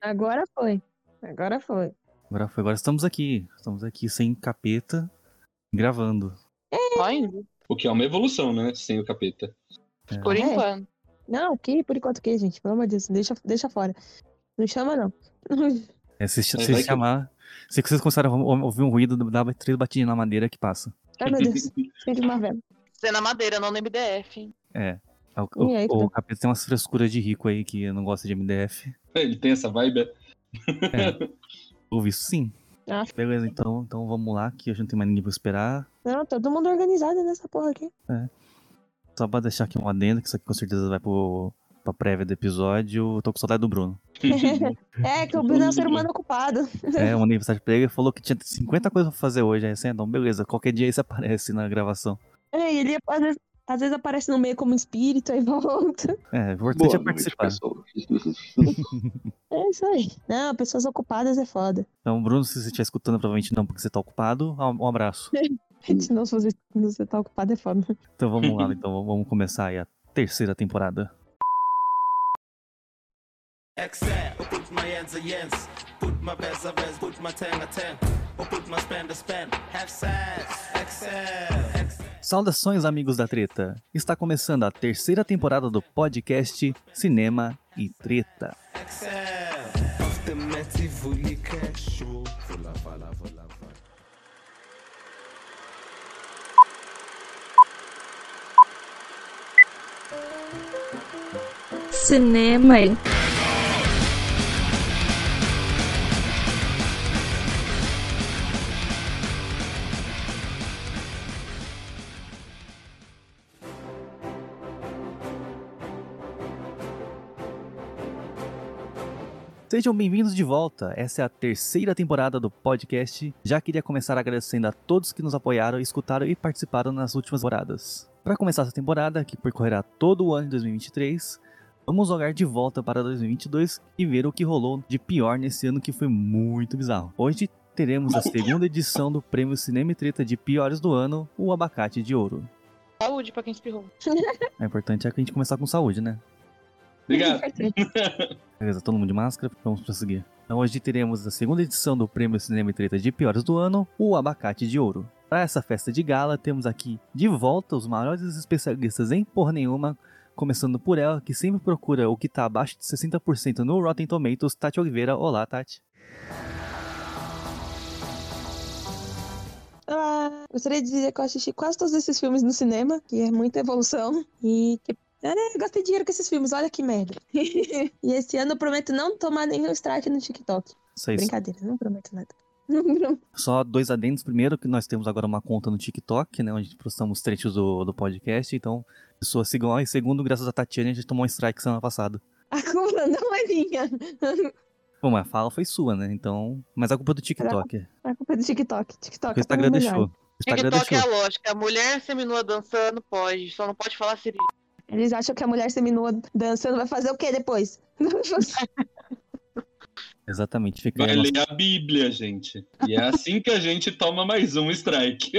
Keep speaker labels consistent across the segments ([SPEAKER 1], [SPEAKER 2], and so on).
[SPEAKER 1] Agora foi. Agora foi.
[SPEAKER 2] Agora foi. Agora estamos aqui. Estamos aqui sem capeta, gravando.
[SPEAKER 3] Ainda.
[SPEAKER 4] O que é uma evolução, né? Sem o capeta.
[SPEAKER 3] Por
[SPEAKER 1] É.
[SPEAKER 3] enquanto.
[SPEAKER 1] Não, que por enquanto que, gente? Pelo amor de Deus, deixa, deixa fora. Não chama, não.
[SPEAKER 2] É, se, se
[SPEAKER 4] vai que-
[SPEAKER 2] chamar. Sei que vocês começaram a ou- ouvir um ruído, dá três batidinhas na madeira que passa.
[SPEAKER 1] Ai, meu Deus. Cheio de uma vela.
[SPEAKER 3] Você na madeira, não no MDF.
[SPEAKER 2] É. O, o-
[SPEAKER 1] E aí,
[SPEAKER 2] o
[SPEAKER 1] Fran?
[SPEAKER 2] capeta tem umas frescuras de rico aí que não gosta de MDF.
[SPEAKER 4] Ele tem essa vibe. é?
[SPEAKER 2] Ouvi isso sim.
[SPEAKER 1] Ah.
[SPEAKER 2] Beleza, então, então vamos lá, que hoje não tem mais ninguém pra esperar.
[SPEAKER 1] Não, todo mundo organizado nessa porra aqui.
[SPEAKER 2] Só pra deixar aqui um adendo, que isso aqui com certeza vai pro, pra prévia do episódio. Tô com saudade do Bruno.
[SPEAKER 1] É, que o Bruno é um ser humano ocupado.
[SPEAKER 2] É, eu mandei mensagem pra ele e falou que tinha 50 coisas pra fazer hoje. Aí assim, então beleza, qualquer dia isso aparece na gravação.
[SPEAKER 1] É, e ele às vezes, às vezes aparece no meio como espírito aí volta.
[SPEAKER 2] É, o
[SPEAKER 5] Boa
[SPEAKER 2] importante é
[SPEAKER 5] noite,
[SPEAKER 2] participar.
[SPEAKER 5] pessoal.
[SPEAKER 1] É isso aí. Não, pessoas ocupadas é foda.
[SPEAKER 2] Então, Bruno, se você estiver escutando, provavelmente não, porque você tá ocupado, ah, um abraço.
[SPEAKER 1] Se não, se você, se você tá ocupado é foda.
[SPEAKER 2] Então vamos lá, então vamos começar aí a terceira temporada.
[SPEAKER 6] Excel, I put my hands a yens, put my best a best, put my ten a ten, I put my spend a spend, have sex, excel, excel.
[SPEAKER 2] Saudações, amigos da treta! Está começando a terceira temporada do podcast Cinema e Treta.
[SPEAKER 6] Excel. Off the matty fully cash show. Vola, vola, vola, vola.
[SPEAKER 7] Cinema e
[SPEAKER 2] Sejam bem-vindos de volta. Essa é a terceira temporada do podcast. Já queria começar agradecendo a todos que nos apoiaram, escutaram e participaram nas últimas temporadas. Para começar essa temporada, que percorrerá todo o ano de 2023, vamos olhar de volta para 2022 e ver o que rolou de pior nesse ano que foi muito bizarro. Hoje teremos a segunda edição do Prêmio Cinema e Treta de Piores do Ano, o Abacate de Ouro.
[SPEAKER 3] Saúde pra quem espirrou.
[SPEAKER 2] O importante é que a gente começar com saúde, né?
[SPEAKER 4] Obrigado.
[SPEAKER 2] Beleza, todo mundo de máscara, vamos prosseguir. Então hoje teremos a segunda edição do Prêmio Cinema e Treta de Piores do Ano, o Abacate de Ouro. Para essa festa de gala, temos aqui de volta os maiores especialistas em porra nenhuma, começando por ela, que sempre procura o que tá abaixo de 60% no Rotten Tomatoes, Tati Oliveira. Olá, Tati.
[SPEAKER 1] Ah, gostaria de dizer que eu assisti quase todos esses filmes no cinema, que é muita evolução. E que. Ah, né, eu gastei dinheiro com esses filmes, olha que merda. e esse ano eu prometo não tomar nenhum strike no TikTok.
[SPEAKER 2] Isso aí.
[SPEAKER 1] Brincadeira, não prometo nada. Não prometo.
[SPEAKER 2] Só dois adendos. Primeiro, que nós temos agora uma conta no TikTok, né? Onde postamos trechos do, do podcast. Então, pessoas sigam lá. E segundo, graças a Tatiana, a gente tomou um strike semana passada.
[SPEAKER 1] A culpa não é minha.
[SPEAKER 2] Bom, mas a fala foi sua, né? Então. Mas a culpa é do TikTok.
[SPEAKER 1] A culpa é do TikTok. TikTok
[SPEAKER 2] Porque o
[SPEAKER 1] tá
[SPEAKER 2] Instagram
[SPEAKER 1] me
[SPEAKER 2] deixou.
[SPEAKER 1] humilhando.
[SPEAKER 2] O Instagram
[SPEAKER 3] TikTok é a
[SPEAKER 2] deixou.
[SPEAKER 3] lógica. Mulher seminua dançando, pode. Só não pode falar siri.
[SPEAKER 1] Eles acham que a mulher seminua dançando vai fazer o quê depois?
[SPEAKER 2] Exatamente. Fica aí
[SPEAKER 4] Vai
[SPEAKER 2] a nossa-
[SPEAKER 4] ler a Bíblia, gente. E é assim que a gente toma mais um strike.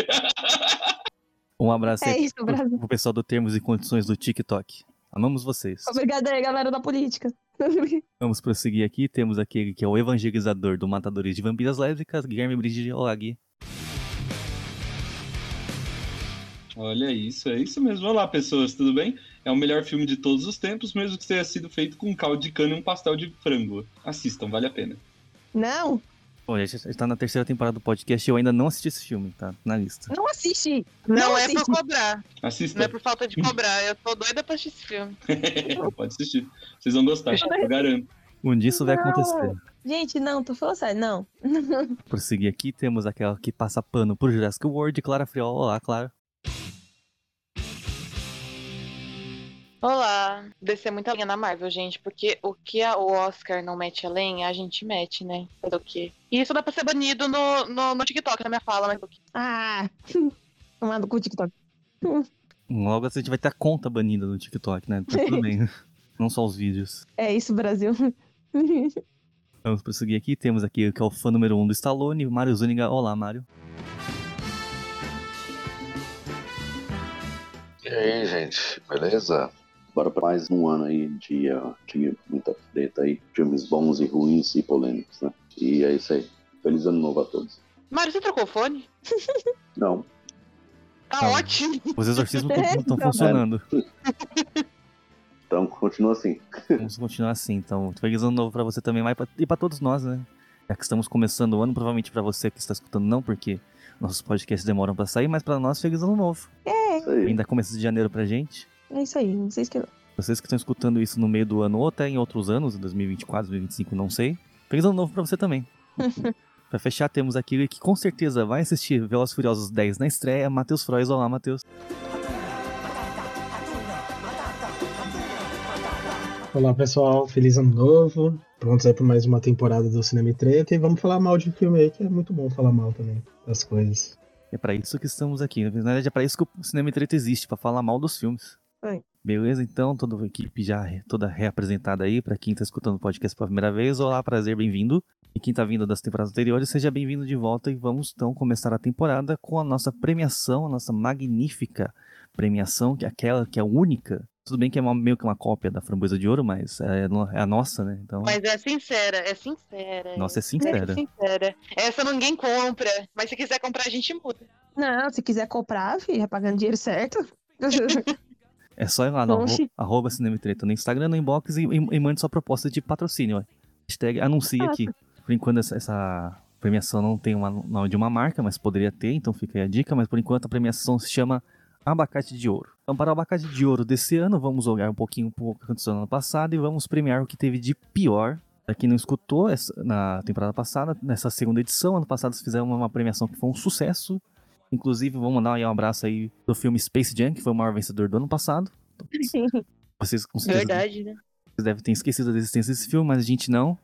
[SPEAKER 2] Um abraço
[SPEAKER 1] É
[SPEAKER 2] aí
[SPEAKER 1] isso, Brasil.
[SPEAKER 2] pro pessoal do Termos e Condições do TikTok. Amamos vocês.
[SPEAKER 1] Obrigada aí, galera da política.
[SPEAKER 2] Vamos prosseguir aqui. Temos aquele que é o evangelizador do Matadores de Vampiras Lésbicas, Guilherme Brigidi. Olá, Gui.
[SPEAKER 4] Olha isso, é isso mesmo. Olá, pessoas, tudo bem? É o melhor filme de todos os tempos, mesmo que tenha sido feito com caldo de cana e um pastel de frango. Assistam, vale a pena.
[SPEAKER 1] Não,
[SPEAKER 2] Bom, a gente está na terceira temporada do podcast e eu ainda não assisti esse filme, tá? Na lista.
[SPEAKER 1] não assiste.
[SPEAKER 3] Não, é
[SPEAKER 1] assiste.
[SPEAKER 3] por cobrar. Não é
[SPEAKER 4] Assistam,
[SPEAKER 3] por falta de cobrar. Eu tô doida pra assistir esse filme.
[SPEAKER 4] pode assistir. Vocês vão gostar, eu garanto.
[SPEAKER 2] Um dia isso vai
[SPEAKER 1] Não.
[SPEAKER 2] acontecer.
[SPEAKER 1] Gente, não, tô falando sério, não.
[SPEAKER 2] Prosseguir aqui, temos aquela que passa pano pro Jurassic World, Clara Friol. Olá, Clara.
[SPEAKER 3] Olá. Descer muita linha na Marvel, gente, porque o que a- o Oscar não mete a lenha, a gente mete, né? Fazer o quê? E isso dá pra ser banido no, no, no TikTok, na minha fala, mas o quê?
[SPEAKER 1] Ah, tomando com o TikTok.
[SPEAKER 2] Logo assim a gente vai ter a conta banida no TikTok, né? Tá tudo bem. não só os vídeos.
[SPEAKER 1] É isso, Brasil.
[SPEAKER 2] Vamos prosseguir aqui. Temos aqui o que é o fã número 1 um do Stallone, Mário Zuniga. Olá, Mário.
[SPEAKER 5] E aí, gente, beleza? Bora pra mais um ano aí de, ah, de muita treta aí, filmes bons e ruins e polêmicos, né? E é isso aí. Feliz ano novo a todos.
[SPEAKER 3] Mário, você trocou o fone?
[SPEAKER 5] Não,
[SPEAKER 3] Tá
[SPEAKER 2] Tá.
[SPEAKER 3] ótimo.
[SPEAKER 2] Os exorcismos estão
[SPEAKER 1] Então,
[SPEAKER 2] funcionando.
[SPEAKER 5] então continua assim.
[SPEAKER 2] Vamos continuar assim, então. Feliz ano novo pra você também, mas pra- e pra todos nós, né? Já que estamos começando o ano, provavelmente pra você que está escutando não, porque nossos podcasts demoram pra sair, mas pra nós, feliz ano novo.
[SPEAKER 5] Isso aí.
[SPEAKER 2] Ainda é começo de janeiro pra gente.
[SPEAKER 1] É isso aí, não sei se que
[SPEAKER 2] Vocês que estão escutando isso no meio do ano ou até em outros anos, em 2024, 2025, não sei. Feliz ano novo pra você também. pra fechar, temos aquele que com certeza vai assistir Velozes e Furiosos 10 na estreia, Matheus Frois. Olá, Matheus.
[SPEAKER 7] Olá pessoal, feliz ano novo. Prontos aí para mais uma temporada do Cinema e Treta e vamos falar mal de filme aí, que é muito bom falar mal também das coisas.
[SPEAKER 2] É pra isso que estamos aqui. Na verdade, é pra isso que o Cinema e Treta existe, pra falar mal dos filmes.
[SPEAKER 1] Oi.
[SPEAKER 2] Beleza, então, toda a equipe já re- toda reapresentada aí, pra quem tá escutando o podcast pela primeira vez, olá, prazer, bem-vindo. E quem tá vindo das temporadas anteriores, seja bem-vindo de volta e vamos então começar a temporada com a nossa premiação, a nossa magnífica premiação, que é aquela que é única. Tudo bem que é uma- meio que uma cópia da Framboesa de Ouro, mas é, no- é a nossa, né? Então,
[SPEAKER 3] Mas é sincera, é sincera.
[SPEAKER 2] nossa é
[SPEAKER 3] É
[SPEAKER 2] sincera.
[SPEAKER 3] sincera. Essa ninguém compra, mas se quiser comprar, a gente muda.
[SPEAKER 1] Não, se quiser comprar, filho, é pagando dinheiro certo.
[SPEAKER 2] É só ir lá no
[SPEAKER 1] Bom,
[SPEAKER 2] arro-
[SPEAKER 1] Chico.
[SPEAKER 2] arroba Cinema e Treta no Instagram, no inbox e, e- e mande sua proposta de patrocínio. ó. Hashtag anuncia
[SPEAKER 1] Ah,
[SPEAKER 2] aqui. Por enquanto essa, essa premiação não tem uma- o nome de uma marca, mas poderia ter, então fica aí a dica. Mas por enquanto a premiação se chama Abacate de Ouro. Então para o Abacate de Ouro desse ano, vamos olhar um pouquinho pro que aconteceu no ano passado e vamos premiar o que teve de pior. Pra quem não escutou essa- na temporada passada, nessa segunda edição, ano passado eles fizeram uma premiação que foi um sucesso. Inclusive, vamos mandar aí um abraço aí do filme Space Jam, que foi o maior vencedor do ano passado. Vocês com certeza
[SPEAKER 3] Verdade, né?
[SPEAKER 2] vocês devem ter esquecido da existência desse filme, mas a gente não.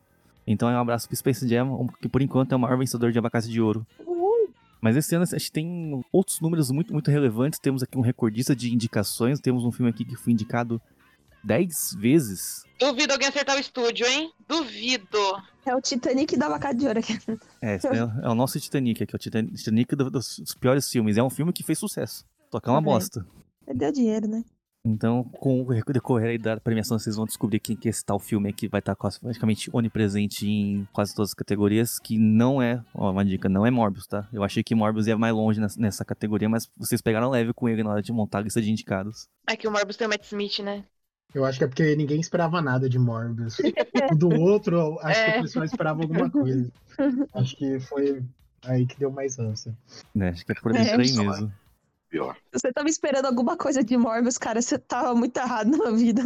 [SPEAKER 2] Então é um abraço pro Space Jam, um- que por enquanto é o maior vencedor de abacate de ouro.
[SPEAKER 1] Uhul.
[SPEAKER 2] Mas esse ano a gente tem outros números muito, muito relevantes. Temos aqui um recordista de indicações. Temos um filme aqui que foi indicado 10 vezes.
[SPEAKER 3] Duvido alguém acertar o estúdio, hein? Duvido.
[SPEAKER 1] É o Titanic da vaca de ouro aqui.
[SPEAKER 2] É, esse é, é o nosso Titanic aqui, o Titan- Titanic do- dos, dos piores filmes. É um filme que fez sucesso. Só que é uma
[SPEAKER 1] Olha aí.
[SPEAKER 2] bosta.
[SPEAKER 1] Deu dinheiro, né?
[SPEAKER 2] Então, com o decorrer aí da premiação, vocês vão descobrir quem que é esse tal filme aí que vai estar quase, praticamente onipresente em quase todas as categorias, que não é, ó, uma dica, não é Morbius, tá? Eu achei que Morbius ia mais longe nessa, nessa categoria, mas vocês pegaram leve com ele na hora de montar a lista de indicados.
[SPEAKER 3] É que o Morbius tem o Matt Smith, né?
[SPEAKER 7] Eu acho que é porque ninguém esperava nada de Morbius. Do outro, eu acho que
[SPEAKER 3] É.
[SPEAKER 7] o pessoal esperava alguma coisa. Acho que foi aí que deu mais ânsia.
[SPEAKER 2] Né? Acho que é por
[SPEAKER 1] É,
[SPEAKER 2] aí por aí
[SPEAKER 5] só.
[SPEAKER 2] mesmo.
[SPEAKER 5] Pior.
[SPEAKER 1] Se Você tava esperando alguma coisa de Morbius, cara, você tava muito errado na vida.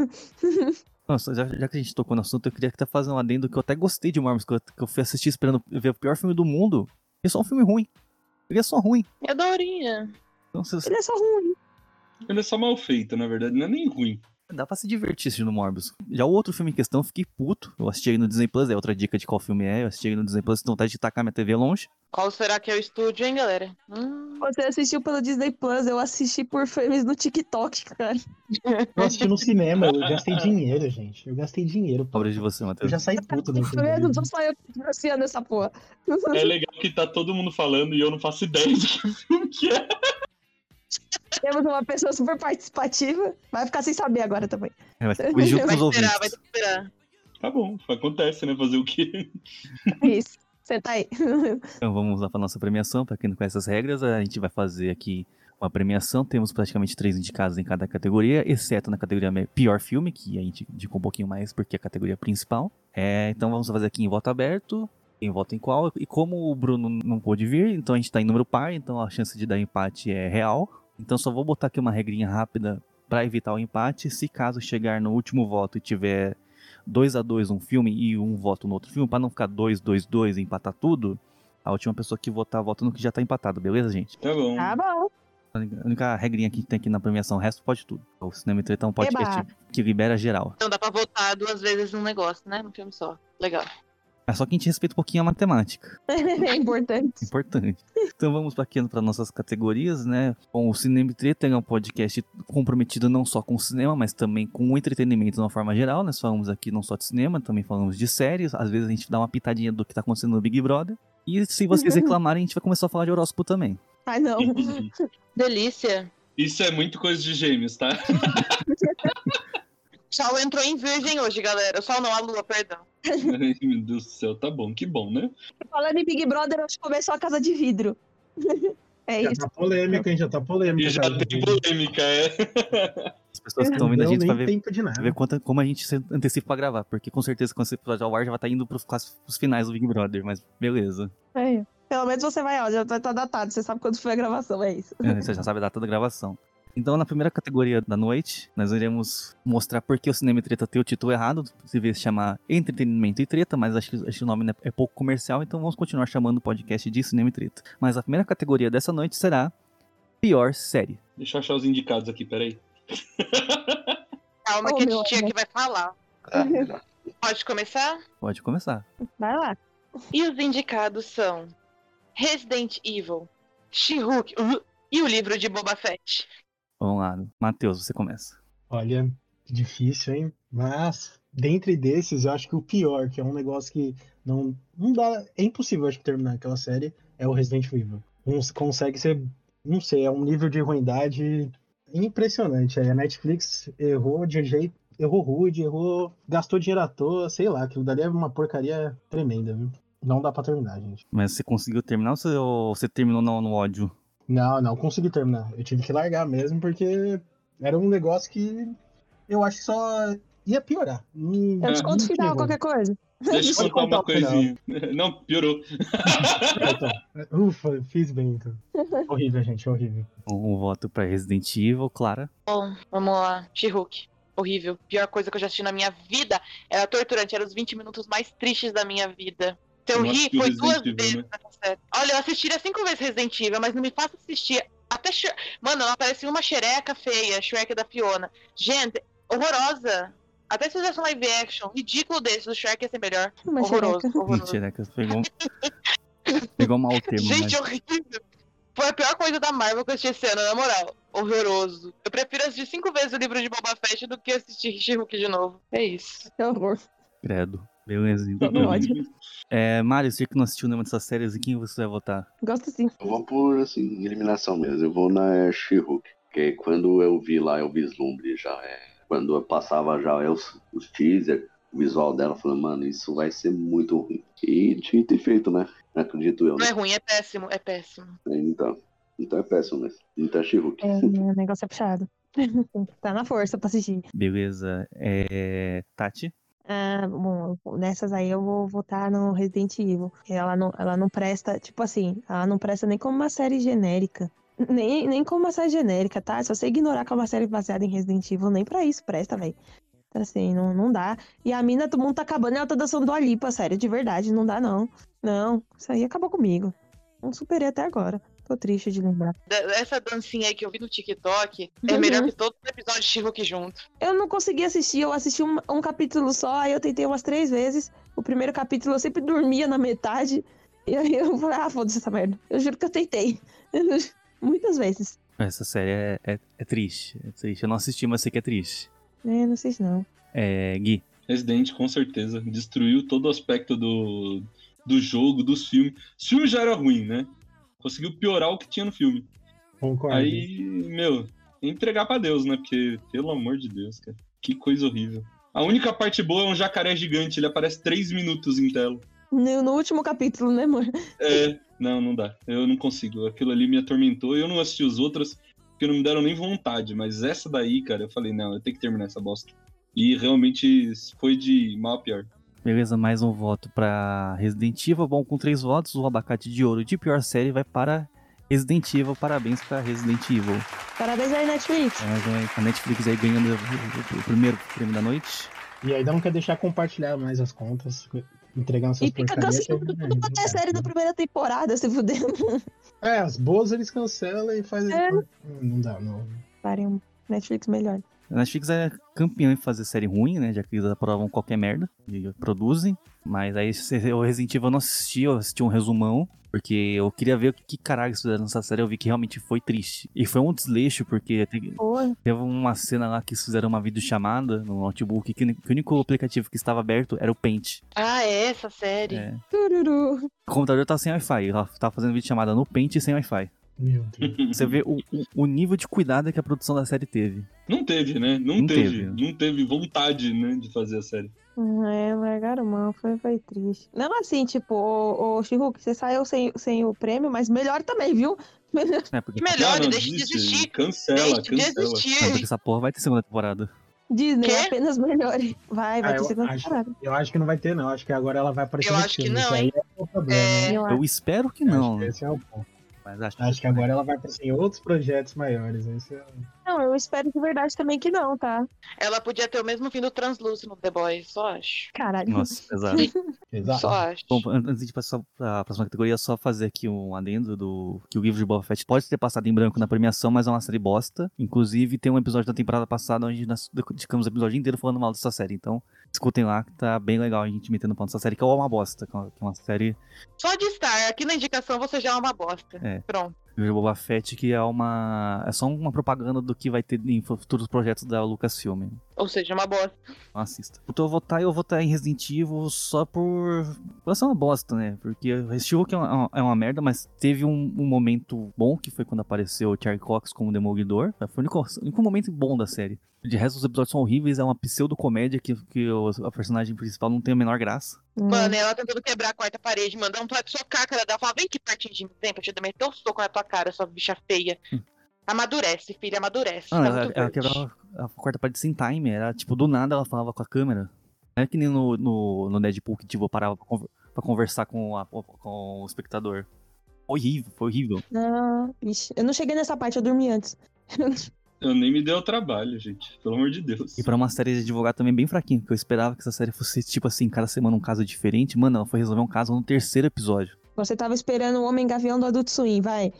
[SPEAKER 2] Nossa, já, já que a gente tocou no assunto, eu queria até fazer um adendo que eu até gostei de Morbius, que eu, que eu fui assistir esperando ver o pior filme do mundo. E é só um filme ruim. Ele é só ruim.
[SPEAKER 3] Eu adoraria.
[SPEAKER 2] Então, se você-
[SPEAKER 1] Ele é só ruim.
[SPEAKER 4] Ele é só mal feito, na verdade, não é nem ruim.
[SPEAKER 2] Dá pra se divertir assistindo Morbius. Já o outro filme em questão, eu fiquei puto. Eu assisti aí no Disney Plus, é outra dica de qual filme é. Eu assisti aí no Disney Plus, tenho vontade de tacar minha TV longe.
[SPEAKER 3] Qual será que é o estúdio, hein, galera? Hum,
[SPEAKER 1] Você assistiu pelo Disney Plus, eu assisti por filmes no TikTok, cara.
[SPEAKER 7] Eu assisti no cinema, eu gastei dinheiro, gente. Eu gastei dinheiro. pô.
[SPEAKER 2] Obra de você,
[SPEAKER 7] Eu
[SPEAKER 2] Matheus.
[SPEAKER 7] já saí puto
[SPEAKER 1] Tem
[SPEAKER 7] daquele
[SPEAKER 1] filme,
[SPEAKER 7] vídeo.
[SPEAKER 1] não sou só eu que tô financiando essa porra.
[SPEAKER 4] É legal que tá todo mundo falando e eu não faço ideia de que filme que é.
[SPEAKER 1] Temos uma pessoa super participativa. Vai ficar sem saber agora também.
[SPEAKER 2] É, vai ter que corrigir
[SPEAKER 3] vai
[SPEAKER 2] os
[SPEAKER 3] esperar, vai
[SPEAKER 2] ouvintes.
[SPEAKER 3] ter que esperar.
[SPEAKER 4] Tá bom, acontece, né? Fazer o quê?
[SPEAKER 1] É isso. Senta aí.
[SPEAKER 2] Então vamos lá pra nossa premiação. Pra quem não conhece as regras, a gente vai fazer aqui uma premiação. Temos praticamente três indicados em cada categoria, exceto na categoria me- pior filme, que a gente indicou um pouquinho mais porque é a categoria principal. É, então vamos fazer aqui em voto aberto. Quem vota em qual. E como o Bruno não pôde vir, então a gente tá em número par, então a chance de dar empate é real. Então só vou botar aqui uma regrinha rápida pra evitar o empate. Se caso chegar no último voto e tiver 2 a 2 um filme e um voto no outro filme, pra não ficar 2 2 2 e empatar tudo, a última pessoa que votar vota no que já tá empatado, beleza, gente?
[SPEAKER 4] Tá bom.
[SPEAKER 1] Tá bom.
[SPEAKER 2] A única regrinha que tem aqui na premiação, o resto pode tudo. O Cinema e Treta é um podcast que libera geral.
[SPEAKER 3] Então dá pra voltar duas vezes num negócio, né? Num filme só. Legal.
[SPEAKER 2] É só que a gente respeita um pouquinho a matemática.
[SPEAKER 1] É importante.
[SPEAKER 2] Importante. Então vamos para aqui para nossas categorias, né? Bom, o Cinema e Treta é um podcast comprometido não só com o cinema, mas também com o entretenimento de uma forma geral. né? Nós falamos aqui não só de cinema, também falamos de séries. Às vezes a gente dá uma pitadinha do que tá acontecendo no Big Brother. E se vocês reclamarem, a gente vai começar a falar de horóscopo também.
[SPEAKER 1] Ai, não.
[SPEAKER 3] Delícia.
[SPEAKER 4] Isso é muito coisa de gêmeos, tá?
[SPEAKER 3] Sol entrou em virgem hoje, galera. O Sol não, a Lua, perdão.
[SPEAKER 4] Ai, meu Deus do céu, tá bom, que bom, né?
[SPEAKER 1] Falando em Big Brother, hoje começou a Casa de Vidro. É
[SPEAKER 7] Já
[SPEAKER 1] isso.
[SPEAKER 7] tá polêmica, hein? Já tá polêmica.
[SPEAKER 4] E já
[SPEAKER 7] cara.
[SPEAKER 4] tem polêmica, é.
[SPEAKER 2] As pessoas que estão ouvindo a
[SPEAKER 7] Não
[SPEAKER 2] gente
[SPEAKER 7] nem
[SPEAKER 2] pra ver,
[SPEAKER 7] tempo de
[SPEAKER 2] pra
[SPEAKER 7] nada.
[SPEAKER 2] ver quanta- como a gente se antecipa pra gravar. Porque com certeza quando esse episódio ao ar já vai estar indo pros, quase, pros finais do Big Brother, mas beleza.
[SPEAKER 1] É. Pelo menos você vai, ó, já tá, tá datado, você sabe quando foi a gravação, é isso.
[SPEAKER 2] É, Você já sabe a data da gravação. Então, na primeira categoria da noite, nós iremos mostrar por que o Cinema e Treta tem o título errado. Se vê se chamar Entretenimento e Treta, mas acho que, acho que o nome né, é pouco comercial, então vamos continuar chamando o podcast de Cinema e Treta. Mas a primeira categoria dessa noite será Pior Série.
[SPEAKER 4] Deixa eu achar os indicados aqui, peraí.
[SPEAKER 3] Calma
[SPEAKER 1] Ô,
[SPEAKER 3] que a
[SPEAKER 1] Oh, meu
[SPEAKER 3] titia
[SPEAKER 1] amor.
[SPEAKER 3] que vai falar.
[SPEAKER 5] Ah, melhor.
[SPEAKER 3] Pode começar?
[SPEAKER 2] Pode começar.
[SPEAKER 1] Vai lá.
[SPEAKER 3] E os indicados são Resident Evil, She-Hulk uh, e o livro de Boba Fett.
[SPEAKER 2] Vamos lá, Matheus, você começa.
[SPEAKER 7] Olha, que difícil, hein? Mas, dentre desses, eu acho que o pior, que é um negócio que não, não dá. É impossível, acho que, terminar aquela série, é o Resident Evil. Não se- consegue ser. Não sei, é um nível de ruindade impressionante. Aí A Netflix errou de jeito. Errou rude, errou. Gastou dinheiro à toa, sei lá. Aquilo dali é uma porcaria tremenda, viu? Não dá pra terminar, gente.
[SPEAKER 2] Mas você conseguiu terminar ou você, ou você terminou no, no ódio?
[SPEAKER 7] Não, não consegui terminar. Eu tive que largar mesmo, porque era um negócio que eu acho que só ia piorar. Hum,
[SPEAKER 1] Eu te
[SPEAKER 4] É,
[SPEAKER 1] conto o
[SPEAKER 7] muito
[SPEAKER 1] final,
[SPEAKER 7] ruim.
[SPEAKER 1] qualquer coisa.
[SPEAKER 4] Deixa eu
[SPEAKER 7] Pode
[SPEAKER 4] contar uma
[SPEAKER 7] contar o final.
[SPEAKER 4] coisinha. Não, piorou.
[SPEAKER 7] Então, ufa, fiz bem então. horrível, gente, horrível.
[SPEAKER 2] Um, um voto pra Resident Evil, Clara.
[SPEAKER 3] Bom, vamos lá. She-Hulk. Horrível. Pior coisa que eu já assisti na minha vida. Era torturante. Era os 20 minutos mais tristes da minha vida. Se eu
[SPEAKER 4] Eu
[SPEAKER 3] ri,
[SPEAKER 4] assisti o
[SPEAKER 3] foi
[SPEAKER 4] Resident
[SPEAKER 3] duas
[SPEAKER 4] Evil,
[SPEAKER 3] vezes
[SPEAKER 4] né?
[SPEAKER 3] nessa série. Olha, eu assistiria cinco vezes Resident Evil, mas não me faça assistir. Até Shre- Mano, ela parece uma xereca feia, Shrek da Fiona. Gente, horrorosa. Até se fizesse um live action ridículo desse, do Shrek ia ser melhor.
[SPEAKER 1] Uma
[SPEAKER 3] horroroso,
[SPEAKER 1] xereca.
[SPEAKER 3] horroroso.
[SPEAKER 2] Mentira, né, que pegou, pegou mal o termo, mas
[SPEAKER 3] Gente, é horrível. Foi a pior coisa da Marvel que eu assisti esse ano, na moral. Horroroso. Eu prefiro assistir cinco vezes o livro de Boba Fett do que assistir She-Hulk de novo. É isso.
[SPEAKER 1] Que horror.
[SPEAKER 2] credo. Beleza, então.
[SPEAKER 1] Não, ódio.
[SPEAKER 2] É, Mário, você que não assistiu nenhuma dessas séries, em quem você vai votar?
[SPEAKER 1] Gosto sim.
[SPEAKER 5] Eu vou por, assim, eliminação mesmo. Eu vou na She-Hulk. Porque quando eu vi lá, eu vislumbre já. é, Quando eu passava já é, os, os teaser, o visual dela, eu falei, mano, isso vai ser muito ruim. E dito e feito, né? Acredito eu,
[SPEAKER 3] Não é
[SPEAKER 5] né?
[SPEAKER 3] ruim, é péssimo, é péssimo.
[SPEAKER 5] Então, então é péssimo mesmo. Então é She-Hulk.
[SPEAKER 1] É, o negócio é puxado. Tem que estar Tá na força pra assistir.
[SPEAKER 2] Beleza. É, Tati?
[SPEAKER 1] Ah, bom, eu- nessas aí eu vou votar no Resident Evil. porque Ela não, ela não presta, tipo assim, ela não presta nem como uma série genérica. Nem, nem como uma série genérica, tá? Se você ignorar que é uma série baseada em Resident Evil, nem pra isso presta, velho. Então, assim, não, não dá. E a mina, todo mundo tá acabando, ela tá dançando do Alipa, sério, de verdade, não dá não. Não, isso aí acabou comigo. Não superei até agora. Tô triste de lembrar.
[SPEAKER 3] Da- Essa dancinha aí que eu vi no TikTok é melhor que todos os episódios de She-Hulk junto.
[SPEAKER 1] Eu não consegui assistir, eu assisti um, um capítulo só, aí eu tentei umas três vezes. O primeiro capítulo eu sempre dormia na metade. E aí eu falei, ah, foda-se essa merda. Eu juro que eu tentei. Muitas vezes.
[SPEAKER 2] Essa série é, é- é triste. É triste. Eu não assisti, mas sei que é triste.
[SPEAKER 1] É, não sei se não.
[SPEAKER 2] É, Gui.
[SPEAKER 4] Resident, com certeza. Destruiu todo o aspecto do, do jogo, dos filmes. Os filmes já era ruim, né? Conseguiu piorar o que tinha no filme.
[SPEAKER 7] Concordo.
[SPEAKER 4] Aí, meu, entregar pra Deus, né? Porque, pelo amor de Deus, cara. Que coisa horrível. A única parte boa é um jacaré gigante. Ele aparece três minutos em tela.
[SPEAKER 1] No, no último capítulo, né, amor?
[SPEAKER 4] É, não, não dá. Eu não consigo. Aquilo ali me atormentou. Eu não assisti os outros, porque não me deram nem vontade. Mas essa daí, cara, eu falei, não, eu tenho que terminar essa bosta. E realmente foi de mal a pior.
[SPEAKER 2] Beleza, mais um voto pra Resident Evil. Bom, com três votos, o abacate de ouro de pior série vai para Resident Evil. Parabéns pra Resident Evil.
[SPEAKER 1] Parabéns aí, Netflix.
[SPEAKER 2] É, mas é, a Netflix aí ganhando o- o o primeiro prêmio da noite.
[SPEAKER 7] E aí não quer deixar compartilhar mais as contas, entregando É, essas
[SPEAKER 1] E fica
[SPEAKER 7] porcarias.
[SPEAKER 1] cancelando
[SPEAKER 7] aí,
[SPEAKER 1] tudo quanto é série da primeira temporada, se fuder.
[SPEAKER 7] né? É, as boas eles cancelam e fazem.
[SPEAKER 1] É.
[SPEAKER 7] Hum, Não dá, não.
[SPEAKER 1] Parem um Netflix melhor.
[SPEAKER 2] A Netflix é campeã em fazer série ruim, né? Já que eles aprovam qualquer merda e produzem. Mas aí se- o Resident Evil eu não assisti, eu assisti um resumão. Porque eu queria ver o que, que caralho eles fizeram nessa série. Eu vi que realmente foi triste. E foi um desleixo, porque te-
[SPEAKER 1] Porra.
[SPEAKER 2] teve uma cena lá que eles fizeram uma videochamada no notebook. Que, que o único aplicativo que estava aberto era o Paint.
[SPEAKER 3] Ah, é essa série.
[SPEAKER 2] É. tá
[SPEAKER 1] Tururu.
[SPEAKER 2] O computador tava sem Wi-Fi. Ela tava fazendo videochamada no Paint e sem Wi-Fi.
[SPEAKER 7] Meu Deus.
[SPEAKER 2] Você vê o, o- o nível de cuidado que a produção da série teve.
[SPEAKER 4] Não teve, né? Não,
[SPEAKER 2] Não
[SPEAKER 4] teve.
[SPEAKER 2] teve.
[SPEAKER 4] Não teve vontade, né, de fazer a série.
[SPEAKER 1] É, largaram mão, foi, foi triste. Não assim, tipo, ô, ô Chihuk, você saiu sem, sem o prêmio, mas melhor também, viu? Melhor.
[SPEAKER 2] É, porque,
[SPEAKER 3] Melhor.
[SPEAKER 4] Ah, não,
[SPEAKER 3] deixa de
[SPEAKER 4] desiste.
[SPEAKER 3] desistir.
[SPEAKER 4] Cancela,
[SPEAKER 3] Deixe de
[SPEAKER 4] cancela.
[SPEAKER 2] é,
[SPEAKER 3] existir.
[SPEAKER 2] porque essa porra vai ter segunda temporada.
[SPEAKER 1] Disney,
[SPEAKER 3] Quê?
[SPEAKER 1] apenas melhore. Vai, vai
[SPEAKER 7] Ah,
[SPEAKER 1] ter
[SPEAKER 7] eu
[SPEAKER 1] segunda
[SPEAKER 7] acho-
[SPEAKER 1] temporada.
[SPEAKER 7] Eu acho que não vai ter, não. Acho que agora ela vai aparecer
[SPEAKER 3] Eu
[SPEAKER 7] no
[SPEAKER 3] acho que
[SPEAKER 7] filme.
[SPEAKER 3] não,
[SPEAKER 7] Isso aí é o problema.
[SPEAKER 3] É,
[SPEAKER 7] né?
[SPEAKER 1] Eu acho.
[SPEAKER 2] Eu espero que
[SPEAKER 7] Acho
[SPEAKER 2] não. né?
[SPEAKER 7] que esse é o ponto.
[SPEAKER 2] Mas acho,
[SPEAKER 7] Acho que agora ela vai aparecer em outros projetos maiores. Esse é...
[SPEAKER 1] Não, eu espero de verdade também que não, tá?
[SPEAKER 3] Ela podia ter o mesmo fim do Translúcido no The Boys, só acho.
[SPEAKER 1] Caralho.
[SPEAKER 2] Nossa, pesado.
[SPEAKER 7] Exato.
[SPEAKER 3] Só acho.
[SPEAKER 2] Bom, an- antes de passar para a próxima categoria, só fazer aqui um adendo do que o livro de Boba Fett pode ter passado em branco na premiação, mas é uma série bosta. Inclusive, tem um episódio da temporada passada onde nós dedicamos o episódio inteiro falando mal dessa série. Então, escutem lá que tá bem legal a gente metendo pau nessa série, que é uma bosta. Que é uma- que é uma série
[SPEAKER 3] Só de estar aqui na indicação você já é uma bosta.
[SPEAKER 2] É.
[SPEAKER 3] Pronto.
[SPEAKER 2] do livro de Boba Fett que é uma. É só uma propaganda do que vai ter em futuros projetos da Lucasfilm.
[SPEAKER 3] Ou seja, uma bosta.
[SPEAKER 2] Não assista. Puta, eu vou votar, eu vou votar em Resident Evil só por. Por ser uma bosta, né? Porque Resident Evil que é uma, é uma merda, mas teve um, um momento bom, que foi quando apareceu o Charlie Cox como Demolidor. Foi o único, o único momento bom da série. De resto, os episódios são horríveis, é uma pseudo-comédia que, que o- a personagem principal não tem a menor graça.
[SPEAKER 3] Mano, ela tentando quebrar a quarta parede, mandar um toque socar a cara dela. Falar, vem que pertinho de mim, vem pra te dar meter um soco na tua cara, sua bicha feia. Amadurece, filha, amadurece.
[SPEAKER 2] Hum. Ah,
[SPEAKER 3] tá
[SPEAKER 2] ela,
[SPEAKER 3] muito
[SPEAKER 2] ela
[SPEAKER 3] verde.
[SPEAKER 2] quebrava a quarta parte sem time, era tipo, do nada ela falava com a câmera. Não é que nem no, no, no Deadpool que tipo, eu parava pra, conver- pra conversar com, a- com o espectador. Horrível, foi horrível.
[SPEAKER 3] é-
[SPEAKER 1] Ah, ixi, eu não cheguei nessa parte, eu dormi antes.
[SPEAKER 4] Eu nem me dei o trabalho, gente. Pelo amor de Deus.
[SPEAKER 2] E pra uma série de advogado também bem fraquinho, porque eu esperava que essa série fosse, tipo assim, cada semana um caso diferente. Mano, ela foi resolver um caso no terceiro episódio.
[SPEAKER 1] Você tava esperando o Homem Gavião do Adult Swim, vai.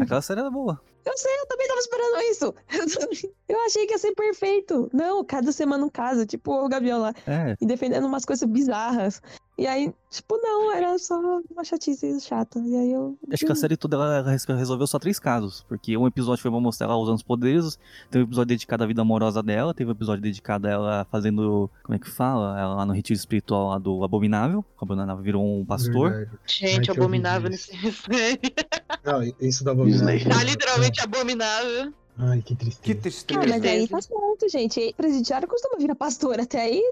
[SPEAKER 2] Aquela série era boa.
[SPEAKER 1] Eu sei, eu também tava esperando isso. Eu também- Eu achei que ia ser perfeito. Não, cada semana um caso, tipo o Gavião lá,
[SPEAKER 2] É,
[SPEAKER 1] e defendendo umas coisas bizarras. E aí, tipo, não, era só uma chatice chata. E aí eu. Ah,
[SPEAKER 2] acho que a série toda ela res- resolveu só três casos. Porque um episódio foi pra mostrar ela usando os poderes, teve um episódio dedicado à vida amorosa dela, teve um episódio dedicado a ela fazendo. Como é que fala? Ela lá no retiro espiritual lá do Abominável. O Abominável virou um pastor.
[SPEAKER 7] Verdade. Ai,
[SPEAKER 3] Gente,
[SPEAKER 7] que
[SPEAKER 3] abominável
[SPEAKER 7] horrível
[SPEAKER 3] nesse desenho.
[SPEAKER 7] Não, isso da Bobina.
[SPEAKER 5] Disney.
[SPEAKER 3] Tá literalmente abominável.
[SPEAKER 7] Ai, que tristeza.
[SPEAKER 6] Que
[SPEAKER 1] Não,
[SPEAKER 6] tristeza.
[SPEAKER 1] mas aí tá certo, gente. E presidiário costuma virar pastor. Até aí,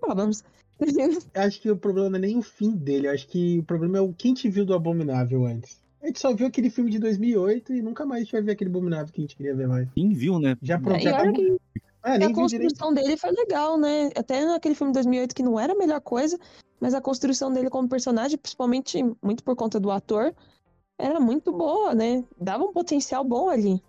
[SPEAKER 1] problemas.
[SPEAKER 7] Eu acho que o problema não é nem o fim dele, eu acho que o problema é o quem te viu do Abominável antes. A gente só viu aquele filme de 2008 e nunca mais a gente vai ver aquele Abominável que a gente queria ver mais.
[SPEAKER 2] Quem viu, né?
[SPEAKER 7] Já pronto,
[SPEAKER 1] E
[SPEAKER 7] já tá
[SPEAKER 1] olha é que é
[SPEAKER 7] morto. Ah,
[SPEAKER 1] a
[SPEAKER 7] nem viu direito.
[SPEAKER 1] construção dele foi legal, né? Até naquele filme de 2008 que não era a melhor coisa, mas a construção dele como personagem, principalmente muito por conta do ator, era muito boa, né? Dava um potencial bom ali.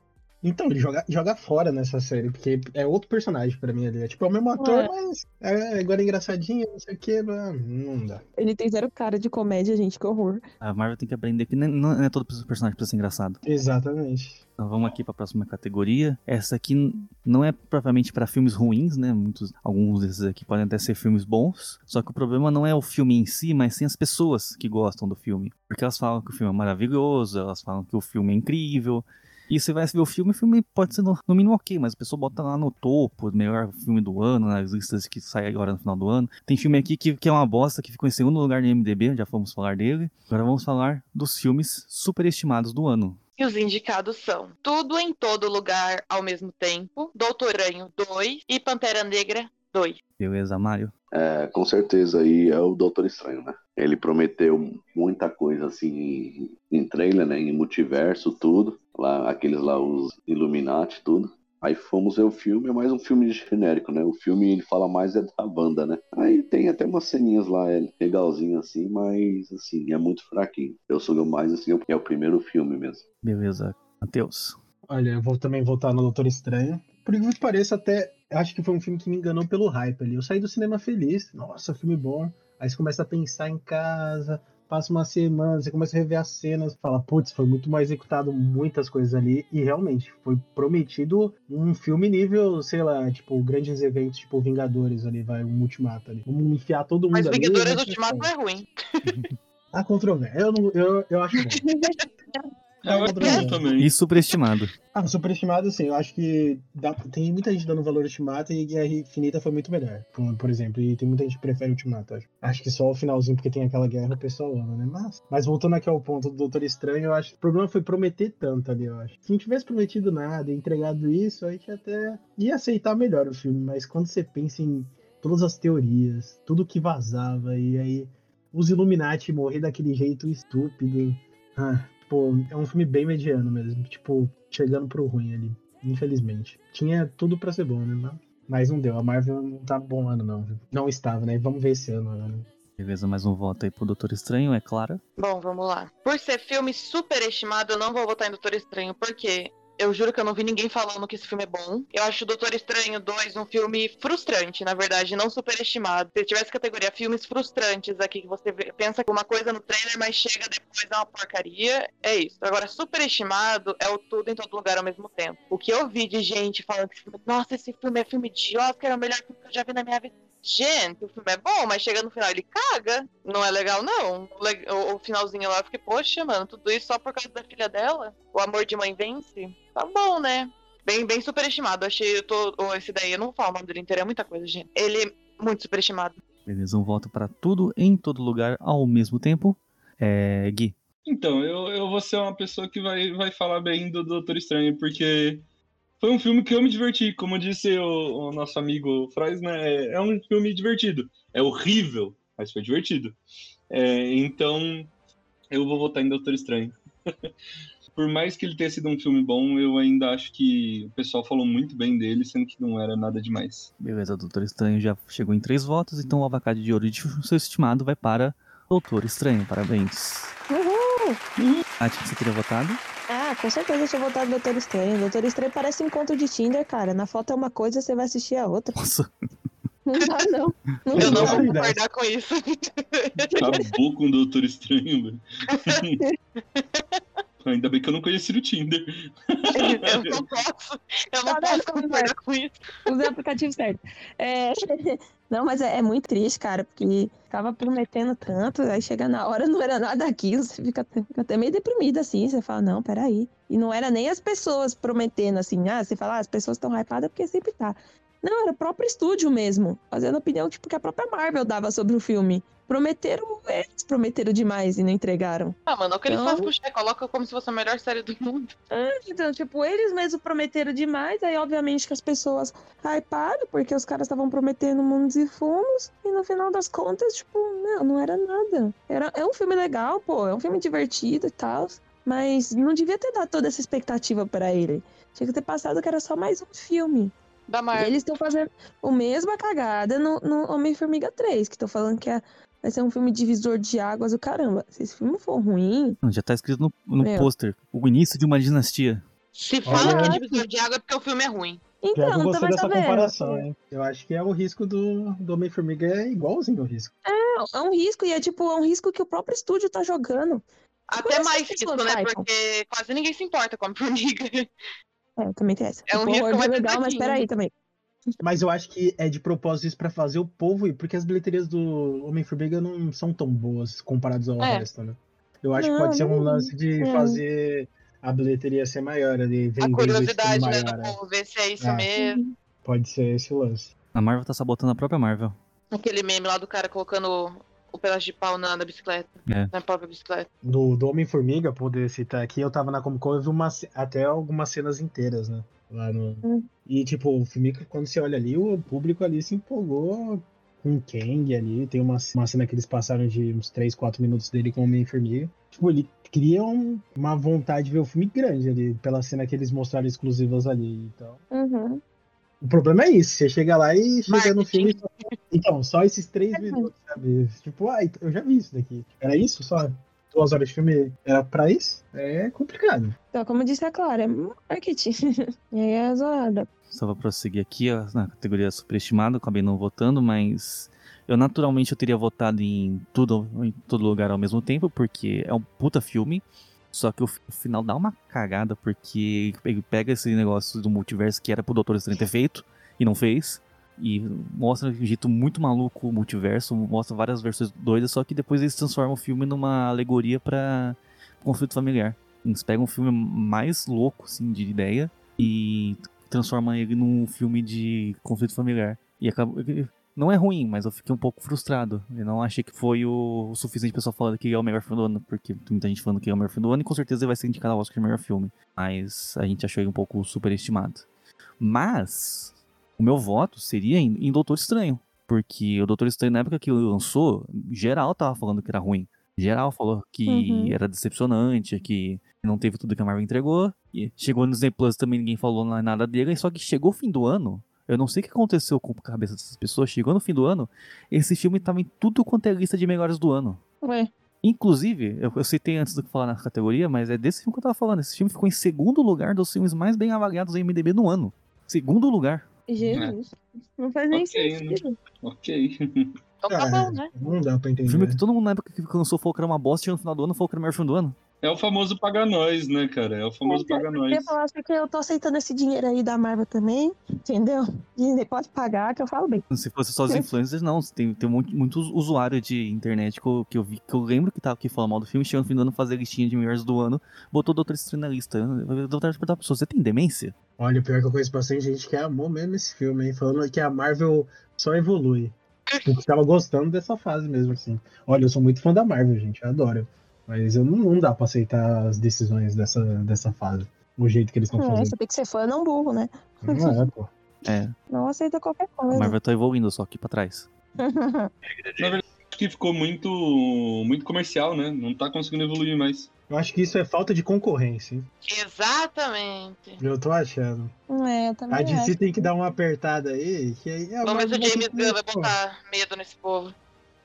[SPEAKER 7] Então, ele joga, joga fora nessa série, porque é outro personagem pra mim ali. É tipo, é o mesmo ator,
[SPEAKER 1] É.
[SPEAKER 7] mas é, agora é engraçadinho, não sei o que, não dá.
[SPEAKER 1] Ele tem zero cara de comédia, gente, que horror.
[SPEAKER 2] A Marvel tem que aprender que nem- não é todo personagem precisa ser engraçado.
[SPEAKER 7] Exatamente.
[SPEAKER 2] Então vamos aqui para a próxima categoria. Essa aqui n- não é propriamente para filmes ruins, né? Muitos, alguns desses aqui podem até ser filmes bons. Só que o problema não é o filme em si, mas sim as pessoas que gostam do filme. Porque elas falam que o filme é maravilhoso, elas falam que o filme é incrível. E você vai ver o filme, o filme pode ser no, no mínimo ok, mas a pessoa bota lá no topo, melhor filme do ano, nas listas que saem agora no final do ano. Tem filme aqui que, que é uma bosta, que ficou em segundo lugar no MDB, já fomos falar dele. Agora vamos falar dos filmes superestimados do ano.
[SPEAKER 3] E os indicados são Tudo em Todo Lugar ao mesmo tempo, Doutoranho 2 e Pantera Negra 2.
[SPEAKER 2] Beleza, Mário?
[SPEAKER 5] É, com certeza aí é o Doutor Estranho, né? Ele prometeu muita coisa assim em, em trailer, né? Em multiverso, tudo. Lá, aqueles lá, os Illuminati, tudo. Aí fomos ver o filme, é mais um filme genérico, né? O filme ele fala mais é da banda, né? Aí tem até umas ceninhas lá, é legalzinho assim, mas assim, é muito fraquinho. Eu sou mais assim, é o primeiro filme mesmo.
[SPEAKER 2] Beleza, Matheus.
[SPEAKER 7] Olha, eu vou também voltar no Doutor Estranho. Por incrível que pareça, até acho que foi um filme que me enganou pelo hype ali. Eu saí do cinema feliz, nossa, filme bom. Aí você começa a pensar em casa, passa uma semana, você começa a rever as cenas, fala, putz, foi muito mal executado muitas coisas ali. E realmente, foi prometido um filme nível, sei lá, tipo, grandes eventos, tipo Vingadores ali, vai, um ultimato ali. Vamos enfiar todo mundo
[SPEAKER 3] Mas
[SPEAKER 7] ali. tipo,
[SPEAKER 3] Vingadores
[SPEAKER 7] vai ser
[SPEAKER 3] Ultimato
[SPEAKER 7] foda.
[SPEAKER 3] é ruim.
[SPEAKER 7] Ah, controvérsia. Eu, não- eu, eu acho bom.
[SPEAKER 4] É, eu acho que isso também.
[SPEAKER 2] E superestimado.
[SPEAKER 7] Ah, superestimado, assim, eu acho que dá- tem muita gente dando valor ultimata e Guerra Infinita foi muito melhor, por, por exemplo. E tem muita gente que prefere ultimato, acho. Acho que só o finalzinho, porque tem aquela guerra, o pessoal ama, né? Mas, mas voltando aqui ao ponto do Doutor Estranho, eu acho que o problema foi prometer tanto ali, eu acho. Se não tivesse prometido nada, entregado isso, a gente até ia aceitar melhor o filme. Mas quando você pensa em todas as teorias, tudo que vazava, e aí os Illuminati morrer daquele jeito estúpido. Ah, Tipo, é um filme bem mediano mesmo. Tipo, chegando pro ruim ali. Infelizmente. Tinha tudo pra ser bom, né? Mas- Mas não deu. A Marvel não tá bom ano, não. viu? Não estava, né? Vamos ver esse ano, né?
[SPEAKER 2] Beleza, mais um voto aí pro Doutor Estranho, é claro.
[SPEAKER 3] Bom, vamos lá. Por ser filme superestimado, eu não vou votar em Doutor Estranho, porque eu juro que eu não vi ninguém falando que esse filme é bom. Eu acho Doutor Estranho 2 um filme frustrante, na verdade, não superestimado. Se tivesse categoria filmes frustrantes aqui, que você vê- pensa que uma coisa no trailer, mas chega depois é uma porcaria, é isso. Agora, superestimado é o tudo em todo lugar ao mesmo tempo. O que eu vi de gente falando que esse filme, nossa, esse filme é filme de Oscar, é o melhor filme que eu já vi na minha vida. Gente, o filme é bom, mas chega no final ele caga. Não é legal, não. O le- O, o finalzinho lá, eu fiquei, poxa, mano, tudo isso só por causa da filha dela? O amor de mãe vence? Tá bom, né? Bem, bem superestimado. Achei eu tô, oh, esse daí, eu não vou falar o nome dele inteiro, é muita coisa, gente. Ele é muito superestimado.
[SPEAKER 2] Beleza, um voto pra tudo, em todo lugar, ao mesmo tempo. É. Gui.
[SPEAKER 4] Então, eu, eu vou ser uma pessoa que vai, vai falar bem do Doutor Estranho, porque foi um filme que eu me diverti. Como disse o, o nosso amigo Fraz, né? É, é um filme divertido. É horrível, mas foi divertido. É, então, eu vou votar em Doutor Estranho. Por mais que ele tenha sido um filme bom, eu ainda acho que o pessoal falou muito bem dele, sendo que não era nada demais.
[SPEAKER 2] Beleza, Doutor Estranho já chegou em três votos, então o abacate de ouro de seu estimado vai para Doutor Estranho. Parabéns.
[SPEAKER 1] Uhul!
[SPEAKER 2] Nath, você teria votado?
[SPEAKER 1] Ah, com certeza eu tinha votado no Doutor Estranho. Doutor Estranho parece um conto de Tinder, cara. Na foto é uma coisa, você vai assistir a outra.
[SPEAKER 2] Nossa,
[SPEAKER 1] Não dá, não. Não
[SPEAKER 3] Eu não
[SPEAKER 1] dá.
[SPEAKER 3] vou
[SPEAKER 7] verdade.
[SPEAKER 3] concordar com isso.
[SPEAKER 4] Acabou Tá com o Doutor Estranho, velho. Ainda bem que eu não conheci o Tinder.
[SPEAKER 3] eu não posso. Eu não
[SPEAKER 1] Tá
[SPEAKER 3] posso
[SPEAKER 1] vendo como
[SPEAKER 3] concordar com isso.
[SPEAKER 1] Usei o aplicativo certo. É, Não, mas é, é muito triste, cara, porque tava prometendo tanto, aí chega na hora não era nada aquilo, você fica, fica até meio deprimido assim. Você fala, não, peraí. E não era nem as pessoas prometendo assim, ah, você fala, ah, as pessoas estão hypadas porque sempre tá. Não, era o próprio estúdio mesmo, fazendo opinião tipo, que a própria Marvel dava sobre o filme. Prometeram, eles prometeram demais e não entregaram.
[SPEAKER 3] Ah, mano, o que eles
[SPEAKER 1] Não.
[SPEAKER 3] fazem com o Shai? Coloca como se fosse a melhor série do mundo.
[SPEAKER 1] Então, tipo, eles mesmos prometeram demais, aí obviamente que as pessoas hyparam, porque os caras estavam prometendo mundos e fundos, e no final das contas, tipo, não, não era nada. Era, é um filme legal, pô, é um filme divertido e tal, mas não devia ter dado toda essa expectativa pra ele. Tinha que ter passado que era só mais um filme.
[SPEAKER 3] Da
[SPEAKER 1] E
[SPEAKER 3] Marvel.
[SPEAKER 1] eles estão fazendo a mesma cagada no, no Homem-Formiga 3, que estão falando que é- vai ser um filme divisor de águas, o caramba. Se esse filme for ruim,
[SPEAKER 2] não, já tá escrito no, no
[SPEAKER 1] Meu.
[SPEAKER 2] pôster. O início de uma dinastia.
[SPEAKER 3] Se fala que
[SPEAKER 7] Olha.
[SPEAKER 3] é divisor de água é porque o filme é ruim.
[SPEAKER 7] Pior
[SPEAKER 1] então,
[SPEAKER 7] que eu
[SPEAKER 1] tá
[SPEAKER 7] gostei
[SPEAKER 1] mais
[SPEAKER 7] dessa
[SPEAKER 1] ou menos.
[SPEAKER 7] comparação,
[SPEAKER 3] né?
[SPEAKER 7] hein? Eu acho que é o risco do, do Homem-Formiga é igualzinho o risco.
[SPEAKER 1] Não, é um risco, e é tipo, é um risco que o próprio estúdio tá jogando.
[SPEAKER 3] Até
[SPEAKER 1] Como essas
[SPEAKER 3] mais isso,
[SPEAKER 1] pessoas
[SPEAKER 3] né?
[SPEAKER 1] hypam?
[SPEAKER 3] Porque quase ninguém se importa com a formiga.
[SPEAKER 1] É, também tem essa.
[SPEAKER 3] É um
[SPEAKER 1] Tipo,
[SPEAKER 3] risco
[SPEAKER 1] horror
[SPEAKER 3] mais
[SPEAKER 1] é legal, mas
[SPEAKER 3] pesadinho.
[SPEAKER 1] peraí também.
[SPEAKER 7] Mas eu acho que é de propósito isso pra fazer o povo ir, porque as bilheterias do Homem-Formiga não são tão boas comparadas ao
[SPEAKER 3] É.
[SPEAKER 7] resto, né? Eu acho que
[SPEAKER 1] Não,
[SPEAKER 7] pode ser um
[SPEAKER 1] não-
[SPEAKER 7] lance de
[SPEAKER 1] é.
[SPEAKER 7] fazer a bilheteria ser maior ali, vender
[SPEAKER 3] A
[SPEAKER 7] o estilo
[SPEAKER 3] curiosidade, né?
[SPEAKER 7] maior,
[SPEAKER 3] Do
[SPEAKER 7] é.
[SPEAKER 3] povo ver se é isso
[SPEAKER 7] É.
[SPEAKER 3] mesmo.
[SPEAKER 7] Pode ser esse o lance.
[SPEAKER 2] A Marvel tá sabotando a própria Marvel.
[SPEAKER 3] Aquele meme lá do cara colocando o- o pedaço de pau na, na bicicleta.
[SPEAKER 2] É.
[SPEAKER 3] Na própria bicicleta.
[SPEAKER 7] do, do Homem-Formiga, poder citar aqui, eu tava na Comic Con, eu vi uma, ce- até algumas cenas inteiras, né? Lá no...
[SPEAKER 1] Hum.
[SPEAKER 7] E, tipo, o filme, que quando você olha ali, o público ali se empolgou com o Kang ali. Tem uma, uma cena que eles passaram de uns 3, 4 minutos dele com o Homem-Formiga. Tipo, ele cria um- uma vontade de ver o filme grande ali, pela cena que eles mostraram exclusivas ali. Então,
[SPEAKER 1] Uhum.
[SPEAKER 7] o problema é isso, você chega lá e chega
[SPEAKER 3] Marketing.
[SPEAKER 7] no
[SPEAKER 3] É
[SPEAKER 7] filme... e só- Então, só esses três minutos, sabe? Tipo, ai, eu já vi isso daqui. Era isso só? Duas horas de filme era pra isso? É complicado.
[SPEAKER 1] Então, como disse a Clara, é marketing. e aí é zoada.
[SPEAKER 2] Só pra prosseguir aqui ó, na categoria superestimado, acabei não votando, mas eu naturalmente eu teria votado em tudo em todo lugar ao mesmo tempo, porque é um puta filme. Só que o fi- o final dá uma cagada, porque ele pega esse negócio do multiverso que era pro Doutor Estranho ter feito e não fez. E mostra de um jeito muito maluco o multiverso, mostra várias versões doidas, só que depois eles transformam o filme numa alegoria pra conflito familiar. Eles pegam um filme mais louco, assim, de ideia e transformam ele num filme de conflito familiar. E acaba... Não é ruim, mas eu fiquei um pouco frustrado. Eu não achei que foi o, o suficiente pessoal falando que é o melhor filme do ano, porque tem muita gente falando que é o melhor filme do ano e com certeza ele vai ser indicado ao Oscar de melhor filme. Mas a gente achou ele um pouco superestimado. Mas o meu voto seria em, em Doutor Estranho. Porque o Doutor Estranho, na época que ele lançou, geral tava falando que era ruim. Geral falou que
[SPEAKER 1] Uhum.
[SPEAKER 2] era decepcionante, que não teve tudo que a Marvel entregou. E chegou no Disney Plus também, ninguém falou na- nada dele. Só que chegou o fim do ano, eu não sei o que aconteceu com a cabeça dessas pessoas. Chegou no fim do ano, esse filme tava em tudo quanto é lista de melhores do ano.
[SPEAKER 1] Ué,
[SPEAKER 2] Inclusive, eu, eu citei antes do que falar na categoria, mas é desse filme que eu tava falando. Esse filme ficou em segundo lugar dos filmes mais bem avaliados em MDB no ano. Segundo lugar.
[SPEAKER 1] Jesus.
[SPEAKER 3] É.
[SPEAKER 1] Não faz nem
[SPEAKER 4] Ok, né?
[SPEAKER 1] sentido.
[SPEAKER 4] Ok.
[SPEAKER 3] Então tá
[SPEAKER 7] Cara,
[SPEAKER 3] bom, né?
[SPEAKER 7] Ah, Não dá pra entender.
[SPEAKER 2] O filme é que todo mundo na época que lançou falou que era uma bosta, e no final do ano falou que era o melhor filme do ano.
[SPEAKER 4] É o famoso paga nós, né, cara? É o famoso paga
[SPEAKER 1] Eu
[SPEAKER 4] nós.
[SPEAKER 1] falar porque eu tô aceitando esse dinheiro aí da Marvel também, entendeu? Disney pode pagar, que eu falo bem.
[SPEAKER 2] Se fosse só os
[SPEAKER 1] É.
[SPEAKER 2] influencers, não. Tem, tem muito, muito usuário de internet que eu, que eu vi, que eu lembro que tava aqui falando mal do filme, chegou no fim do ano fazer listinha de melhores do ano, botou o Doutor Estranho na lista. Eu dou vontade de perguntar pra pessoa, você tem demência?
[SPEAKER 7] Olha, o pior é que eu conheço bastante gente que amou mesmo esse filme, hein? Falando que a Marvel só evolui. Eu tava gostando dessa fase mesmo, assim. Olha, eu sou muito fã da Marvel, gente, eu adoro. Mas eu não, não dá pra aceitar as decisões dessa, dessa fase. O jeito que eles estão
[SPEAKER 1] É,
[SPEAKER 7] fazendo.
[SPEAKER 1] você tem que ser fã, não burro, né?
[SPEAKER 7] Não é, pô.
[SPEAKER 2] É,
[SPEAKER 1] Não aceita qualquer
[SPEAKER 2] a
[SPEAKER 1] coisa.
[SPEAKER 2] Marvel tá evoluindo só aqui pra trás.
[SPEAKER 4] Acho que ficou muito, muito comercial, né? Não tá conseguindo evoluir mais.
[SPEAKER 7] Eu acho que isso é falta de concorrência, hein?
[SPEAKER 3] Exatamente.
[SPEAKER 7] Eu tô achando.
[SPEAKER 1] é, eu também
[SPEAKER 7] A
[SPEAKER 1] acho.
[SPEAKER 7] DC tem que dar uma apertada aí, que aí é a
[SPEAKER 3] Vamos ver se o
[SPEAKER 7] Marvel vai ter
[SPEAKER 3] James
[SPEAKER 7] que-
[SPEAKER 3] Gunn vai
[SPEAKER 7] pô,
[SPEAKER 3] botar medo nesse povo.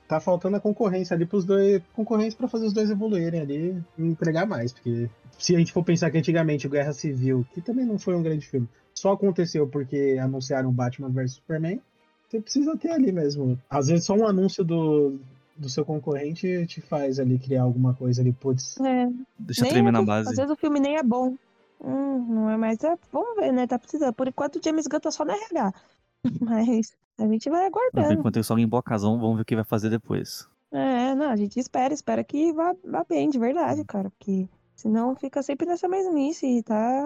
[SPEAKER 7] Tá faltando a concorrência ali pros dois. Concorrência pra fazer os dois evoluírem ali e entregar mais. Porque se a gente for pensar que antigamente o Guerra Civil, que também não foi um grande filme, só aconteceu porque anunciaram Batman vs Superman, você precisa ter ali mesmo. Às vezes só um anúncio do, do seu concorrente te faz ali criar alguma coisa ali. Putz,
[SPEAKER 1] É,
[SPEAKER 2] Deixa
[SPEAKER 1] nem
[SPEAKER 2] tremer
[SPEAKER 1] o
[SPEAKER 2] na
[SPEAKER 1] que-
[SPEAKER 2] base.
[SPEAKER 1] Às vezes o filme nem é bom. Hum, não é mais. É, vamos ver, né? Tá precisando. Por enquanto o James Gunn tá só na RH. Mas a gente vai
[SPEAKER 2] Não, por
[SPEAKER 1] aguardando.
[SPEAKER 2] enquanto ele só limpou a casão, vamos ver o que vai fazer depois.
[SPEAKER 1] É, não, a gente espera, espera que vá, vá bem, de verdade, cara. Porque senão fica sempre nessa mesmice. e Tá,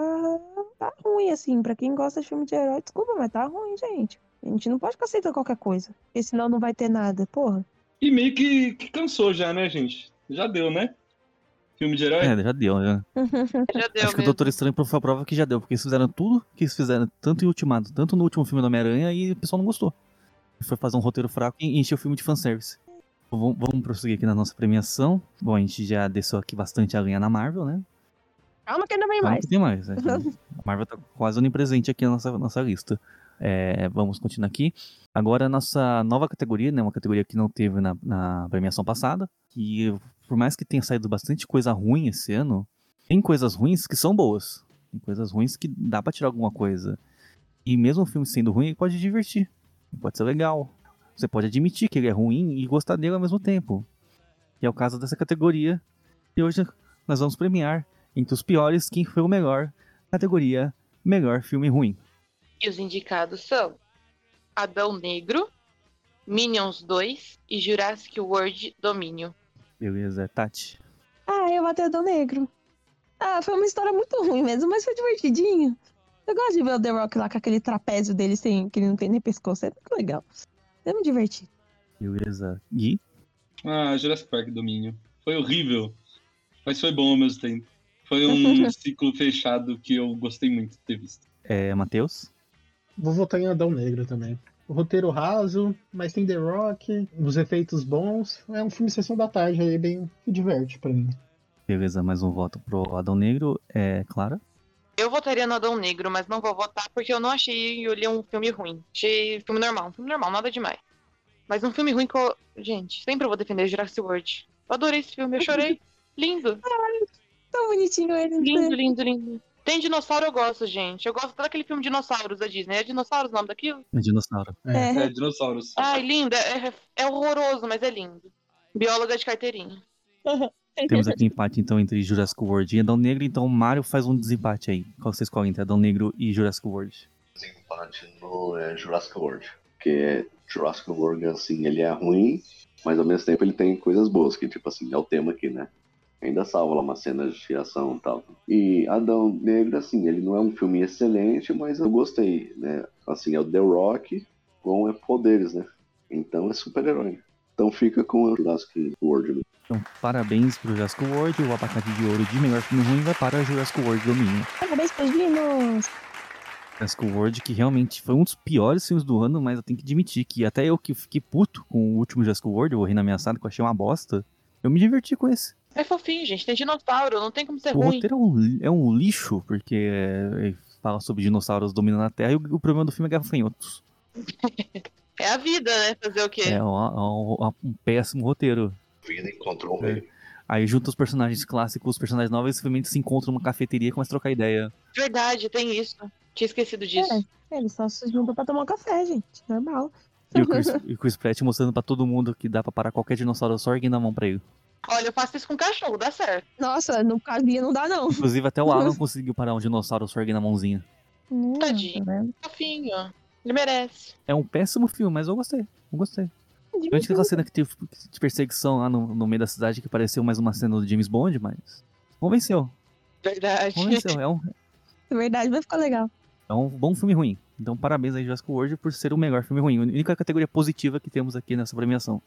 [SPEAKER 1] tá ruim, assim. Pra quem gosta de filme de herói, desculpa, mas tá ruim, gente. A gente não pode ficar aceitando qualquer coisa. Porque senão não vai ter nada, porra.
[SPEAKER 4] E meio que, que cansou já, né, gente? Já deu, né? Filme de herói?
[SPEAKER 2] É, já deu, né?
[SPEAKER 3] Já deu
[SPEAKER 2] Acho que o
[SPEAKER 3] mesmo.
[SPEAKER 2] Doutor Estranho foi a prova que já deu, porque eles fizeram tudo que eles fizeram, tanto em Ultimato, tanto no último filme do Homem-Aranha, e o pessoal não gostou. Foi fazer um roteiro fraco e encher o filme de fanservice. Vamos, vamos prosseguir aqui na nossa premiação. Bom, a gente já desceu aqui bastante a linha na Marvel, né?
[SPEAKER 1] Calma que ainda vem
[SPEAKER 2] Claro
[SPEAKER 1] mais.
[SPEAKER 2] que tem mais. né? A Marvel tá quase onipresente aqui na nossa, nossa lista. É, vamos continuar aqui. Agora a nossa nova categoria, né? Uma categoria que não teve na, na premiação passada. Que por mais que tenha saído bastante coisa ruim esse ano, tem coisas ruins que são boas. Tem coisas ruins que dá pra tirar alguma coisa. E mesmo o filme sendo ruim, ele pode divertir. Ele pode ser legal. Você pode admitir que ele é ruim e gostar dele ao mesmo tempo. Que é o caso dessa categoria. E hoje nós vamos premiar entre os piores quem foi o melhor. Categoria Melhor Filme Ruim.
[SPEAKER 3] E os indicados são Adão Negro, Minions 2 e Jurassic World Domínio.
[SPEAKER 2] Beleza, Tati.
[SPEAKER 1] Ah, eu matei o Adão Negro. Ah, foi uma história muito ruim mesmo, mas foi divertidinho. Eu gosto de ver o The Rock lá com aquele trapézio dele sem, que ele não tem nem pescoço. É muito legal. Eu me diverti.
[SPEAKER 2] Beleza, Gui.
[SPEAKER 4] Ah, Jurassic Park Domínio. Foi horrível, mas foi bom ao mesmo tempo. Foi um ciclo fechado que eu gostei muito de ter visto.
[SPEAKER 2] É, Matheus.
[SPEAKER 7] Vou votar em Adão Negro também. O roteiro raso, mas tem The Rock, os efeitos bons. É um filme Sessão da Tarde aí, bem que diverte pra mim.
[SPEAKER 2] Beleza, mais um voto pro Adão Negro. É, Clara.
[SPEAKER 3] Eu votaria no Adão Negro, mas não vou votar porque eu não achei ele um filme ruim. Achei filme normal, um filme normal, nada demais. Mas um filme ruim que eu. Gente, sempre eu vou defender Jurassic World. Eu adorei esse filme, eu chorei. lindo,
[SPEAKER 1] Tão bonitinho ele. né?
[SPEAKER 3] lindo, lindo, lindo. Tem dinossauro, eu gosto, gente. Eu gosto daquele filme Dinossauros da Disney. É Dinossauros o nome daquilo?
[SPEAKER 2] É Dinossauro.
[SPEAKER 1] É.
[SPEAKER 4] É, dinossauros.
[SPEAKER 3] Ai, lindo. É, é horroroso, mas é lindo. Bióloga de carteirinha.
[SPEAKER 2] Temos aqui empate então entre Jurassic World e Adão Negro. Então o Mario faz um desempate aí. Qual vocês escolhem entre Adão Negro e Jurassic World?
[SPEAKER 5] Desempate no é, Jurassic World. Porque Jurassic World, assim, ele é ruim, mas ao mesmo tempo ele tem coisas boas, que tipo assim, é o tema aqui, né? Ainda salva lá umas cenas de ação e tal. E Adão Negro, assim, ele não é um filme excelente, mas eu gostei, né? Assim, é o The Rock com é poderes, né? Então é super-herói. Então fica com o Jurassic World.
[SPEAKER 2] Então, parabéns pro Jurassic World. O abacate de ouro de melhor filme ruim vai para Jurassic World Domínio.
[SPEAKER 1] Parabéns pros meninos!
[SPEAKER 2] Jurassic World, que realmente foi um dos piores filmes do ano, mas eu tenho que admitir que até eu que fiquei puto com o último Jurassic World, o Reino Ameaçado, que eu achei uma bosta, eu me diverti com esse.
[SPEAKER 3] É fofinho, gente. Tem dinossauro, não tem como ser
[SPEAKER 2] O
[SPEAKER 3] ruim.
[SPEAKER 2] roteiro é um, li- é um lixo, porque é, ele fala sobre dinossauros dominando a Terra e o, o problema do filme é gafanhotos.
[SPEAKER 3] É a vida, né? Fazer o quê?
[SPEAKER 2] É uma- uma- uma- um péssimo roteiro.
[SPEAKER 5] Vida encontrou um meio.
[SPEAKER 2] Aí junta os personagens clássicos, os personagens novos, e simplesmente se encontram numa cafeteria e começa a trocar ideia.
[SPEAKER 3] Verdade, tem isso. Tinha esquecido disso.
[SPEAKER 1] É, eles só se juntam pra tomar um café, gente. Normal.
[SPEAKER 2] E o Chris, e o Chris Pratt mostrando pra todo mundo que dá pra parar qualquer dinossauro só erguendo a mão pra ele.
[SPEAKER 3] Olha, eu faço isso com cachorro, dá certo.
[SPEAKER 1] Nossa, no cabia não dá, não.
[SPEAKER 2] Inclusive até o Alan conseguiu parar um dinossauro só erguendo a mãozinha.
[SPEAKER 1] Hum,
[SPEAKER 3] Tadinho.
[SPEAKER 1] tá vendo?
[SPEAKER 3] Fofinho. Ele merece.
[SPEAKER 2] É um péssimo filme, mas eu gostei. Eu gostei. Antes
[SPEAKER 1] Divertido.
[SPEAKER 2] daquela cena que teve de perseguição lá no, no meio da cidade, que pareceu mais uma cena do James Bond, mas. Convenceu.
[SPEAKER 3] Verdade.
[SPEAKER 2] Convenceu. É um,
[SPEAKER 1] Verdade, vai ficar legal.
[SPEAKER 2] É um bom filme ruim. Então, parabéns aí, Jurassic World, por ser o melhor filme ruim. A única categoria positiva que temos aqui nessa premiação.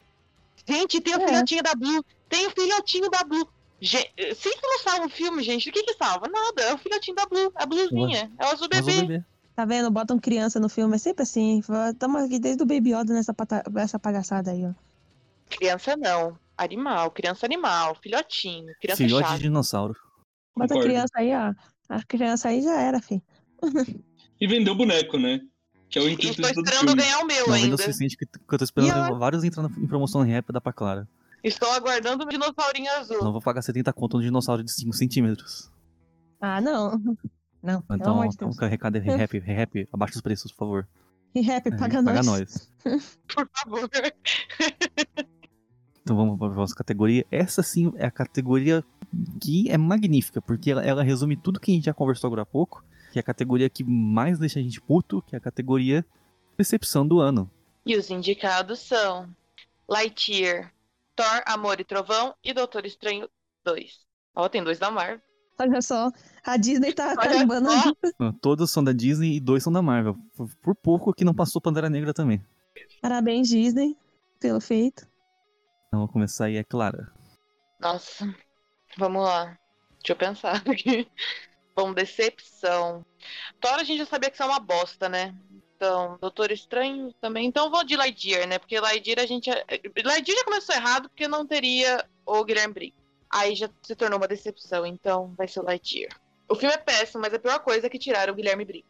[SPEAKER 3] Gente, tem o
[SPEAKER 1] É.
[SPEAKER 3] filhotinho da Blue. Tem o filhotinho da Blue. Gente, se isso não salva o um filme, gente, o que que salva? Nada, é o filhotinho da Blue, a Bluezinha, é o azul
[SPEAKER 2] Mas o
[SPEAKER 3] bebê.
[SPEAKER 2] bebê.
[SPEAKER 1] Tá vendo? Botam criança no filme, é sempre assim. Estamos aqui desde o Baby Yoda nessa, pata... nessa palhaçada aí, ó.
[SPEAKER 3] Criança não, animal, criança animal, filhotinho, criança
[SPEAKER 2] Filhote
[SPEAKER 3] chata.
[SPEAKER 2] de dinossauro.
[SPEAKER 1] Bota
[SPEAKER 4] Concordo.
[SPEAKER 1] a criança aí, ó. A criança aí já era, filho.
[SPEAKER 4] E vendeu boneco, né? Que é o
[SPEAKER 3] E
[SPEAKER 4] intuito
[SPEAKER 3] estou
[SPEAKER 4] de todo
[SPEAKER 3] esperando eu
[SPEAKER 4] filme.
[SPEAKER 3] ganhar o meu
[SPEAKER 2] Não, ainda o
[SPEAKER 3] ainda.
[SPEAKER 2] suficiente que, que eu tô esperando
[SPEAKER 1] E a-
[SPEAKER 2] vários entrando em promoção em rap pra dar pra Clara.
[SPEAKER 3] Estou aguardando o dinossaurinho azul.
[SPEAKER 2] Não vou pagar 70 conto um dinossauro de 5 centímetros.
[SPEAKER 1] Ah, não. Não, pelo
[SPEAKER 2] Então,
[SPEAKER 1] amor de
[SPEAKER 2] então
[SPEAKER 1] Deus.
[SPEAKER 2] fica recado é rap, rap, abaixa os preços, por favor.
[SPEAKER 1] E rap,
[SPEAKER 2] É,
[SPEAKER 1] paga, nós.
[SPEAKER 3] Por favor.
[SPEAKER 2] Então vamos para a próxima categoria. Essa sim é a categoria que é magnífica, porque ela, ela resume tudo que a gente já conversou agora há pouco, que é a categoria que mais deixa a gente puto, que é a categoria Percepção do Ano.
[SPEAKER 3] E os indicados são Lightyear, Thor, Amor e Trovão e Doutor Estranho 2. Ó, tem dois da Marvel.
[SPEAKER 1] Olha só, a Disney tá
[SPEAKER 3] Olha
[SPEAKER 1] carimbando.
[SPEAKER 3] só.
[SPEAKER 2] Não, Então, Todos são da Disney e dois são da Marvel. Por, por pouco que não passou Pantera Negra também.
[SPEAKER 1] Parabéns, Disney, pelo feito.
[SPEAKER 2] Então vou começar aí, é Clara.
[SPEAKER 3] Nossa, vamos lá. Deixa eu pensar aqui. Bom, decepção. Thor a gente já sabia que isso é uma bosta, né? Então, Doutor Estranho também. Então eu vou de Lightyear, né? Porque Lightyear a gente... é- Lightyear já começou errado porque não teria o Guilherme Briggs. Aí já se tornou uma decepção, então vai ser o Lightyear. O filme é péssimo, mas a pior coisa é que tiraram o Guilherme Briggs.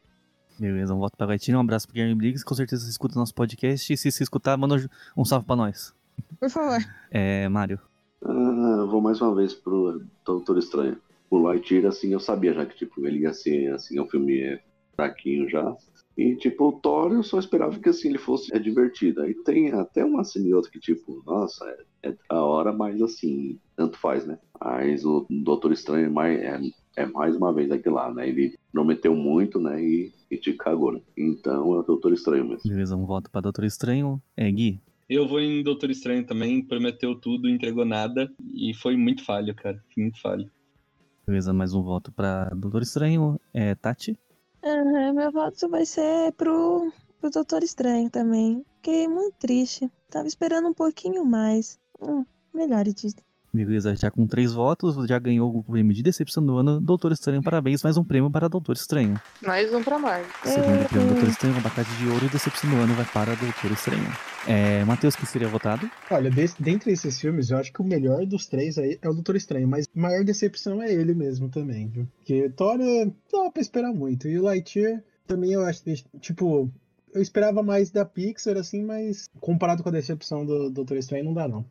[SPEAKER 2] Beleza, um voto pra Gatina, um abraço pro Guilherme Briggs, com certeza você escuta o nosso podcast, e se você escutar, manda um salve pra nós.
[SPEAKER 1] Por favor.
[SPEAKER 2] É, Mário.
[SPEAKER 5] Ah, vou mais uma vez pro Doutor Estranho. O Lightyear, assim, eu sabia já que, tipo, ele ia ser, assim, é um filme é, fraquinho já. E, tipo, o Thor, eu só esperava que, assim, ele fosse é divertido. Aí tem até uma cena e outra que, tipo, nossa, é, é da hora, mas, assim, tanto faz, né? Mas o Doutor Estranho é mais, é, é mais uma vez aquilo lá, né? Ele prometeu muito, né? E, e te cagou, né? Então é o Doutor Estranho mesmo.
[SPEAKER 2] Beleza, um voto pra Doutor Estranho. É, Gui.
[SPEAKER 4] Eu vou em Doutor Estranho também, prometeu tudo, entregou nada. E foi muito falho, cara. Foi muito falho.
[SPEAKER 2] Beleza, mais um voto pra Doutor Estranho. É, Tati.
[SPEAKER 1] Ah, meu voto vai ser pro, pro Doutor Estranho também. Fiquei muito triste. Tava esperando um pouquinho mais. Hum, melhor Disney.
[SPEAKER 2] Beleza, já com três votos, já ganhou o prêmio de decepção do ano. Doutor Estranho, parabéns, mais um prêmio para Doutor Estranho.
[SPEAKER 3] Mais um pra Marvel.
[SPEAKER 2] Segundo prêmio Doutor Estranho, um abacate de ouro e decepção do ano vai para Doutor Estranho. É, Matheus, que seria votado?
[SPEAKER 7] Olha, des- dentre esses filmes, eu acho que o melhor dos três aí é o Doutor Estranho, mas a maior decepção é ele mesmo também, viu? Porque Thor é- não dá pra esperar muito. E o Lightyear também eu acho, que, tipo, eu esperava mais da Pixar, assim, mas comparado com a decepção do Doutor Estranho, não dá não.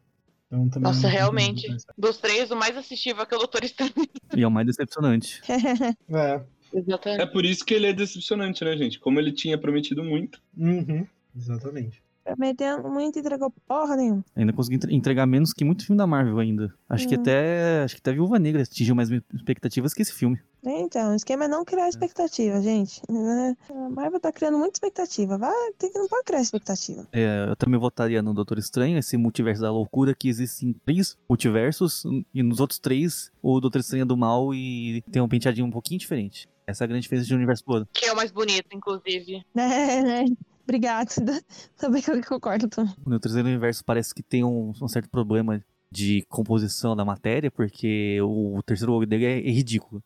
[SPEAKER 7] Então, também
[SPEAKER 3] Nossa,
[SPEAKER 7] não-
[SPEAKER 3] realmente. Dos três, o mais assistível que é o Doutor Estranho.
[SPEAKER 2] E é o mais decepcionante.
[SPEAKER 7] É,
[SPEAKER 3] Exatamente.
[SPEAKER 4] É por isso que ele é decepcionante, né, gente? Como ele tinha prometido muito.
[SPEAKER 7] uhum, exatamente.
[SPEAKER 1] prometendo Tá muito e entregou porra nenhuma.
[SPEAKER 2] Ainda consegui entre- entregar menos que muito filme da Marvel ainda. Acho que
[SPEAKER 1] Hum.
[SPEAKER 2] até. Acho que até Viúva Negra atingiu mais expectativas que esse filme.
[SPEAKER 1] Então, o esquema é não criar expectativa, gente. né? A Marvel tá criando muita expectativa. Vai, tem que não pode criar expectativa.
[SPEAKER 2] É, eu também votaria no Doutor Estranho, esse multiverso da loucura que existem três multiversos, e nos outros três, o Doutor Estranho é do mal e tem um penteadinho um pouquinho diferente. Essa é a grande diferença de um universo pro outro.
[SPEAKER 3] Que é o mais bonito, inclusive.
[SPEAKER 1] Né, né? Obrigado. Também que eu concordo. Tom.
[SPEAKER 2] No terceiro universo parece que tem um, um certo problema de composição da matéria, porque o terceiro olho dele é, é ridículo.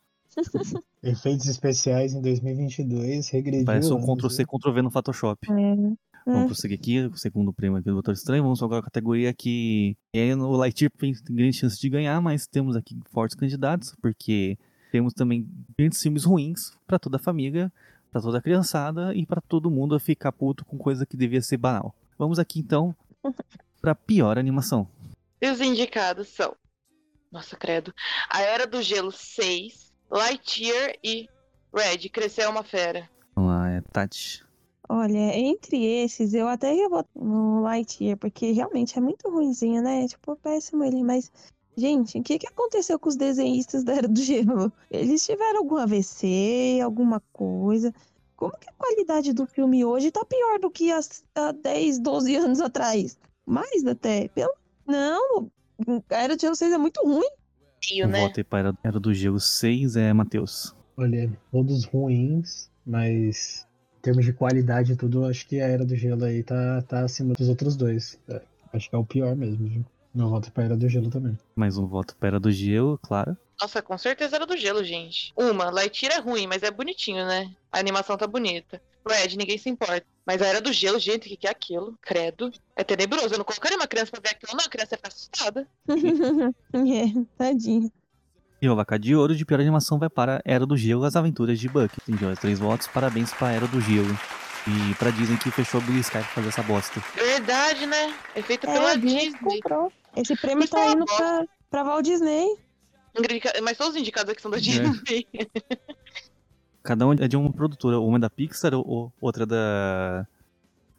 [SPEAKER 7] Efeitos especiais em 2022 regrediu.
[SPEAKER 2] Parece um
[SPEAKER 7] anos,
[SPEAKER 2] Ctrl-C,
[SPEAKER 7] viu?
[SPEAKER 2] Ctrl-V no Photoshop.
[SPEAKER 1] Hum.
[SPEAKER 2] Vamos prosseguir aqui, o segundo prêmio aqui do Doutor Estranho. Vamos agora à categoria que é, o Lightyear tem grande chance de ganhar, mas temos aqui fortes candidatos, porque temos também grandes filmes ruins pra toda a família, pra toda a criançada e pra todo mundo ficar puto com coisa que devia ser banal. Vamos aqui então pra pior animação.
[SPEAKER 3] E os indicados são. Nossa, credo. A Era do Gelo 6, Lightyear e Red, Crescer é uma Fera.
[SPEAKER 2] Vamos lá, é Tati.
[SPEAKER 1] Olha, entre esses, eu até ia botar no Lightyear, porque realmente é muito ruinzinho, né? Tipo, péssimo ele, mas. Gente, o que, que aconteceu com os desenhistas da Era do Gelo? Eles tiveram algum AVC, alguma coisa. Como que a qualidade do filme hoje tá pior do que há, há 10, 12 anos atrás? Mais até. Pelo... Não, a Era do Gelo 6 é muito ruim.
[SPEAKER 3] Tio,
[SPEAKER 2] O
[SPEAKER 3] né?
[SPEAKER 2] Um voto aí pra Era- Era do Gelo 6 é Matheus.
[SPEAKER 7] Olha, todos ruins, mas em termos de qualidade e tudo, acho que a Era do Gelo aí tá, tá acima dos outros dois. É, acho que é o pior mesmo, viu? Meu voto é pra Era do Gelo também.
[SPEAKER 2] Mais um voto pra Era do Gelo, claro.
[SPEAKER 3] Nossa, com certeza Era do Gelo, gente. Uma, Lightyear é ruim, mas é bonitinho, né? A animação tá bonita. Red, ninguém se importa. Mas a Era do Gelo, gente, o que, que é aquilo? Credo. É tenebroso. Eu não colocaria uma criança pra ver aquilo, não. A criança ia ficar assustada.
[SPEAKER 1] é, tadinho.
[SPEAKER 2] E o Vaca de Ouro de pior animação vai para Era do Gelo, As Aventuras de Buck. Enviou os três votos, parabéns para Era do Gelo. E pra Disney que fechou a Blue Sky pra fazer essa bosta.
[SPEAKER 3] Verdade, né? É feita
[SPEAKER 1] É,
[SPEAKER 3] pela
[SPEAKER 1] a Disney
[SPEAKER 3] Disney.
[SPEAKER 1] comprou. Esse prêmio
[SPEAKER 3] Isso
[SPEAKER 1] tá
[SPEAKER 3] é uma
[SPEAKER 1] indo pra, pra Walt Disney.
[SPEAKER 3] Indica- Mas todos os indicados aqui são da Disney.
[SPEAKER 2] Cada um é de uma produtora, uma é da Pixar, ou outra é da.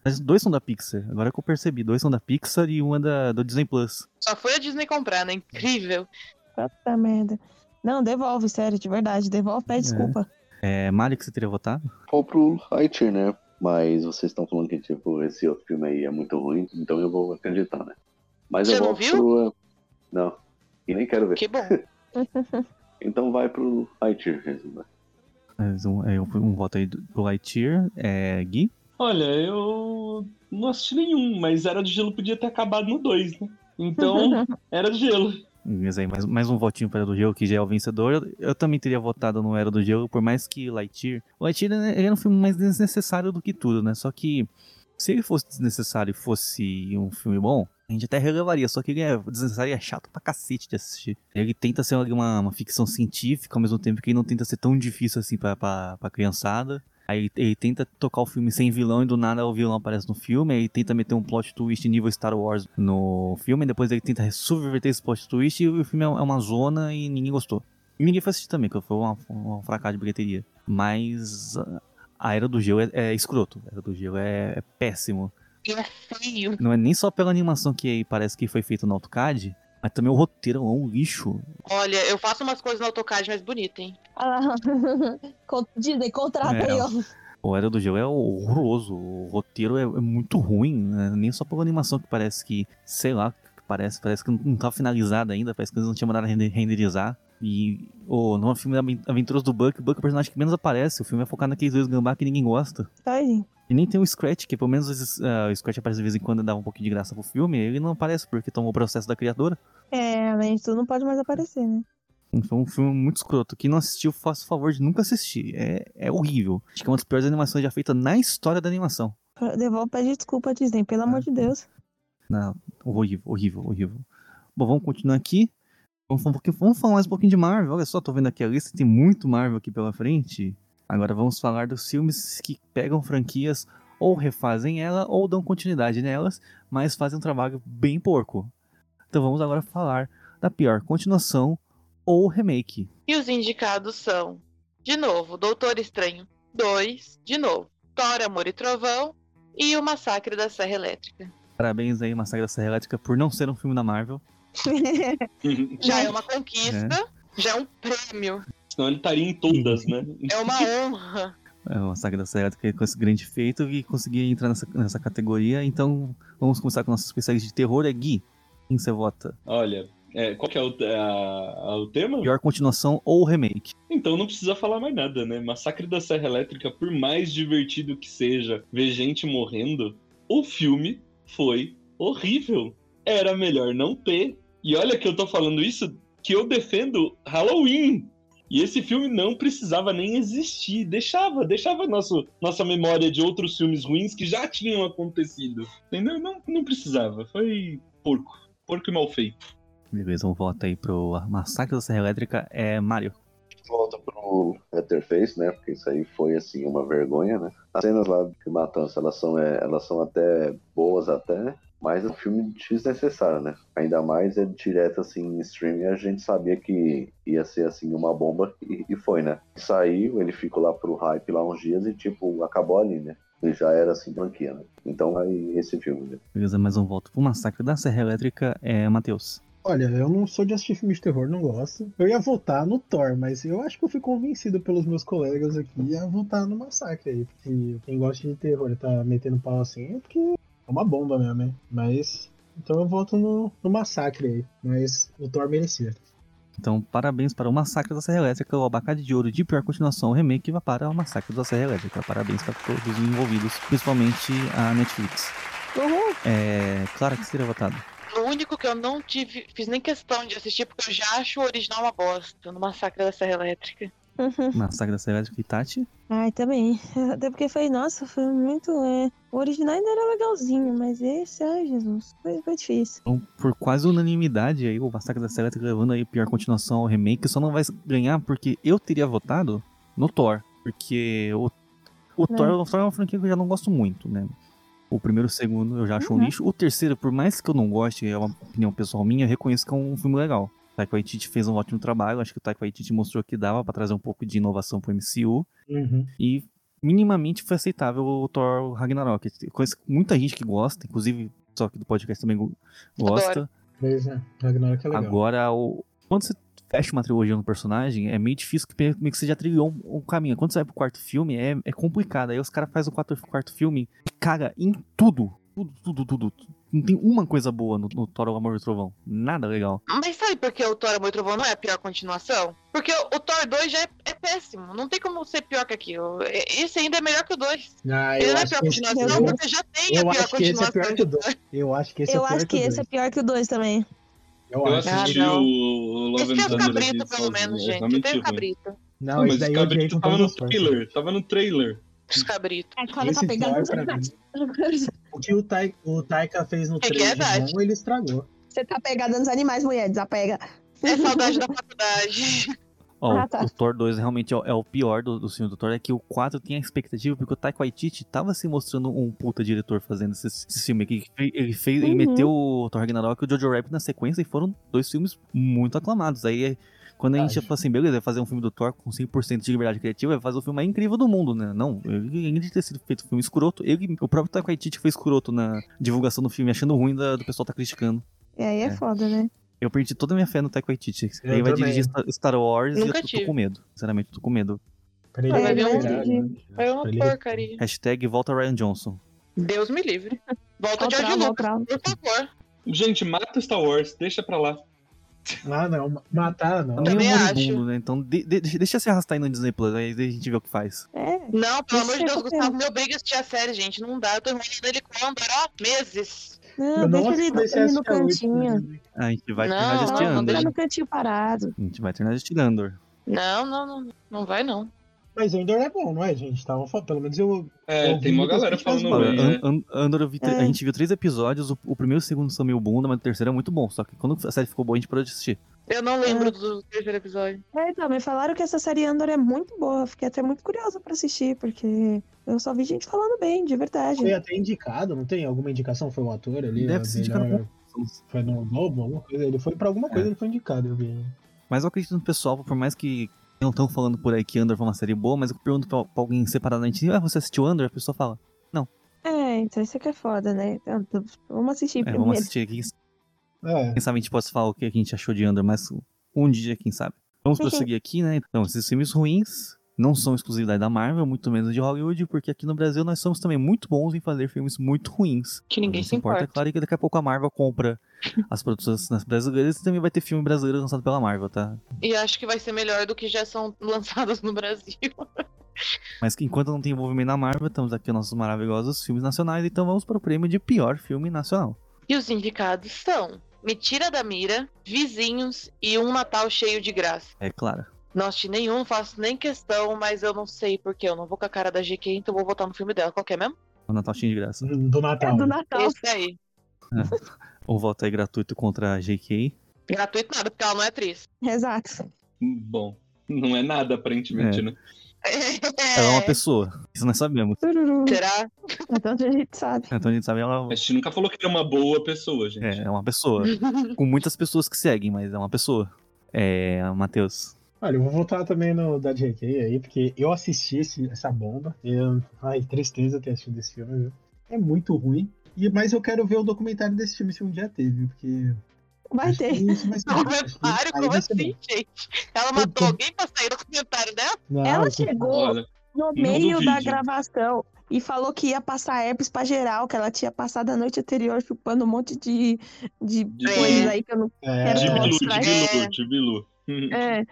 [SPEAKER 2] Mas dois são da Pixar, agora que eu percebi. Dois são da Pixar e uma é da, do Disney Plus.
[SPEAKER 3] Só foi a Disney comprar, né? Incrível.
[SPEAKER 1] Puta merda. Não, devolve, sério, de verdade. Devolve, pede
[SPEAKER 2] É.
[SPEAKER 1] desculpa.
[SPEAKER 2] É, Mario que você teria votado?
[SPEAKER 5] Vou pro Lightyear, né? Mas vocês estão falando que, tipo, esse outro filme aí é muito ruim, então eu vou acreditar, né? Mas
[SPEAKER 3] Você
[SPEAKER 5] eu
[SPEAKER 3] não
[SPEAKER 5] vou
[SPEAKER 3] viu?
[SPEAKER 5] pro... Não. E nem quero ver.
[SPEAKER 3] Que bom.
[SPEAKER 5] Então vai pro Lightyear mesmo, né?
[SPEAKER 2] Mas um, é, um voto aí do do Lightyear, é, Gui.
[SPEAKER 4] Olha, eu não assisti nenhum, mas Era do Gelo podia ter acabado no 2, né? Então, Era do Gelo.
[SPEAKER 2] Mas aí, mais, mais um votinho para Era do Gelo, que já é o vencedor. Eu, eu também teria votado no Era do Gelo, por mais que Lightyear. O Lightyear né, ele é um filme mais desnecessário do que tudo, né? Só que se ele fosse desnecessário e fosse um filme bom, a gente até relevaria. Só que ele é desnecessário e é chato pra cacete de assistir. Ele tenta ser uma, uma ficção científica, ao mesmo tempo que ele não tenta ser tão difícil assim pra, pra, pra criançada. Aí ele- ele tenta tocar o filme sem vilão e do nada o vilão aparece no filme. Aí ele tenta meter um plot twist nível Star Wars no filme. e Depois ele tenta subverter esse plot twist e o filme é é uma zona e ninguém gostou. E ninguém foi assistir também, porque foi uma- um fracasso de bilheteria. Mas ah, a Era do Gelo é, é escroto. A Era do Gelo é- é péssimo.
[SPEAKER 3] E é feio.
[SPEAKER 2] Não é nem só pela animação que parece que foi feita no AutoCAD, mas também o roteiro é um lixo.
[SPEAKER 3] Olha, eu faço umas coisas no AutoCAD mais bonitas, hein?
[SPEAKER 1] Olha lá. Con- Disney, contrata
[SPEAKER 2] É.
[SPEAKER 1] aí, ó.
[SPEAKER 2] O Era do Gelo é horroroso, o roteiro é, é muito ruim, né? nem só pela animação que parece que, sei lá, que parece, parece que não, não tá finalizada ainda, parece que eles não tinham mandado rende- renderizar. E, ou no filme Aven- Aventuras do Buck, o Buck é o personagem que menos aparece, o filme é focado naqueles dois gambá que ninguém gosta.
[SPEAKER 1] Tadinho.
[SPEAKER 2] E nem tem o Scratch, que pelo menos esses, ah, o Scratch aparece de vez em quando e dava um pouquinho de graça pro filme, ele não aparece porque tomou o processo da criadora.
[SPEAKER 1] É, além de tudo, não pode mais aparecer, né?
[SPEAKER 2] Foi um filme muito escroto. Quem não assistiu, faça o favor de nunca assistir. É, é horrível. Acho que é uma das piores animações já feitas na história da animação.
[SPEAKER 1] Devolve, pede desculpa, Disney, pelo
[SPEAKER 7] É.
[SPEAKER 1] amor de Deus.
[SPEAKER 2] Não, horrível, horrível, horrível. Bom, vamos continuar aqui. Vamos falar, um pouquinho- vamos falar mais um pouquinho de Marvel. Olha só, tô vendo aqui a lista, tem muito Marvel aqui pela frente. Agora vamos falar dos filmes que pegam franquias ou refazem ela ou dão continuidade nelas, mas fazem um trabalho bem porco. Então vamos agora falar da pior continuação ou remake.
[SPEAKER 3] E os indicados são, de novo, Doutor Estranho 2, de novo, Thor, Amor e Trovão e o Massacre da Serra Elétrica.
[SPEAKER 2] Parabéns aí, Massacre da Serra Elétrica, por não ser um filme da Marvel.
[SPEAKER 3] Já é uma conquista, já é um prêmio,
[SPEAKER 4] Senão ele estaria em todas, né?
[SPEAKER 3] é uma honra.
[SPEAKER 2] É, o Massacre da Serra Elétrica com esse grande feito e conseguir entrar nessa, nessa categoria. Então, vamos começar com nossos especiais de terror. É Gui, quem você vota?
[SPEAKER 4] Olha, é, qual que é o, é a- a- o tema?
[SPEAKER 2] Pior continuação ou remake?
[SPEAKER 4] Então não precisa falar mais nada, né? Massacre da Serra Elétrica, por mais divertido que seja ver gente morrendo, o filme foi horrível. Era melhor não ter. E olha que eu tô falando isso, que eu defendo Halloween. E esse filme não precisava nem existir. Deixava, deixava nosso, nossa memória de outros filmes ruins que já tinham acontecido. Entendeu? Não, não precisava. Foi porco. Porco e mal feito.
[SPEAKER 2] Beleza, um voto aí pro Massacre da Serra Elétrica é Mario.
[SPEAKER 5] volta pro Letterface, né? Porque isso aí foi assim uma vergonha, né? As cenas lá de matança, elas são, é, elas são até boas até, mas é um filme desnecessário, né? Ainda mais é direto assim em streaming, a gente sabia que ia ser assim uma bomba e, e foi, né? Saiu, ele ficou lá pro hype lá uns dias e tipo, acabou ali, né? E já era assim franquia, né? Então aí esse filme, né?
[SPEAKER 2] Beleza, mais um voto pro Massacre da Serra Elétrica é Matheus.
[SPEAKER 7] Olha, eu não sou de assistir filme de terror, não gosto. Eu ia votar no Thor, mas eu acho que eu fui convencido pelos meus colegas aqui a votar no Massacre aí. Porque quem gosta de terror e tá metendo pau assim é porque é uma bomba mesmo, né? Mas. Então eu voto no, no Massacre aí. Mas o Thor merecia.
[SPEAKER 2] Então, parabéns para o Massacre da Serra Elétrica, o abacate de ouro de pior continuação, o remake vai para o Massacre da Serra Elétrica. Parabéns para todos os envolvidos, principalmente a Netflix.
[SPEAKER 1] Uhul.
[SPEAKER 2] É. Clara, que seria votado?
[SPEAKER 3] O único que eu não tive, fiz nem questão de assistir, porque eu já acho o original uma bosta, no Massacre da Serra Elétrica.
[SPEAKER 2] Massacre da Serra Elétrica e Tati?
[SPEAKER 1] Ai, também. Até porque foi, nossa, foi muito. É... O original ainda era legalzinho, mas esse, ai, Jesus, foi, foi difícil.
[SPEAKER 2] Então, por quase unanimidade aí, o Massacre da Serra Elétrica levando aí pior continuação ao remake, só não vai ganhar porque eu teria votado no Thor. Porque o, o, Thor, o Thor é uma franquia que eu já não gosto muito, né? O primeiro e o segundo eu já acho um
[SPEAKER 1] Uhum.
[SPEAKER 2] lixo. O terceiro, por mais que eu não goste, é uma opinião pessoal minha, eu reconheço que é um filme legal. O Taika Waititi fez um ótimo trabalho, acho que o Taika Waititi mostrou que dava pra trazer um pouco de inovação pro MCU.
[SPEAKER 7] Uhum.
[SPEAKER 2] E minimamente foi aceitável o Thor Ragnarok. Eu Conheço muita gente que gosta, inclusive o pessoal aqui do podcast também go- gosta.
[SPEAKER 7] Mas, né? Ragnarok é legal.
[SPEAKER 2] Agora, o... quando você fecha uma trilogia no personagem, é meio difícil que, meio que você já trilhou um, um caminho. Quando você vai pro quarto filme, é, é complicado. Aí os caras fazem o quarto, quarto filme e caga em tudo. Tudo, tudo, tudo. Não tem uma coisa boa no, no Thor, o Amor e o Trovão. Nada legal.
[SPEAKER 3] Mas sabe por que o Thor Amor e Trovão não é a pior continuação? Porque o o Thor 2 já é, é péssimo. Não tem como ser pior que aquilo. É- Esse ainda é melhor que o 2.
[SPEAKER 7] Ah,
[SPEAKER 3] Ele
[SPEAKER 7] eu
[SPEAKER 3] não é a
[SPEAKER 7] acho
[SPEAKER 3] pior
[SPEAKER 7] que esse-
[SPEAKER 3] continuação
[SPEAKER 7] eu-
[SPEAKER 3] porque já tem a
[SPEAKER 7] Eu
[SPEAKER 3] pior
[SPEAKER 7] acho que esse é
[SPEAKER 3] continuação.
[SPEAKER 7] pior que o dois. Eu acho que esse
[SPEAKER 1] eu
[SPEAKER 7] é pior
[SPEAKER 1] acho que
[SPEAKER 7] o
[SPEAKER 1] esse é
[SPEAKER 7] dois.
[SPEAKER 1] pior que o 2 também.
[SPEAKER 7] Eu
[SPEAKER 4] Eu
[SPEAKER 7] acho.
[SPEAKER 3] Ah,
[SPEAKER 4] assisti
[SPEAKER 3] não.
[SPEAKER 4] o o Love
[SPEAKER 3] Esse tem
[SPEAKER 4] and
[SPEAKER 3] o
[SPEAKER 4] Thunder aqui
[SPEAKER 3] cabrito, pelo
[SPEAKER 4] sozinho,
[SPEAKER 3] menos,
[SPEAKER 4] né, é
[SPEAKER 3] gente.
[SPEAKER 4] realmente
[SPEAKER 3] Tem o
[SPEAKER 4] ruim.
[SPEAKER 3] cabrito.
[SPEAKER 7] Não,
[SPEAKER 4] Não,
[SPEAKER 7] esse
[SPEAKER 4] mas
[SPEAKER 7] daí
[SPEAKER 4] esse
[SPEAKER 7] eu odiei
[SPEAKER 4] cabrito
[SPEAKER 1] tipo
[SPEAKER 7] com
[SPEAKER 4] tava
[SPEAKER 7] todas
[SPEAKER 4] no
[SPEAKER 7] as forças.
[SPEAKER 4] trailer, tava no trailer.
[SPEAKER 3] Os cabritos.
[SPEAKER 1] É, quando
[SPEAKER 7] Esse
[SPEAKER 1] tá pegando.
[SPEAKER 7] Thor, pra mim, O que o, Tai- o Taika fez no
[SPEAKER 3] É que é
[SPEAKER 7] 3
[SPEAKER 3] verdade.
[SPEAKER 7] de bom, ele estragou.
[SPEAKER 1] Você tá pegando nos animais, mulher, desapega.
[SPEAKER 3] É saudade da faculdade.
[SPEAKER 2] Ó,
[SPEAKER 1] Ah, tá.
[SPEAKER 2] o, o Thor 2 realmente é, o- é o pior do, do filme do Thor. É que o 4 tem a expectativa, porque o Taika Waititi tava se mostrando um puta diretor fazendo esse, esse filme aqui. Ele, ele fez, ele
[SPEAKER 1] Uhum.
[SPEAKER 2] meteu o Thor Ragnarok e o Jojo Rabbit na sequência e foram dois filmes muito aclamados. Aí é- quando a gente
[SPEAKER 7] Verdade.
[SPEAKER 2] fala assim, beleza, vai fazer um filme do Thor com 100% de liberdade criativa, vai fazer o filme mais incrível do mundo, né? Não, ele, além de ter sido feito um filme escroto, ele, o próprio Taika Waititi foi escroto na divulgação do filme, achando ruim da- do pessoal tá criticando.
[SPEAKER 1] E aí é,
[SPEAKER 2] É.
[SPEAKER 1] foda, né?
[SPEAKER 2] Eu perdi toda a minha fé no Taika Waititi.
[SPEAKER 7] Eu
[SPEAKER 2] Ele vai
[SPEAKER 7] também.
[SPEAKER 2] dirigir Star- Star Wars e
[SPEAKER 3] Nunca
[SPEAKER 2] eu tô- tô
[SPEAKER 3] tive.
[SPEAKER 2] com medo. Sinceramente, eu tô com medo.
[SPEAKER 7] Pra
[SPEAKER 1] É,
[SPEAKER 7] ele
[SPEAKER 1] eu
[SPEAKER 7] recuperar,
[SPEAKER 1] entendi.
[SPEAKER 7] né?
[SPEAKER 3] Foi uma
[SPEAKER 7] Pra ele-
[SPEAKER 3] porcaria.
[SPEAKER 2] Hashtag volta Ryan Johnson.
[SPEAKER 3] Deus me livre. Volta
[SPEAKER 1] Ó o
[SPEAKER 3] de
[SPEAKER 1] trauma, ó o
[SPEAKER 3] Lucas,
[SPEAKER 1] trauma.
[SPEAKER 3] por favor.
[SPEAKER 4] Gente, mata Star Wars, deixa pra lá.
[SPEAKER 7] Ah, não. ma- Matar, não.
[SPEAKER 3] Também
[SPEAKER 2] Nem é
[SPEAKER 3] acho.
[SPEAKER 2] moribundo, né? Então de- de- deixa se arrastar aí no Disney Plus, aí a gente vê o que faz.
[SPEAKER 1] É.
[SPEAKER 3] Não,
[SPEAKER 1] Isso
[SPEAKER 3] pelo amor de
[SPEAKER 1] é
[SPEAKER 3] Deus,
[SPEAKER 1] qualquer
[SPEAKER 3] Gustavo, me obriga a assistir a série, gente. Não dá. Eu tô enrolando ele com o Andor há meses.
[SPEAKER 1] Não, Ah, deixa ele, deixa ele
[SPEAKER 7] né?
[SPEAKER 1] no cantinho.
[SPEAKER 2] A gente vai
[SPEAKER 3] Não,
[SPEAKER 2] terminar
[SPEAKER 3] não,
[SPEAKER 1] Ela
[SPEAKER 2] de
[SPEAKER 3] Andor.
[SPEAKER 1] lá
[SPEAKER 2] Andor.
[SPEAKER 1] no cantinho parado.
[SPEAKER 2] A gente vai terminar de Andor.
[SPEAKER 3] Não, não, não. Não vai, não.
[SPEAKER 7] Mas Endor é bom, não é, gente? Tava falando, pelo menos eu.
[SPEAKER 4] É, tem
[SPEAKER 7] Eu vi
[SPEAKER 4] uma
[SPEAKER 7] muitas
[SPEAKER 4] galera
[SPEAKER 7] críticas
[SPEAKER 4] falando
[SPEAKER 7] boas.
[SPEAKER 2] Olha,
[SPEAKER 4] bem,
[SPEAKER 2] An-
[SPEAKER 4] né?
[SPEAKER 2] An- Andor, eu vi tre-
[SPEAKER 1] É.
[SPEAKER 2] a gente viu três episódios, o, o primeiro e o segundo são meio bunda, mas o terceiro é muito bom. Só que quando a série ficou boa, a gente parou de assistir.
[SPEAKER 3] Eu não lembro do terceiro episódio.
[SPEAKER 1] É, então, me falaram que essa série Andor é muito boa. Fiquei até muito curiosa pra assistir, porque eu só vi gente falando bem, de verdade.
[SPEAKER 7] Foi até indicado, não tem? Alguma indicação? Foi o ator ali?
[SPEAKER 2] Deve
[SPEAKER 7] a
[SPEAKER 2] ser indicado É.
[SPEAKER 7] melhor- Foi no Globo, alguma coisa. Ele foi pra alguma coisa, ele foi indicado, eu vi.
[SPEAKER 2] Mas eu acredito no pessoal, por mais que não estão falando por aí que Andor foi uma série boa, mas eu pergunto pra, pra alguém separadamente, ah, você assistiu Andor? A pessoa fala,
[SPEAKER 1] É, então isso aqui é foda, né? Então, vamos assistir
[SPEAKER 2] É,
[SPEAKER 1] primeiro.
[SPEAKER 2] vamos assistir aqui.
[SPEAKER 7] É,
[SPEAKER 2] Quem sabe a gente possa falar tipo, o que a gente achou de Andor, mas um dia, quem sabe. Vamos
[SPEAKER 3] Uhum.
[SPEAKER 2] prosseguir aqui, né? Então, esses filmes ruins não são exclusividade da Marvel, muito menos de Hollywood, porque aqui no Brasil nós somos também muito bons em fazer filmes muito ruins.
[SPEAKER 3] Que ninguém
[SPEAKER 2] Não
[SPEAKER 3] se importa.
[SPEAKER 2] É claro que daqui a pouco a Marvel compra as produções nas brasileiras e também vai ter filme brasileiro lançado pela Marvel, tá?
[SPEAKER 3] E acho que vai ser melhor do que já são lançados no Brasil.
[SPEAKER 2] Mas que enquanto não tem envolvimento na Marvel, estamos aqui nos nossos maravilhosos filmes nacionais, então vamos pro prêmio de pior filme nacional.
[SPEAKER 3] E os indicados são Me Tira da Mira, Vizinhos e Um Natal Cheio de Graça.
[SPEAKER 2] É claro.
[SPEAKER 3] Não assisti nenhum, faço nem questão, mas eu não sei porque eu não vou com a cara da GQ, então eu vou votar no filme dela. Qual que é mesmo?
[SPEAKER 2] O Natal cheio de graça.
[SPEAKER 7] do
[SPEAKER 1] É
[SPEAKER 7] Natal.
[SPEAKER 1] do Natal.
[SPEAKER 3] Esse aí.
[SPEAKER 2] Ou voto aí gratuito contra a JK.
[SPEAKER 3] Gratuito nada, porque ela não é atriz.
[SPEAKER 1] Exato.
[SPEAKER 4] Bom, não é nada, aparentemente,
[SPEAKER 2] É.
[SPEAKER 4] né?
[SPEAKER 2] Ela é uma pessoa. Isso nós sabemos.
[SPEAKER 1] Tururu.
[SPEAKER 3] Será?
[SPEAKER 1] Então a gente sabe.
[SPEAKER 2] Então a gente sabe ela
[SPEAKER 4] A gente nunca falou que era uma boa pessoa, gente.
[SPEAKER 2] é, é uma pessoa. Com muitas pessoas que seguem, mas é uma pessoa. É, Matheus.
[SPEAKER 7] Olha, eu vou voltar também no da JK aí, porque eu assisti esse- essa bomba. E, ai, tristeza ter assistido esse filme, viu? É muito ruim. E, mas eu quero ver o documentário desse filme se um dia teve, porque.
[SPEAKER 1] Vai
[SPEAKER 7] acho que
[SPEAKER 1] ter.
[SPEAKER 7] Isso vai ser bom, acho que
[SPEAKER 3] Documentário?
[SPEAKER 7] aí
[SPEAKER 3] Como
[SPEAKER 7] vai ser
[SPEAKER 3] assim,
[SPEAKER 7] bom.
[SPEAKER 3] gente? Ela matou alguém pra sair do comentário dela?
[SPEAKER 7] Não,
[SPEAKER 1] Ela
[SPEAKER 7] isso-
[SPEAKER 1] chegou
[SPEAKER 4] Olha,
[SPEAKER 1] no
[SPEAKER 4] não
[SPEAKER 1] meio da
[SPEAKER 4] duvide.
[SPEAKER 1] gravação e falou que ia passar herpes pra geral, que ela tinha passado a noite anterior chupando um monte de, de
[SPEAKER 4] De-
[SPEAKER 1] coisas aí que eu não
[SPEAKER 7] É,
[SPEAKER 1] Era
[SPEAKER 4] Dibilu,
[SPEAKER 1] pra-
[SPEAKER 4] Dibilu, Dibilu.
[SPEAKER 1] É.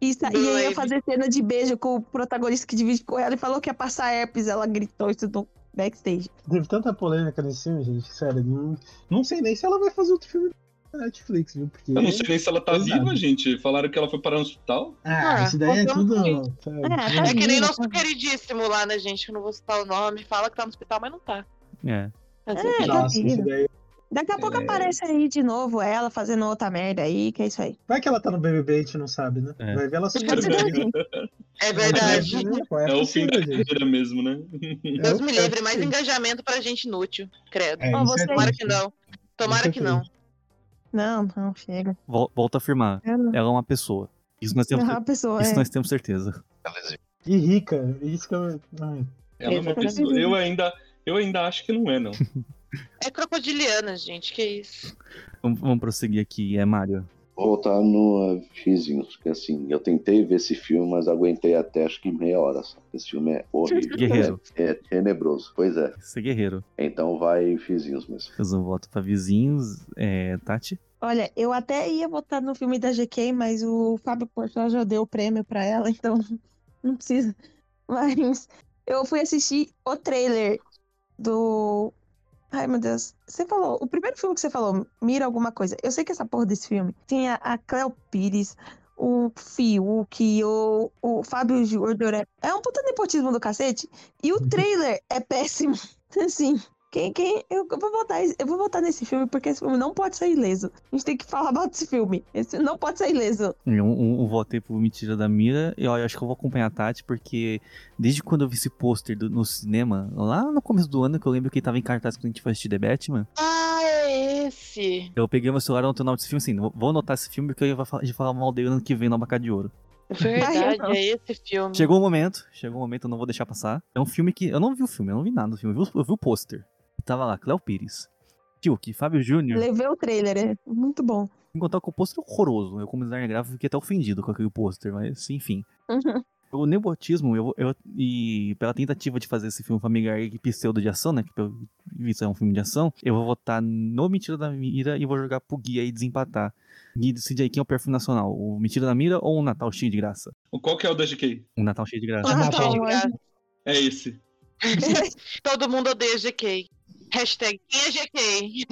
[SPEAKER 1] E, sa- e aí
[SPEAKER 3] Baby.
[SPEAKER 1] ia fazer cena de beijo com o protagonista que divide com ela e falou que ia passar herpes. Ela gritou isso no backstage.
[SPEAKER 7] Teve tanta polêmica nesse filme, gente, sério. Não, não sei nem se ela vai fazer outro filme da Netflix, viu? Porque.
[SPEAKER 4] Eu não sei nem se ela tá
[SPEAKER 7] Exato.
[SPEAKER 4] viva, gente. Falaram que ela foi parar no hospital.
[SPEAKER 7] Ah,
[SPEAKER 3] Ah,
[SPEAKER 7] isso daí é
[SPEAKER 3] então
[SPEAKER 7] tudo. né?
[SPEAKER 3] sim.
[SPEAKER 7] sabe?
[SPEAKER 1] É,
[SPEAKER 3] É que nem
[SPEAKER 1] Tadinha,
[SPEAKER 3] nosso queridíssimo lá, né, gente? Que eu não vou citar o nome. Fala que tá no hospital, mas não tá.
[SPEAKER 2] É.
[SPEAKER 3] Mas
[SPEAKER 1] É,
[SPEAKER 3] enfim.
[SPEAKER 7] Nossa,
[SPEAKER 1] tadinha.
[SPEAKER 7] isso daí.
[SPEAKER 1] Daqui a pouco
[SPEAKER 4] É.
[SPEAKER 1] aparece aí de novo ela fazendo outra merda aí, que é isso aí.
[SPEAKER 7] Vai que ela tá no BBB e a gente não sabe, né?
[SPEAKER 2] É.
[SPEAKER 7] Vai ver ela super
[SPEAKER 1] Pode ser assim.
[SPEAKER 3] É verdade.
[SPEAKER 7] né?
[SPEAKER 4] É, o fim da
[SPEAKER 7] gente.
[SPEAKER 4] carreira mesmo, né?
[SPEAKER 3] Deus
[SPEAKER 7] É,
[SPEAKER 3] me
[SPEAKER 7] é
[SPEAKER 3] livre, mais
[SPEAKER 7] possível.
[SPEAKER 3] engajamento pra gente inútil, credo.
[SPEAKER 7] É,
[SPEAKER 1] Ó,
[SPEAKER 7] isso é
[SPEAKER 1] você-
[SPEAKER 3] Tomara que
[SPEAKER 7] triste.
[SPEAKER 3] não. Tomara
[SPEAKER 7] Isso é
[SPEAKER 3] que não.
[SPEAKER 1] Não, não, chega.
[SPEAKER 2] Vol- Volto a afirmar.
[SPEAKER 1] Eu não.
[SPEAKER 2] Ela é uma pessoa. Isso nós temos,
[SPEAKER 1] Não, a pessoa
[SPEAKER 2] um isso
[SPEAKER 1] é.
[SPEAKER 2] nós temos certeza.
[SPEAKER 7] E rica, é isso que eu. Ai,
[SPEAKER 4] Ela é uma pessoa.
[SPEAKER 3] tá
[SPEAKER 4] Eu ainda, eu ainda acho que não é, não.
[SPEAKER 3] É crocodiliana, gente, que isso.
[SPEAKER 2] Vamos, vamos prosseguir aqui. É Mário.
[SPEAKER 5] Vou voltar no Vizinhos, que assim, eu tentei ver esse filme, mas aguentei até acho que meia hora. Só. Esse filme é horrível.
[SPEAKER 2] Guerreiro.
[SPEAKER 5] É, é tenebroso. Pois é.
[SPEAKER 2] Você é guerreiro.
[SPEAKER 5] Então vai Vizinhos mesmo.
[SPEAKER 2] Fez um voto pra vizinhos. É, Tati.
[SPEAKER 1] Olha, eu até ia votar no filme da GK, mas o Fábio Porchat já deu o prêmio pra ela, então não precisa. Mas eu fui assistir o trailer do. Ai, meu Deus. Você falou, o primeiro filme que você falou, Mira Alguma Coisa. Eu sei que essa porra desse filme tinha a Cleo Pires, o Fiuk, o, o Fábio Jordoré. É um puta nepotismo do cacete. E o trailer é péssimo. Assim. Quem, quem, eu vou votar, eu vou votar nesse filme porque esse filme não pode ser ileso. A gente tem que falar mal desse filme. Esse não pode ser ileso.
[SPEAKER 2] Um, um, um voto aí pro Mentira da Mira. E olha, eu acho que eu vou acompanhar a Tati, porque desde quando eu vi esse pôster do- no cinema, lá no começo do ano, que eu lembro que tava em cartaz quando a gente foi assistir The Batman,
[SPEAKER 3] Ah, é esse.
[SPEAKER 2] eu peguei meu celular anotei o nome desse filme assim. vou- Vou anotar esse filme porque eu ia fa- de falar mal dele ano que vem no Abacá de Ouro.
[SPEAKER 3] Verdade,
[SPEAKER 1] não.
[SPEAKER 3] é esse filme.
[SPEAKER 2] Chegou o momento, chegou o momento, eu não vou deixar passar. É um filme que. Eu não vi o filme, eu não vi nada do filme. Eu vi, o- eu vi o pôster. E Tava lá, Cléo Pires. Tilk, Fábio Júnior.
[SPEAKER 1] Levei o trailer, é muito bom.
[SPEAKER 2] Sem contar que o pôster é horroroso. Eu, como designer gráfico, fiquei até ofendido com aquele pôster, mas enfim.
[SPEAKER 1] Uhum.
[SPEAKER 2] O nebotismo, eu, eu- e pela tentativa de fazer esse filme familiar e pseudo de ação, né? Que pelo visto é um filme de ação, eu vou votar no Mentira da Mira e vou jogar pro Gui aí desempatar. Gui decide aí quem é o perfil nacional: o Mentira da Mira ou o Natal cheio de graça?
[SPEAKER 4] Qual que é o da GK?
[SPEAKER 2] O Natal cheio de graça.
[SPEAKER 3] Ah,
[SPEAKER 7] Natal.
[SPEAKER 3] tá, de graça.
[SPEAKER 4] É esse.
[SPEAKER 3] Todo mundo odeia GK. Hashtag quem é GK?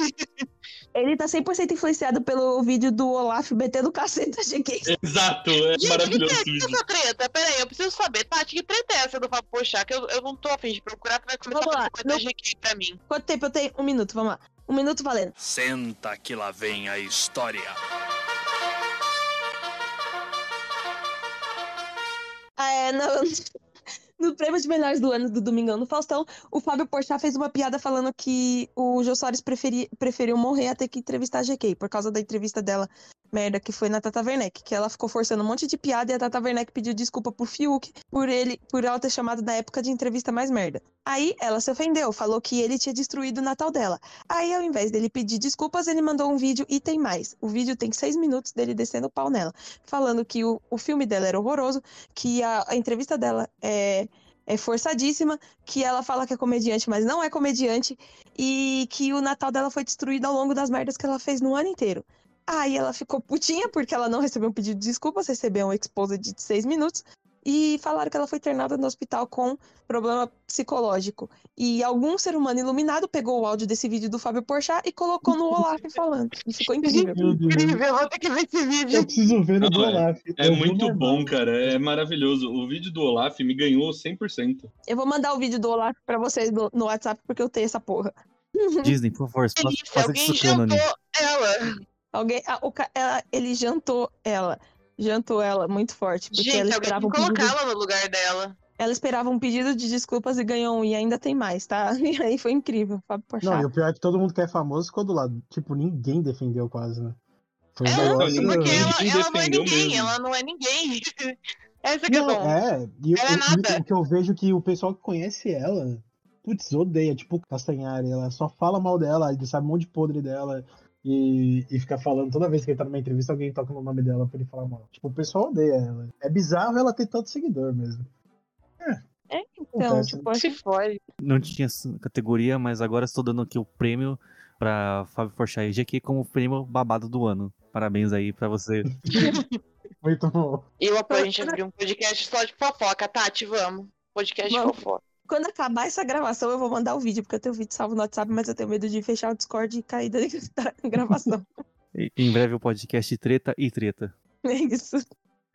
[SPEAKER 1] Ele tá 100% influenciado pelo vídeo do Olaf metendo cacete da GK.
[SPEAKER 4] Exato, é
[SPEAKER 3] Gente, que que
[SPEAKER 4] maravilhoso
[SPEAKER 3] é
[SPEAKER 4] esse
[SPEAKER 3] que é
[SPEAKER 4] vídeo.
[SPEAKER 3] essa treta? Peraí, eu preciso saber. Tati, que treta é essa do Fábio Pochá? Que eu, eu não tô afim de procurar, que vai começar
[SPEAKER 1] Vamos
[SPEAKER 3] a
[SPEAKER 1] lá,
[SPEAKER 3] coisa da
[SPEAKER 1] não-
[SPEAKER 3] GK pra mim.
[SPEAKER 1] Quanto tempo eu tenho? Um minuto, vamos lá. Um minuto valendo.
[SPEAKER 8] Senta que lá vem a história.
[SPEAKER 1] Ah, É, no, no prêmio de melhores do ano do Domingão no Faustão, o Fábio Porchat fez uma piada falando que o Jô Soares preferi- preferiu morrer até que entrevistar a GK, por causa da entrevista dela merda que foi na Tata Werneck, que ela ficou forçando um monte de piada e a Tata Werneck pediu desculpa pro Fiuk por ele, por ela ter chamado na época de entrevista mais merda. Aí ela se ofendeu, falou que ele tinha destruído o Natal dela. Aí ao invés dele pedir desculpas, ele mandou um vídeo e tem mais. O vídeo tem seis minutos dele descendo o pau nela, falando que o, o filme dela era horroroso, que a, a entrevista dela é é forçadíssima, que ela fala que é comediante, mas não é comediante, e que o Natal dela foi destruído ao longo das merdas que ela fez no ano inteiro. Aí ela ficou putinha porque ela não recebeu um pedido de desculpas, recebeu um expose de seis minutos, e falaram que ela foi internada no hospital com problema psicológico. E algum ser humano iluminado pegou o áudio desse vídeo do Fábio Porchat e colocou no Olaf falando. E ficou incrível.
[SPEAKER 7] Meu Deus.
[SPEAKER 3] Incrível, vou ter que ver esse vídeo.
[SPEAKER 7] Eu preciso ver o
[SPEAKER 4] Não,
[SPEAKER 7] do
[SPEAKER 4] é-
[SPEAKER 7] Olaf.
[SPEAKER 4] É
[SPEAKER 7] Eu vou
[SPEAKER 4] muito
[SPEAKER 7] mandar.
[SPEAKER 4] bom, cara. É maravilhoso. O vídeo do Olaf me ganhou 100%.
[SPEAKER 1] Eu vou mandar o vídeo do Olaf pra vocês no, no WhatsApp porque eu tenho essa porra.
[SPEAKER 2] Disney, por favor, faça,
[SPEAKER 3] Se
[SPEAKER 2] faça disso
[SPEAKER 3] alguém
[SPEAKER 2] cânone.
[SPEAKER 3] jantou ela.
[SPEAKER 1] Alguém, ah, o ca- ela- ele jantou ela. Jantou ela muito forte. Porque ela
[SPEAKER 3] Gente, alguém
[SPEAKER 1] esperava,
[SPEAKER 3] tem
[SPEAKER 1] um
[SPEAKER 3] que
[SPEAKER 1] pedido,
[SPEAKER 3] colocá-la no lugar dela.
[SPEAKER 1] ela esperava um pedido de desculpas e ganhou um. E ainda tem mais, tá? E aí foi incrível. Fábio
[SPEAKER 7] Não,
[SPEAKER 1] Porchat.
[SPEAKER 7] e o pior é que todo mundo que é famoso ficou do lado. Tipo, ninguém defendeu quase, né? Foi um
[SPEAKER 3] É,
[SPEAKER 7] negócio.
[SPEAKER 4] Não,
[SPEAKER 3] Porque
[SPEAKER 4] ninguém
[SPEAKER 3] ela, ela não é
[SPEAKER 4] defendeu
[SPEAKER 3] ninguém,
[SPEAKER 4] mesmo.
[SPEAKER 3] ela não é ninguém. Essa que é
[SPEAKER 7] Não,
[SPEAKER 3] bom.
[SPEAKER 7] é, e eu-
[SPEAKER 3] Ela é
[SPEAKER 7] eu-
[SPEAKER 3] nada.
[SPEAKER 7] o que eu vejo que o pessoal que conhece ela, putz, odeia, tipo Castanhari, ela só fala mal dela, ele sabe um monte de podre dela e, e fica falando toda vez que ele tá numa entrevista, alguém toca no nome dela pra ele falar mal. Tipo, o pessoal odeia ela. É bizarro ela ter tanto seguidor mesmo.
[SPEAKER 1] É, então,
[SPEAKER 7] Acontece, né?
[SPEAKER 1] tipo, acho
[SPEAKER 3] Se fode.
[SPEAKER 2] Não tinha essa categoria, mas agora estou dando aqui o prêmio pra Fábio Porchat e GQ como prêmio babado do ano. Parabéns aí pra você.
[SPEAKER 7] Muito bom.
[SPEAKER 3] Eu apoio a gente abrir um podcast só de fofoca. Tati, vamos. Podcast de
[SPEAKER 1] Vamos.
[SPEAKER 3] fofoca.
[SPEAKER 1] Quando acabar essa gravação, eu vou mandar o vídeo, porque eu tenho o vídeo salvo no WhatsApp, mas eu tenho medo de fechar o Discord e cair da da gravação.
[SPEAKER 2] E- Em breve o podcast Treta e Treta.
[SPEAKER 1] É isso.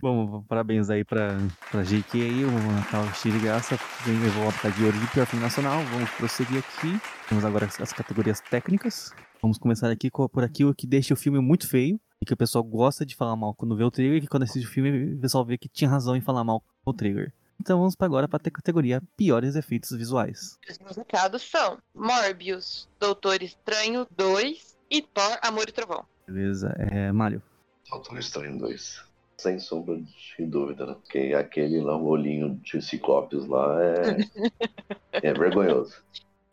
[SPEAKER 2] Bom, parabéns aí pra, pra GQ aí, o Natal cheio de graça. Vem levou a de ouro e pior filme nacional. Vamos prosseguir aqui. Temos agora as, as categorias técnicas. Vamos começar aqui com- por aqui o que deixa o filme muito feio. E que o pessoal gosta de falar mal quando vê o trailer. E que quando assiste o filme, o pessoal vê que tinha razão em falar mal com o trailer. Então vamos pra agora pra ter categoria piores efeitos visuais.
[SPEAKER 3] Os indicados são Morbius, Doutor Estranho 2 e Thor, Amor e Trovão.
[SPEAKER 2] Beleza, é, Mário.
[SPEAKER 5] Doutor Estranho 2. Sem sombra de dúvida, né? Porque aquele lá, o olhinho de Ciclopes lá é. é vergonhoso.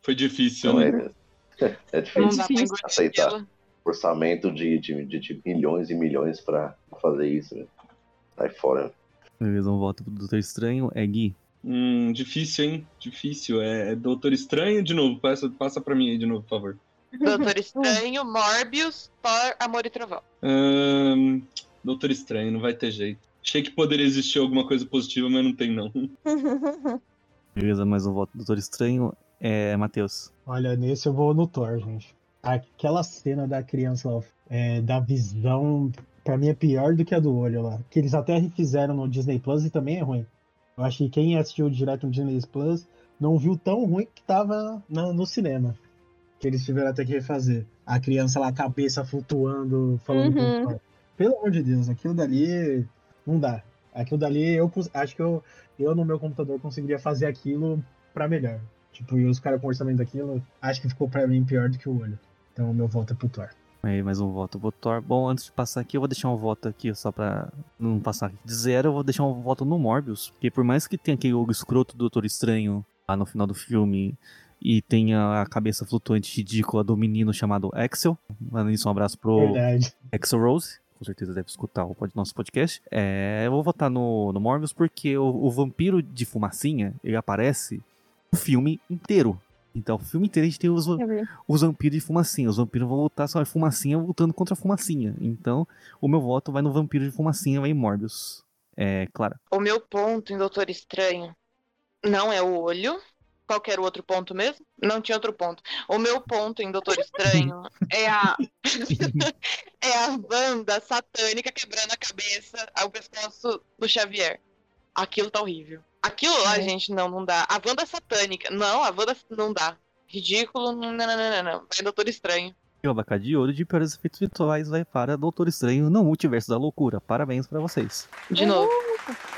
[SPEAKER 4] Foi difícil,
[SPEAKER 5] Então
[SPEAKER 4] né?
[SPEAKER 5] é, é
[SPEAKER 3] Não
[SPEAKER 5] difícil
[SPEAKER 3] dá pra
[SPEAKER 1] difícil
[SPEAKER 3] engolir
[SPEAKER 5] aceitar.
[SPEAKER 3] aquilo.
[SPEAKER 5] orçamento de, de, de, de milhões e milhões pra fazer isso, né? Sai fora.
[SPEAKER 2] Beleza, vamos volta pro Doutor Estranho. É Gui.
[SPEAKER 4] Hum, difícil, hein? Difícil. É, é Doutor Estranho de novo. Passa, passa pra mim aí de novo, por favor.
[SPEAKER 3] Doutor Estranho, Morbius, Thor, Amor e Trovão.
[SPEAKER 4] Ahn, Doutor Estranho, não vai ter jeito. Achei que poderia existir alguma coisa positiva, mas não tem, não.
[SPEAKER 2] Beleza, mais um voto do Doutor Estranho. É Matheus.
[SPEAKER 7] Olha, nesse eu vou no Thor, gente. Aquela cena da criança lá, é, da visão, pra mim é pior do que a do olho lá. Que eles até refizeram no Disney Plus e também é ruim. Eu acho que quem assistiu direto no Disney Plus não viu tão ruim que tava na- no cinema. Que eles tiveram até que refazer. A criança lá, a cabeça flutuando, falando com
[SPEAKER 1] Uhum.
[SPEAKER 7] o Thor. Pelo amor de Deus, aquilo dali não dá. Aquilo dali, eu cons- acho que eu, eu no meu computador conseguiria fazer aquilo pra melhor. Tipo, e os caras com orçamento daquilo, acho que ficou pra mim pior do que o olho. Então o meu voto é pro Thor.
[SPEAKER 2] Aí, mais um voto pro Thor. Bom, antes de passar aqui, eu vou deixar um voto aqui, só pra não passar aqui de zero, eu vou deixar um voto no Morbius. Porque por mais que tenha aquele logo escroto do Doutor Estranho lá no final do filme, e tenha a cabeça flutuante ridícula do menino chamado Axel, mandando isso um abraço pro
[SPEAKER 7] Verdade.
[SPEAKER 2] Axel Rose, com certeza deve escutar o pod- nosso podcast. É, eu vou votar no, no Morbius porque o, o vampiro de fumacinha, ele aparece o filme inteiro. Então, o filme inteiro a gente tem os, os vampiros de fumacinha. Os vampiros vão lutar só em fumacinha lutando contra a fumacinha. Então, o meu voto vai no vampiro de fumacinha, vai em Morbius. É, Clara.
[SPEAKER 3] O meu ponto em Doutor Estranho não é o olho. Qual que era o outro ponto mesmo? Não tinha outro ponto. O meu ponto em Doutor Estranho é a é a banda satânica quebrando a cabeça ao pescoço do Xavier. Aquilo tá horrível. Aquilo lá,
[SPEAKER 1] É.
[SPEAKER 3] gente, não, não dá. A banda satânica. Não, a banda não dá. Ridículo, não, não, não, não, não. Vai Doutor Estranho.
[SPEAKER 2] E o abacate de ouro de piores efeitos virtuais vai para Doutor Estranho no Multiverso da Loucura. Parabéns pra vocês.
[SPEAKER 3] De novo.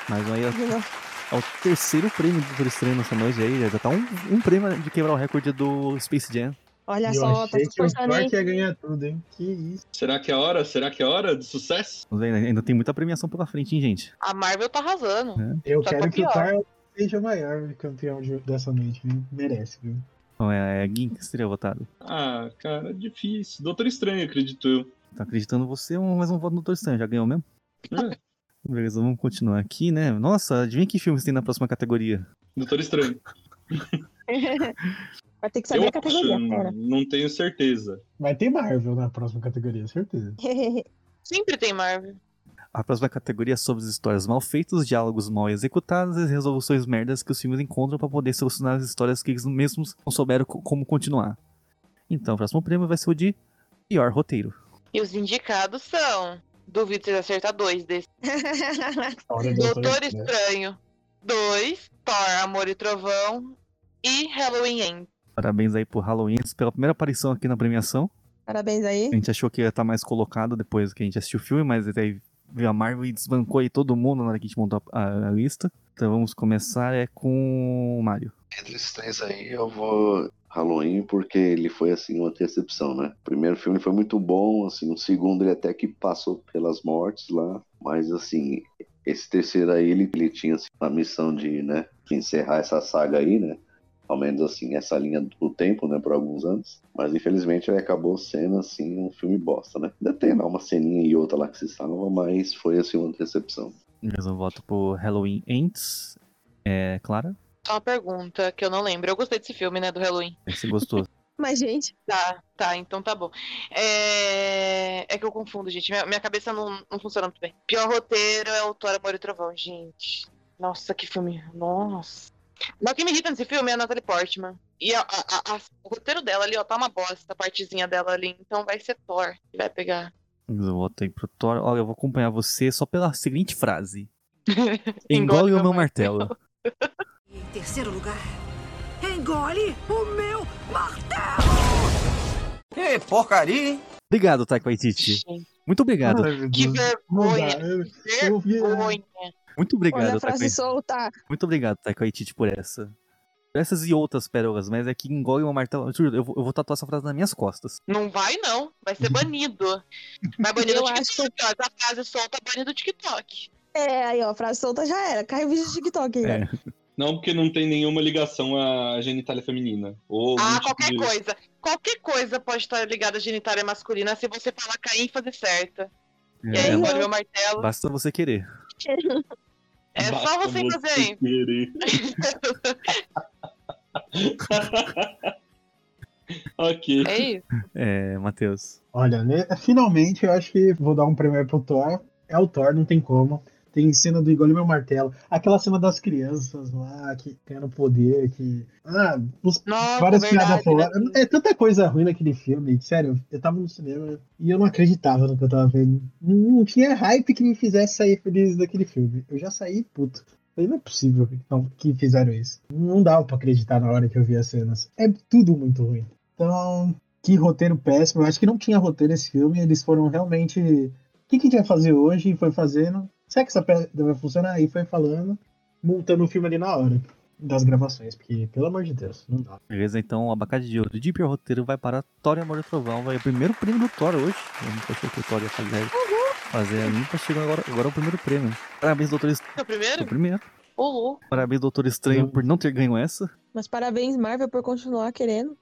[SPEAKER 2] Mas aí
[SPEAKER 1] De novo.
[SPEAKER 2] é o terceiro prêmio do Doutor Estranho nessa noite aí. Já tá um, um prêmio de quebrar o recorde do Space Jam.
[SPEAKER 1] Olha
[SPEAKER 7] E eu
[SPEAKER 1] só, tá
[SPEAKER 7] achei
[SPEAKER 1] se
[SPEAKER 7] que o
[SPEAKER 1] forçando, hein?
[SPEAKER 7] Clark ia ganhar tudo, hein? Que isso.
[SPEAKER 4] Será que é hora? Será que é hora de sucesso?
[SPEAKER 2] Vamos ver, Ainda tem muita premiação pela frente, hein, gente?
[SPEAKER 3] A Marvel tá arrasando.
[SPEAKER 7] Eu
[SPEAKER 3] Só
[SPEAKER 7] quero
[SPEAKER 3] tá
[SPEAKER 7] que o
[SPEAKER 3] pior.
[SPEAKER 7] Clark seja o maior campeão de- dessa noite, viu? Merece, viu?
[SPEAKER 2] Então é, é Gin que seria votado.
[SPEAKER 4] Ah, cara, difícil. Doutor Estranho, acredito eu.
[SPEAKER 2] Tá acreditando você, um- mais um voto no Doutor Estranho. Já ganhou mesmo?
[SPEAKER 4] É.
[SPEAKER 2] Beleza, vamos continuar aqui, né? Nossa, adivinha que filmes tem na próxima categoria?
[SPEAKER 4] Doutor Estranho.
[SPEAKER 1] Vai ter que saber
[SPEAKER 4] eu
[SPEAKER 1] a é categoria,
[SPEAKER 4] acho,
[SPEAKER 1] cara.
[SPEAKER 4] não tenho certeza.
[SPEAKER 7] Vai ter Marvel na próxima categoria, certeza.
[SPEAKER 3] Sempre tem Marvel.
[SPEAKER 2] A próxima categoria é sobre as histórias mal feitas, diálogos mal executados e as resoluções merdas que os filmes encontram pra poder solucionar as histórias que eles mesmos não souberam co- como continuar. Então, o próximo prêmio vai ser o de pior roteiro.
[SPEAKER 3] E os indicados são. Duvido vocês acertar dois desses.
[SPEAKER 7] Hora do
[SPEAKER 3] Doutor
[SPEAKER 7] Estranho.
[SPEAKER 3] Estranho 2, Thor, Amor e Trovão e Halloween End.
[SPEAKER 2] Parabéns aí pro Halloween pela primeira aparição aqui na premiação.
[SPEAKER 1] Parabéns aí.
[SPEAKER 2] A gente achou que ia estar mais colocado depois que a gente assistiu o filme, mas até aí veio a Marvel e desbancou aí todo mundo na hora que a gente montou a, a- a lista. Então vamos começar é com o Mario.
[SPEAKER 5] Entre esses três aí, eu vou Halloween, porque ele foi, assim, uma decepção, né? O primeiro filme foi muito bom, assim, o segundo ele até que passou pelas mortes lá, mas, assim, esse terceiro aí, ele, ele tinha, assim, a missão de, né, encerrar essa saga aí, né? Ao menos, assim, essa linha do tempo, né, por alguns anos. Mas, infelizmente, ele acabou sendo, assim, um filme bosta, né? Ainda tem lá uma ceninha e outra lá que se salva, mas foi, assim, uma decepção.
[SPEAKER 2] Beleza, eu voto pro Halloween Ends. É, Clara,
[SPEAKER 3] Só uma pergunta que eu não lembro. Eu gostei desse filme, né? Do Halloween.
[SPEAKER 2] você gostou?
[SPEAKER 1] Mas, gente,
[SPEAKER 3] Tá, tá, então tá bom. É, é que eu confundo, gente. Minha, minha cabeça não, não funciona muito bem. Pior roteiro é o Thor, Amor e Trovão, gente. Nossa, que filme. Nossa. Mas o que me irrita nesse filme é a Natalie Portman. E a- a- a- a- o roteiro dela ali, ó, tá uma bosta, a partezinha dela ali. Então vai ser Thor que vai pegar.
[SPEAKER 2] eu voto aí pro Thor. Olha, eu vou acompanhar você só pela seguinte frase: Engole o meu martelo.
[SPEAKER 9] Em terceiro lugar, engole o meu martelo!
[SPEAKER 6] Ei, porcaria, hein?
[SPEAKER 2] Obrigado, Taika Waititi.
[SPEAKER 3] Gente,
[SPEAKER 2] Muito obrigado.
[SPEAKER 7] Ai, meu
[SPEAKER 3] Que
[SPEAKER 7] Deus. Não dá,
[SPEAKER 3] vergonha,
[SPEAKER 7] eu-
[SPEAKER 3] que
[SPEAKER 7] eu vi-
[SPEAKER 3] vergonha.
[SPEAKER 2] Muito
[SPEAKER 1] olha
[SPEAKER 2] obrigado, tá
[SPEAKER 1] a
[SPEAKER 2] Taika
[SPEAKER 1] frase
[SPEAKER 2] Waititi.
[SPEAKER 1] solta.
[SPEAKER 2] Muito obrigado, Taika Waititi, por essa. Por essas e outras pérolas, mas é que engole o martelo. Eu Juro, eu vou, eu vou tatuar essa frase nas minhas costas.
[SPEAKER 3] Não vai, não. Vai ser banido. Vai banir
[SPEAKER 1] Eu
[SPEAKER 3] do
[SPEAKER 1] acho
[SPEAKER 3] TikTok. ó. Essa frase solta banir do TikTok.
[SPEAKER 1] É, aí, ó, frase solta já era. Caiu o vídeo de TikTok aí, ó.
[SPEAKER 2] É.
[SPEAKER 4] Não, porque não tem nenhuma ligação à genitália feminina. Ou algum
[SPEAKER 3] Ah,
[SPEAKER 4] tipo
[SPEAKER 3] qualquer
[SPEAKER 4] de-
[SPEAKER 3] coisa. Qualquer coisa pode estar ligada à genitália masculina se você falar com a ênfase certa. E aí, né?
[SPEAKER 2] É,
[SPEAKER 1] Uhum.
[SPEAKER 3] agora meu martelo.
[SPEAKER 2] basta você querer.
[SPEAKER 3] É só
[SPEAKER 4] Basta
[SPEAKER 3] você fazer aí.
[SPEAKER 4] querer. ok.
[SPEAKER 3] É isso.
[SPEAKER 2] É, Matheus.
[SPEAKER 7] Olha, né, finalmente eu acho que vou dar um primeiro pro Thor. É o Thor, não tem como. Tem cena do Engole Meu Martelo. Aquela cena das crianças lá, que ganhando poder, que. Ah, os-
[SPEAKER 3] Nossa,
[SPEAKER 7] várias
[SPEAKER 3] verdade,
[SPEAKER 7] piadas fora.
[SPEAKER 3] né?
[SPEAKER 7] É tanta coisa ruim naquele filme. Sério, eu tava no cinema e eu não acreditava no que eu tava vendo. Não, não tinha hype que me fizesse sair feliz daquele filme. Eu já saí puto. Falei, não é possível que- que fizeram isso. Não dava pra acreditar na hora que eu vi as cenas. É tudo muito ruim. Então, que roteiro péssimo. Eu acho que não tinha roteiro esse filme. Eles foram realmente. O que, que a gente vai fazer hoje? E foi fazendo. Será que essa pedra vai funcionar? E foi falando, montando o filme ali na hora das gravações. Porque, pelo amor de Deus, não dá.
[SPEAKER 2] Beleza, então o abacate de ouro de pior roteiro vai para Thor e Amor e Trovão. Vai o primeiro prêmio do Thor hoje. Eu nunca achei que o Thor ia fazer. Fazer a limpa, chegou agora, agora é o primeiro prêmio. Parabéns, doutor Estranho.
[SPEAKER 3] O primeiro?
[SPEAKER 2] O primeiro.
[SPEAKER 3] O Lu.
[SPEAKER 2] Parabéns, doutor Estranho, por não ter ganho essa.
[SPEAKER 1] Mas parabéns, Marvel, por continuar querendo.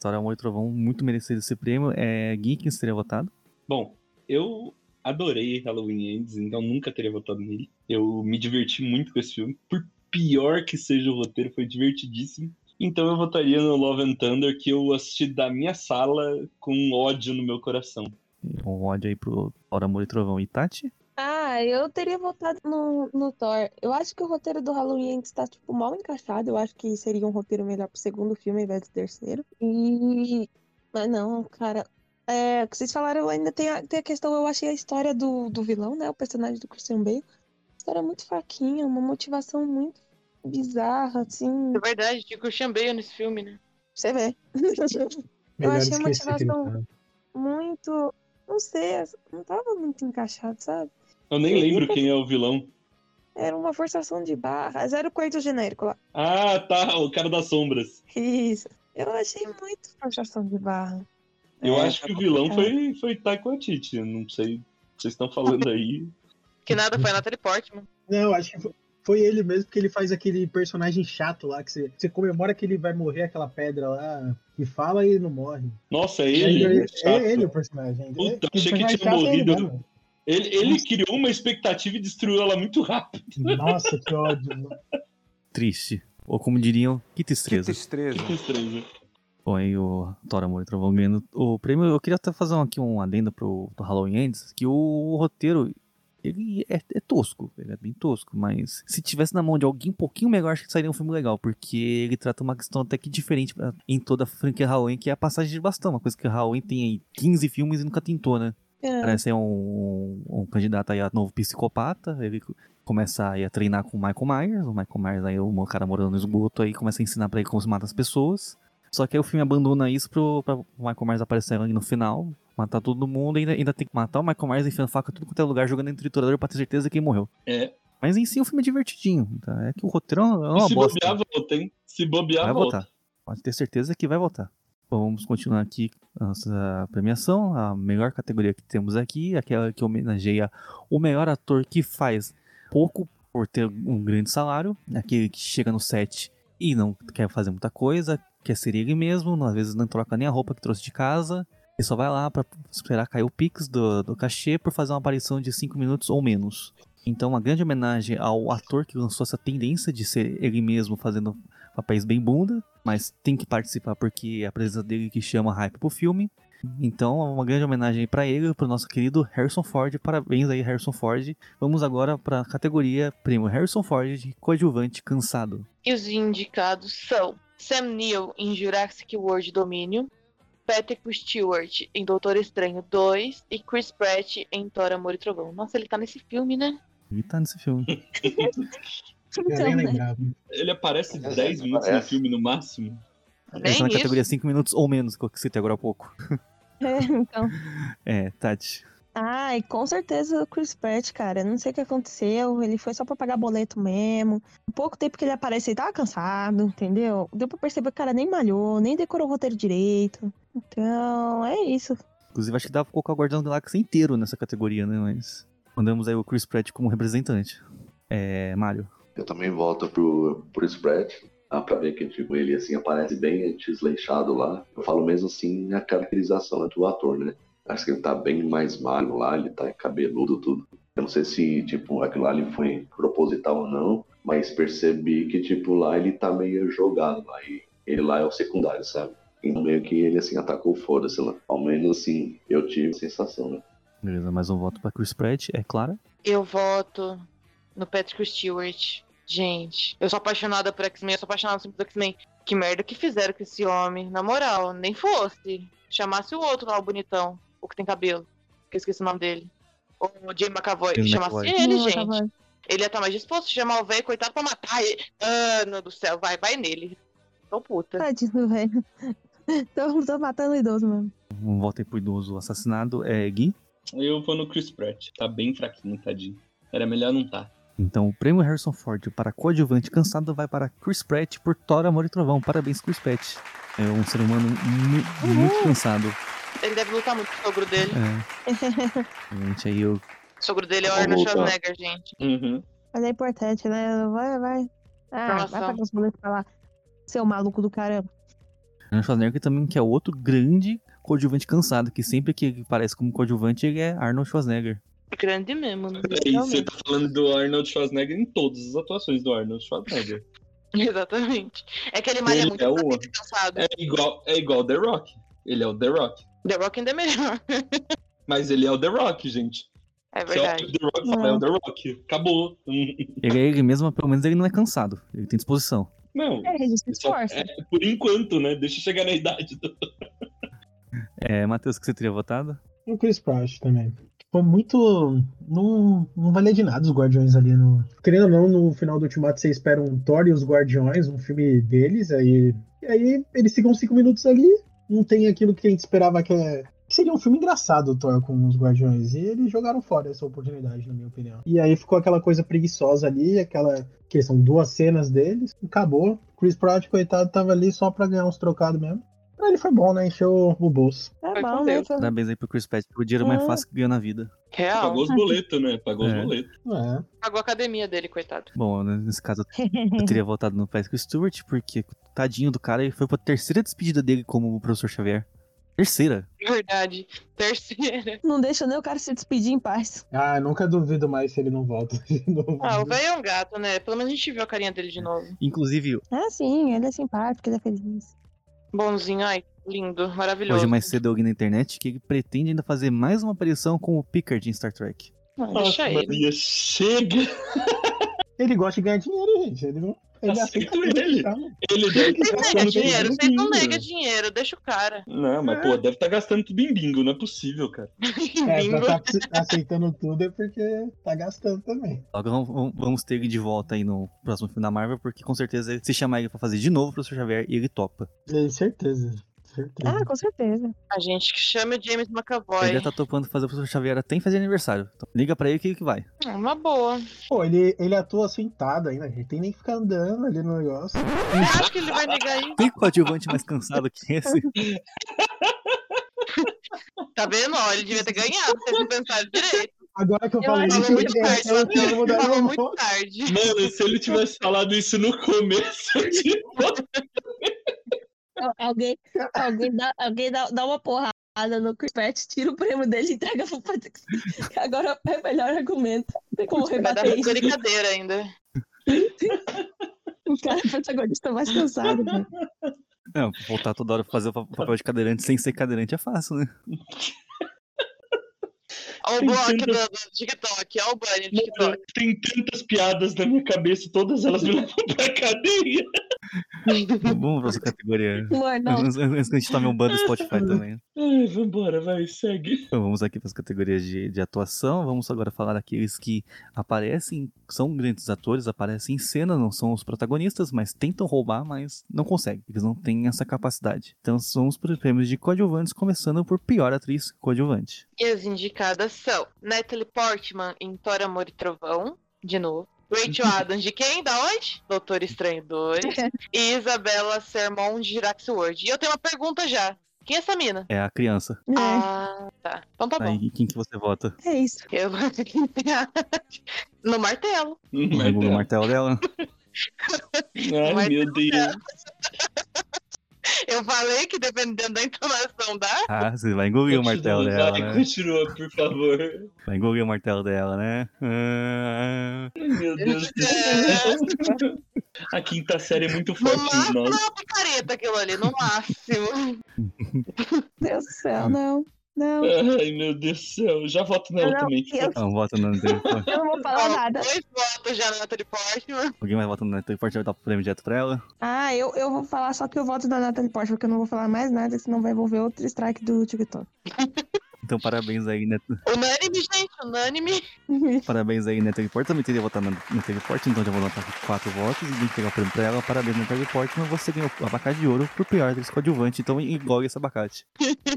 [SPEAKER 2] Thor, Amor e Trovão, muito merecido esse prêmio. É Gui quem seria votado.
[SPEAKER 4] Bom, eu adorei Halloween Ends, então nunca teria votado nele. Eu me diverti muito com esse filme. Por pior que seja o roteiro, foi divertidíssimo. Então eu votaria no Love and Thunder, que eu assisti da minha sala com ódio no meu coração.
[SPEAKER 2] Um ódio aí pro Thor, Amor e Trovão e Tati.
[SPEAKER 1] Ah, eu teria votado no, no Thor. Eu acho que o roteiro do Halloween ainda está, tipo, mal encaixado. Eu acho que seria um roteiro melhor pro segundo filme ao invés do terceiro. E... Mas não, cara... É, o que vocês falaram, ainda tem a, tem a questão... Eu achei a história do, do vilão, né? O personagem do Christian Bale. História muito fraquinha, uma motivação muito bizarra, assim...
[SPEAKER 3] É verdade, tinha Christian Bale nesse filme, né?
[SPEAKER 1] Você vê.
[SPEAKER 7] Melhor
[SPEAKER 1] achei a
[SPEAKER 7] esquecer que ele
[SPEAKER 1] motivação-
[SPEAKER 7] tá.
[SPEAKER 1] Muito... Não sei, não tava muito encaixado, sabe?
[SPEAKER 4] Eu nem
[SPEAKER 1] Eu
[SPEAKER 4] lembro
[SPEAKER 1] nunca-
[SPEAKER 4] quem é o vilão.
[SPEAKER 1] Era uma forçação de barra. Era o quarto genérico lá.
[SPEAKER 4] Ah, tá, o cara das sombras.
[SPEAKER 1] Isso. Eu achei muito forçação de barra.
[SPEAKER 4] Eu
[SPEAKER 1] É,
[SPEAKER 4] acho que o vilão foi, foi Taiko Atiti. Não sei. Vocês estão falando aí.
[SPEAKER 3] Que nada foi Natalie Portman.
[SPEAKER 7] Não, acho que fo- foi ele mesmo, porque ele faz aquele personagem chato lá, que você, você comemora que ele vai morrer aquela pedra lá, e fala e não morre.
[SPEAKER 4] Nossa,
[SPEAKER 7] É
[SPEAKER 4] ele.
[SPEAKER 7] ele, é
[SPEAKER 4] chato.
[SPEAKER 7] ele o personagem.
[SPEAKER 4] Puta,
[SPEAKER 7] Ele-
[SPEAKER 4] achei que
[SPEAKER 7] personagem
[SPEAKER 4] tinha
[SPEAKER 7] chato é ele
[SPEAKER 4] morrido.
[SPEAKER 7] mesmo.
[SPEAKER 4] Ele, ele criou uma expectativa e destruiu ela muito rápido.
[SPEAKER 7] Nossa, que ódio.
[SPEAKER 2] Triste. Ou como diriam, que
[SPEAKER 10] Que
[SPEAKER 2] tristeza.
[SPEAKER 10] tristeza.
[SPEAKER 4] Que estranho.
[SPEAKER 2] Bom, aí o Tora Amor e Trovão ganhando o prêmio. Eu queria até fazer um- aqui um adendo pro, pro Halloween Ends, que o roteiro, ele é, é tosco, ele é bem tosco, mas se tivesse na mão de alguém um pouquinho melhor, acho que sairia um filme legal, porque ele trata uma questão até que diferente pra- em toda a franquia Halloween, que é a passagem de bastão, uma coisa que o Halloween tem aí 15 filmes e nunca tentou, né?
[SPEAKER 1] É,
[SPEAKER 2] Parece ser um, um candidato aí a novo psicopata. Ele co- começa aí a treinar com o Michael Myers. O Michael Myers aí é um cara morando no esgoto aí, começa a ensinar pra ele como se mata as pessoas. Só que aí o filme abandona isso pro, pra o Michael Myers aparecer ali no final, matar todo mundo e ainda, ainda tem que matar o Michael Myers enfiando faca em tudo quanto é lugar, jogando em triturador pra ter certeza de quem morreu.
[SPEAKER 4] É.
[SPEAKER 2] Mas em si o filme é divertidinho. tá? É que o roteiro é uma é
[SPEAKER 4] E
[SPEAKER 2] uma
[SPEAKER 4] se
[SPEAKER 2] bosta.
[SPEAKER 4] bobear, volta, hein? Se bobear,
[SPEAKER 2] Vai
[SPEAKER 4] volta.
[SPEAKER 2] voltar. Pode ter certeza que vai voltar. Bom, vamos continuar aqui a nossa premiação. A melhor categoria que temos aqui, aquela que homenageia o melhor ator que faz pouco por ter um grande salário, aquele que chega no set e não quer fazer muita coisa, quer ser ele mesmo, às vezes não troca nem a roupa que trouxe de casa, e só vai lá pra esperar cair o pix do, do cachê por fazer uma aparição de 5 minutos ou menos. Então, uma grande homenagem ao ator que lançou essa tendência de ser ele mesmo fazendo papéis bem bunda, mas tem que participar porque é a presença dele que chama hype pro filme. Então, é uma grande homenagem aí pra ele, pro nosso querido Harrison Ford. Parabéns aí, Harrison Ford. Vamos agora pra categoria Prêmio Harrison Ford de coadjuvante cansado.
[SPEAKER 3] E os indicados são Sam Neill em Jurassic World Domínio, Patrick Stewart em Doutor Estranho 2 e Chris Pratt em Thor, Amor e Trovão. Nossa, ele tá nesse filme, né?
[SPEAKER 2] Ele tá nesse filme.
[SPEAKER 7] Eu nem
[SPEAKER 1] então, né?
[SPEAKER 7] lembrava.
[SPEAKER 4] Ele aparece
[SPEAKER 5] Parece,
[SPEAKER 4] 10 minutos no
[SPEAKER 5] parece.
[SPEAKER 4] filme no máximo.
[SPEAKER 2] Ele tá na categoria 5 minutos ou menos, que eu citei agora há pouco.
[SPEAKER 1] É, então.
[SPEAKER 2] É, Tati.
[SPEAKER 1] Ah, e com certeza o Chris Pratt, cara. eu Não sei o que aconteceu. Ele foi só pra pagar boleto mesmo. Um pouco tempo que ele aparece, ele tava cansado, entendeu? Deu pra perceber que o cara nem malhou, nem decorou o roteiro direito. Então, é isso.
[SPEAKER 2] Inclusive, acho que dá pra colocar o Guardião da Galáxia inteiro nessa categoria, né? Mas mandamos aí o Chris Pratt como representante. É, Mário.
[SPEAKER 5] Eu também volto pro, pro Spread. Dá pra ver que tipo, ele assim aparece bem desleixado lá. Eu falo mesmo assim a caracterização do ator, né? Acho que ele tá bem mais magro lá, ele tá cabeludo tudo. Eu não sei se, tipo, aquilo lá ele foi proposital ou não, mas percebi que, tipo, lá ele tá meio jogado lá. E ele lá é o secundário, sabe? Então meio que ele assim atacou foda-se lá. Ao menos assim, eu tive a sensação, né?
[SPEAKER 2] Beleza, mais um voto pra Chris Pratt, é Clara.
[SPEAKER 3] Eu voto no Patrick Stewart. Gente, eu sou apaixonada por X-Men, eu sou apaixonada por filmes do X-Men. Que merda que fizeram com esse homem, na moral, nem fosse. Chamasse o outro lá, o bonitão, o que tem cabelo, que eu esqueci o nome dele. Ou o Jay McAvoy,
[SPEAKER 2] Jay
[SPEAKER 3] chamasse
[SPEAKER 2] McAvoy.
[SPEAKER 3] ele,
[SPEAKER 1] Não,
[SPEAKER 3] gente.
[SPEAKER 1] tava-
[SPEAKER 3] Ele ia estar mais disposto a chamar o velho, coitado, pra matar ele. Mano do céu, vai, vai nele. Tô puta.
[SPEAKER 1] Tadinho do velho. Tô, tô matando o idoso, mano.
[SPEAKER 2] Um voto aí pro idoso assassinado, é Gui.
[SPEAKER 4] Eu vou no Chris Pratt. Tá bem fraquinho, tadinho. Era melhor não tá.
[SPEAKER 2] Então o prêmio Harrison Ford para coadjuvante cansado vai para Chris Pratt por Thor, Amor e Trovão. Parabéns, Chris Pratt. É um ser humano mu- muito cansado.
[SPEAKER 3] Ele deve lutar muito com o sogro dele.
[SPEAKER 2] É. Gente, aí eu...
[SPEAKER 3] O sogro dele é o
[SPEAKER 5] Vamos
[SPEAKER 3] Arnold
[SPEAKER 5] lutar.
[SPEAKER 3] Schwarzenegger, gente.
[SPEAKER 4] Uhum.
[SPEAKER 1] Mas é importante, né? Vai, vai. Ah,
[SPEAKER 3] Informação.
[SPEAKER 1] vai pagar os boletos pra lá. Seu maluco do caramba.
[SPEAKER 2] Arnold Schwarzenegger também, que é outro grande coadjuvante cansado, que sempre que ele aparece como coadjuvante, ele é Arnold Schwarzenegger.
[SPEAKER 3] Grande mesmo, né?
[SPEAKER 4] E você tá falando do Arnold Schwarzenegger em todas as atuações do Arnold Schwarzenegger.
[SPEAKER 3] Exatamente. É que ele malha
[SPEAKER 4] Ele
[SPEAKER 3] muito,
[SPEAKER 4] é
[SPEAKER 3] ele tá
[SPEAKER 4] o-
[SPEAKER 3] sempre cansado.
[SPEAKER 4] É igual, é igual The Rock. Ele é o The Rock.
[SPEAKER 3] The Rock ainda é melhor.
[SPEAKER 4] Mas ele é o The Rock, gente.
[SPEAKER 3] É
[SPEAKER 4] Você olha o
[SPEAKER 3] verdade.
[SPEAKER 4] The Rock e fala, é o The Rock. Acabou. Hum.
[SPEAKER 2] Ele é ele mesmo, mas pelo menos ele não é cansado. Ele tem disposição.
[SPEAKER 4] Não.
[SPEAKER 1] É, ele se
[SPEAKER 4] só-
[SPEAKER 1] esforça.
[SPEAKER 4] é por enquanto, né? Deixa eu chegar na idade. do-
[SPEAKER 2] É, Matheus, o que você teria votado?
[SPEAKER 7] E o Chris Pratt também. Foi muito. Não, não valia de nada os Guardiões ali no. Querendo ou não, no final do Ultimato você espera um Thor e os Guardiões, um filme deles, aí. E aí eles ficam cinco minutos ali, não tem aquilo que a gente esperava que é Seria um filme engraçado o Thor com os Guardiões. E eles jogaram fora essa oportunidade, na minha opinião. E aí ficou aquela coisa preguiçosa ali, aquela. que são duas cenas deles. Acabou. Chris Pratt, coitado, tava ali só pra ganhar uns trocados mesmo. Pra ele foi bom, né? Encheu o bolso.
[SPEAKER 1] Tá
[SPEAKER 3] Vai com
[SPEAKER 1] bom, né?
[SPEAKER 3] Deus.
[SPEAKER 1] Foi-
[SPEAKER 2] Parabéns aí pro Chris Pratt, porque o dinheiro mais
[SPEAKER 1] É.
[SPEAKER 2] fácil que ganhou na vida.
[SPEAKER 3] Real.
[SPEAKER 4] Pagou os boletos, né?
[SPEAKER 2] É.
[SPEAKER 4] Pagou os boletos.
[SPEAKER 7] É.
[SPEAKER 3] Pagou a academia dele, coitado.
[SPEAKER 2] Bom, né, nesse caso eu teria votado no Patrick Stewart, porque tadinho do cara, ele foi pra terceira despedida dele como o professor Xavier. Terceira.
[SPEAKER 3] Verdade. Terceira.
[SPEAKER 1] Não deixa nem o cara se despedir em paz.
[SPEAKER 7] Ah, eu nunca duvido mais se ele não volta de novo.
[SPEAKER 3] Ah, o velho é um gato, né? Pelo menos a gente viu a carinha dele de novo.
[SPEAKER 2] Inclusive,
[SPEAKER 1] Ah, sim, ele é simpático, ele é feliz.
[SPEAKER 3] Bonzinho, ai, lindo, maravilhoso.
[SPEAKER 2] hoje é mais cedo alguém na internet que ele pretende ainda fazer mais uma aparição com o Pickard em Star Trek.
[SPEAKER 3] Não, deixa
[SPEAKER 4] Nossa,
[SPEAKER 3] ele.
[SPEAKER 4] Maria, chega!
[SPEAKER 7] Ele gosta de ganhar dinheiro, gente. Ele, não- ele aceita
[SPEAKER 4] Aceito ele.
[SPEAKER 7] Cara.
[SPEAKER 4] Ele deve
[SPEAKER 7] Ele
[SPEAKER 4] tá
[SPEAKER 7] nega
[SPEAKER 3] Nega
[SPEAKER 4] gastando tudo
[SPEAKER 3] dinheiro,
[SPEAKER 4] em
[SPEAKER 3] vocês não
[SPEAKER 4] bingo.
[SPEAKER 3] nega dinheiro, deixa o cara.
[SPEAKER 4] Não, mas pô, deve estar gastando tudo em bingo, não é possível, cara.
[SPEAKER 7] É,
[SPEAKER 3] Bingo.
[SPEAKER 7] pra tá aceitando tudo é porque tá gastando também.
[SPEAKER 2] Logo vamos- vamos ter ele de volta aí no próximo filme da Marvel, porque com certeza se chamar ele pra fazer de novo o professor Xavier, ele topa.
[SPEAKER 7] É, certeza. Certeza.
[SPEAKER 1] Ah, com certeza.
[SPEAKER 3] A gente que chama o James
[SPEAKER 2] Ele
[SPEAKER 3] McAvoy.
[SPEAKER 2] já tá topando fazer o professor Xavier até em fazer aniversário. Então, liga pra ele que ele que vai.
[SPEAKER 3] Hum, Uma boa.
[SPEAKER 7] Pô, ele, ele atua sentado ainda, gente. Tem nem que ficar andando ali no negócio.
[SPEAKER 3] Eu acho que ele vai ligar aí.
[SPEAKER 2] Tem coadjuvante mais cansado que esse?
[SPEAKER 3] Tá vendo? Ó, ele devia ter ganhado, vocês não pensaram direito.
[SPEAKER 7] Agora que eu,
[SPEAKER 1] Eu
[SPEAKER 7] falei
[SPEAKER 1] acho
[SPEAKER 7] isso,
[SPEAKER 3] Falou muito
[SPEAKER 7] eu,
[SPEAKER 3] tarde,
[SPEAKER 7] eu quero
[SPEAKER 3] Matheus.
[SPEAKER 7] mudar
[SPEAKER 3] Falou
[SPEAKER 7] meu
[SPEAKER 3] muito
[SPEAKER 7] voto.
[SPEAKER 3] tarde.
[SPEAKER 4] Mano, se ele tivesse falado isso no começo, eu tinha votado.
[SPEAKER 1] Alguém, alguém, dá, alguém dá, dá uma porrada no Chris Pratt, tira o prêmio dele e entrega pro Patrick. Stewart. Agora é o melhor argumento. Não Tem como
[SPEAKER 3] Vai dar
[SPEAKER 1] rebater isso.
[SPEAKER 3] brincadeira ainda.
[SPEAKER 1] O cara é protagonista mais cansado. né?
[SPEAKER 2] Não, voltar toda hora pra fazer o pa- papel de cadeirante sem ser cadeirante é fácil, né?
[SPEAKER 3] Olha o
[SPEAKER 4] Tem
[SPEAKER 3] bloco
[SPEAKER 4] tanta-
[SPEAKER 3] do, do TikTok, olha o banner do TikTok.
[SPEAKER 4] Mano, tem tantas piadas na minha cabeça, todas elas me levam pra cadeia.
[SPEAKER 2] Então, Vamos pra essa categoria.
[SPEAKER 1] Luan, não.
[SPEAKER 2] Antes antes que a gente tome um ban do Spotify também.
[SPEAKER 4] Ai, vambora, vai, segue.
[SPEAKER 2] Então vamos aqui para as categorias de, de atuação. Vamos agora falar daqueles que aparecem, são grandes atores, aparecem em cena, não são os protagonistas, mas tentam roubar, mas não conseguem. Eles não têm essa capacidade. Então são os prêmios de coadjuvantes, começando por pior atriz coadjuvante.
[SPEAKER 3] E as indicadas são Natalie Portman em Thor, Amor e Trovão, de novo. Rachel Adams de quem? Da onde? Doutor Estranho 2. E Isabela Sermon de Jurax World. E eu tenho uma pergunta já. Quem é essa mina?
[SPEAKER 2] É a criança.
[SPEAKER 1] É,
[SPEAKER 3] Ah, tá. Então tá bom.
[SPEAKER 2] Aí quem que você vota?
[SPEAKER 1] é isso.
[SPEAKER 3] Eu vou no martelo.
[SPEAKER 4] Não é
[SPEAKER 2] O
[SPEAKER 4] dela.
[SPEAKER 2] martelo dela?
[SPEAKER 4] Ai,
[SPEAKER 3] Mas
[SPEAKER 4] meu Deus.
[SPEAKER 3] Eu falei que dependendo da entonação da.
[SPEAKER 2] Ah, você vai engolir o martelo
[SPEAKER 4] Continua,
[SPEAKER 2] dela,
[SPEAKER 4] vai,
[SPEAKER 2] né?
[SPEAKER 4] Continua, por favor.
[SPEAKER 2] Vai engolir o martelo dela, né? Ah,
[SPEAKER 4] Ai, Meu Deus do céu.
[SPEAKER 3] É.
[SPEAKER 4] A quinta série é muito
[SPEAKER 3] No
[SPEAKER 4] forte em
[SPEAKER 3] máximo é
[SPEAKER 4] nós.
[SPEAKER 3] uma picareta aquilo ali, no máximo.
[SPEAKER 1] Deus do
[SPEAKER 2] Hum.
[SPEAKER 1] céu, não. Não.
[SPEAKER 4] Ai, meu Deus do céu. Já voto nela
[SPEAKER 1] Não,
[SPEAKER 4] também.
[SPEAKER 1] eu-
[SPEAKER 2] Não, Então, vota no Natalie Portman.
[SPEAKER 1] Eu não vou falar nada.
[SPEAKER 3] Dois votos já na Natalie Portman.
[SPEAKER 2] Alguém vai votar no Natalie Portman, vai dar o prêmio direto pra ela?
[SPEAKER 1] Ah, eu, eu vou falar só que eu voto na Natalie Portman, porque eu não vou falar mais nada, senão vai envolver outro strike do TikTok.
[SPEAKER 2] Então parabéns aí, Nat
[SPEAKER 3] Unânime, gente, unânime.
[SPEAKER 2] Parabéns aí, Natalie Portman. Também teria votado na Natalie Portman, então já vou anotar aqui quatro votos e vim pegar o prêmio pra ela. Parabéns, Natalie Portman. Você ganhou o abacate de ouro por pior atriz coadjuvante, então igual esse abacate.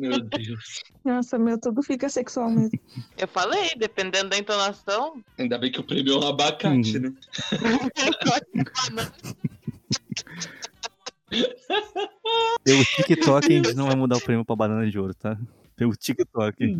[SPEAKER 4] Meu Deus.
[SPEAKER 1] Nossa, meu, tudo fica sexual mesmo.
[SPEAKER 3] Eu falei, dependendo da entonação.
[SPEAKER 4] Ainda bem que o prêmio é um abacate,
[SPEAKER 2] Hum.
[SPEAKER 4] né?
[SPEAKER 2] Pelo TikTok, a gente não vai mudar o prêmio pra banana de ouro, tá? Pelo TikTok.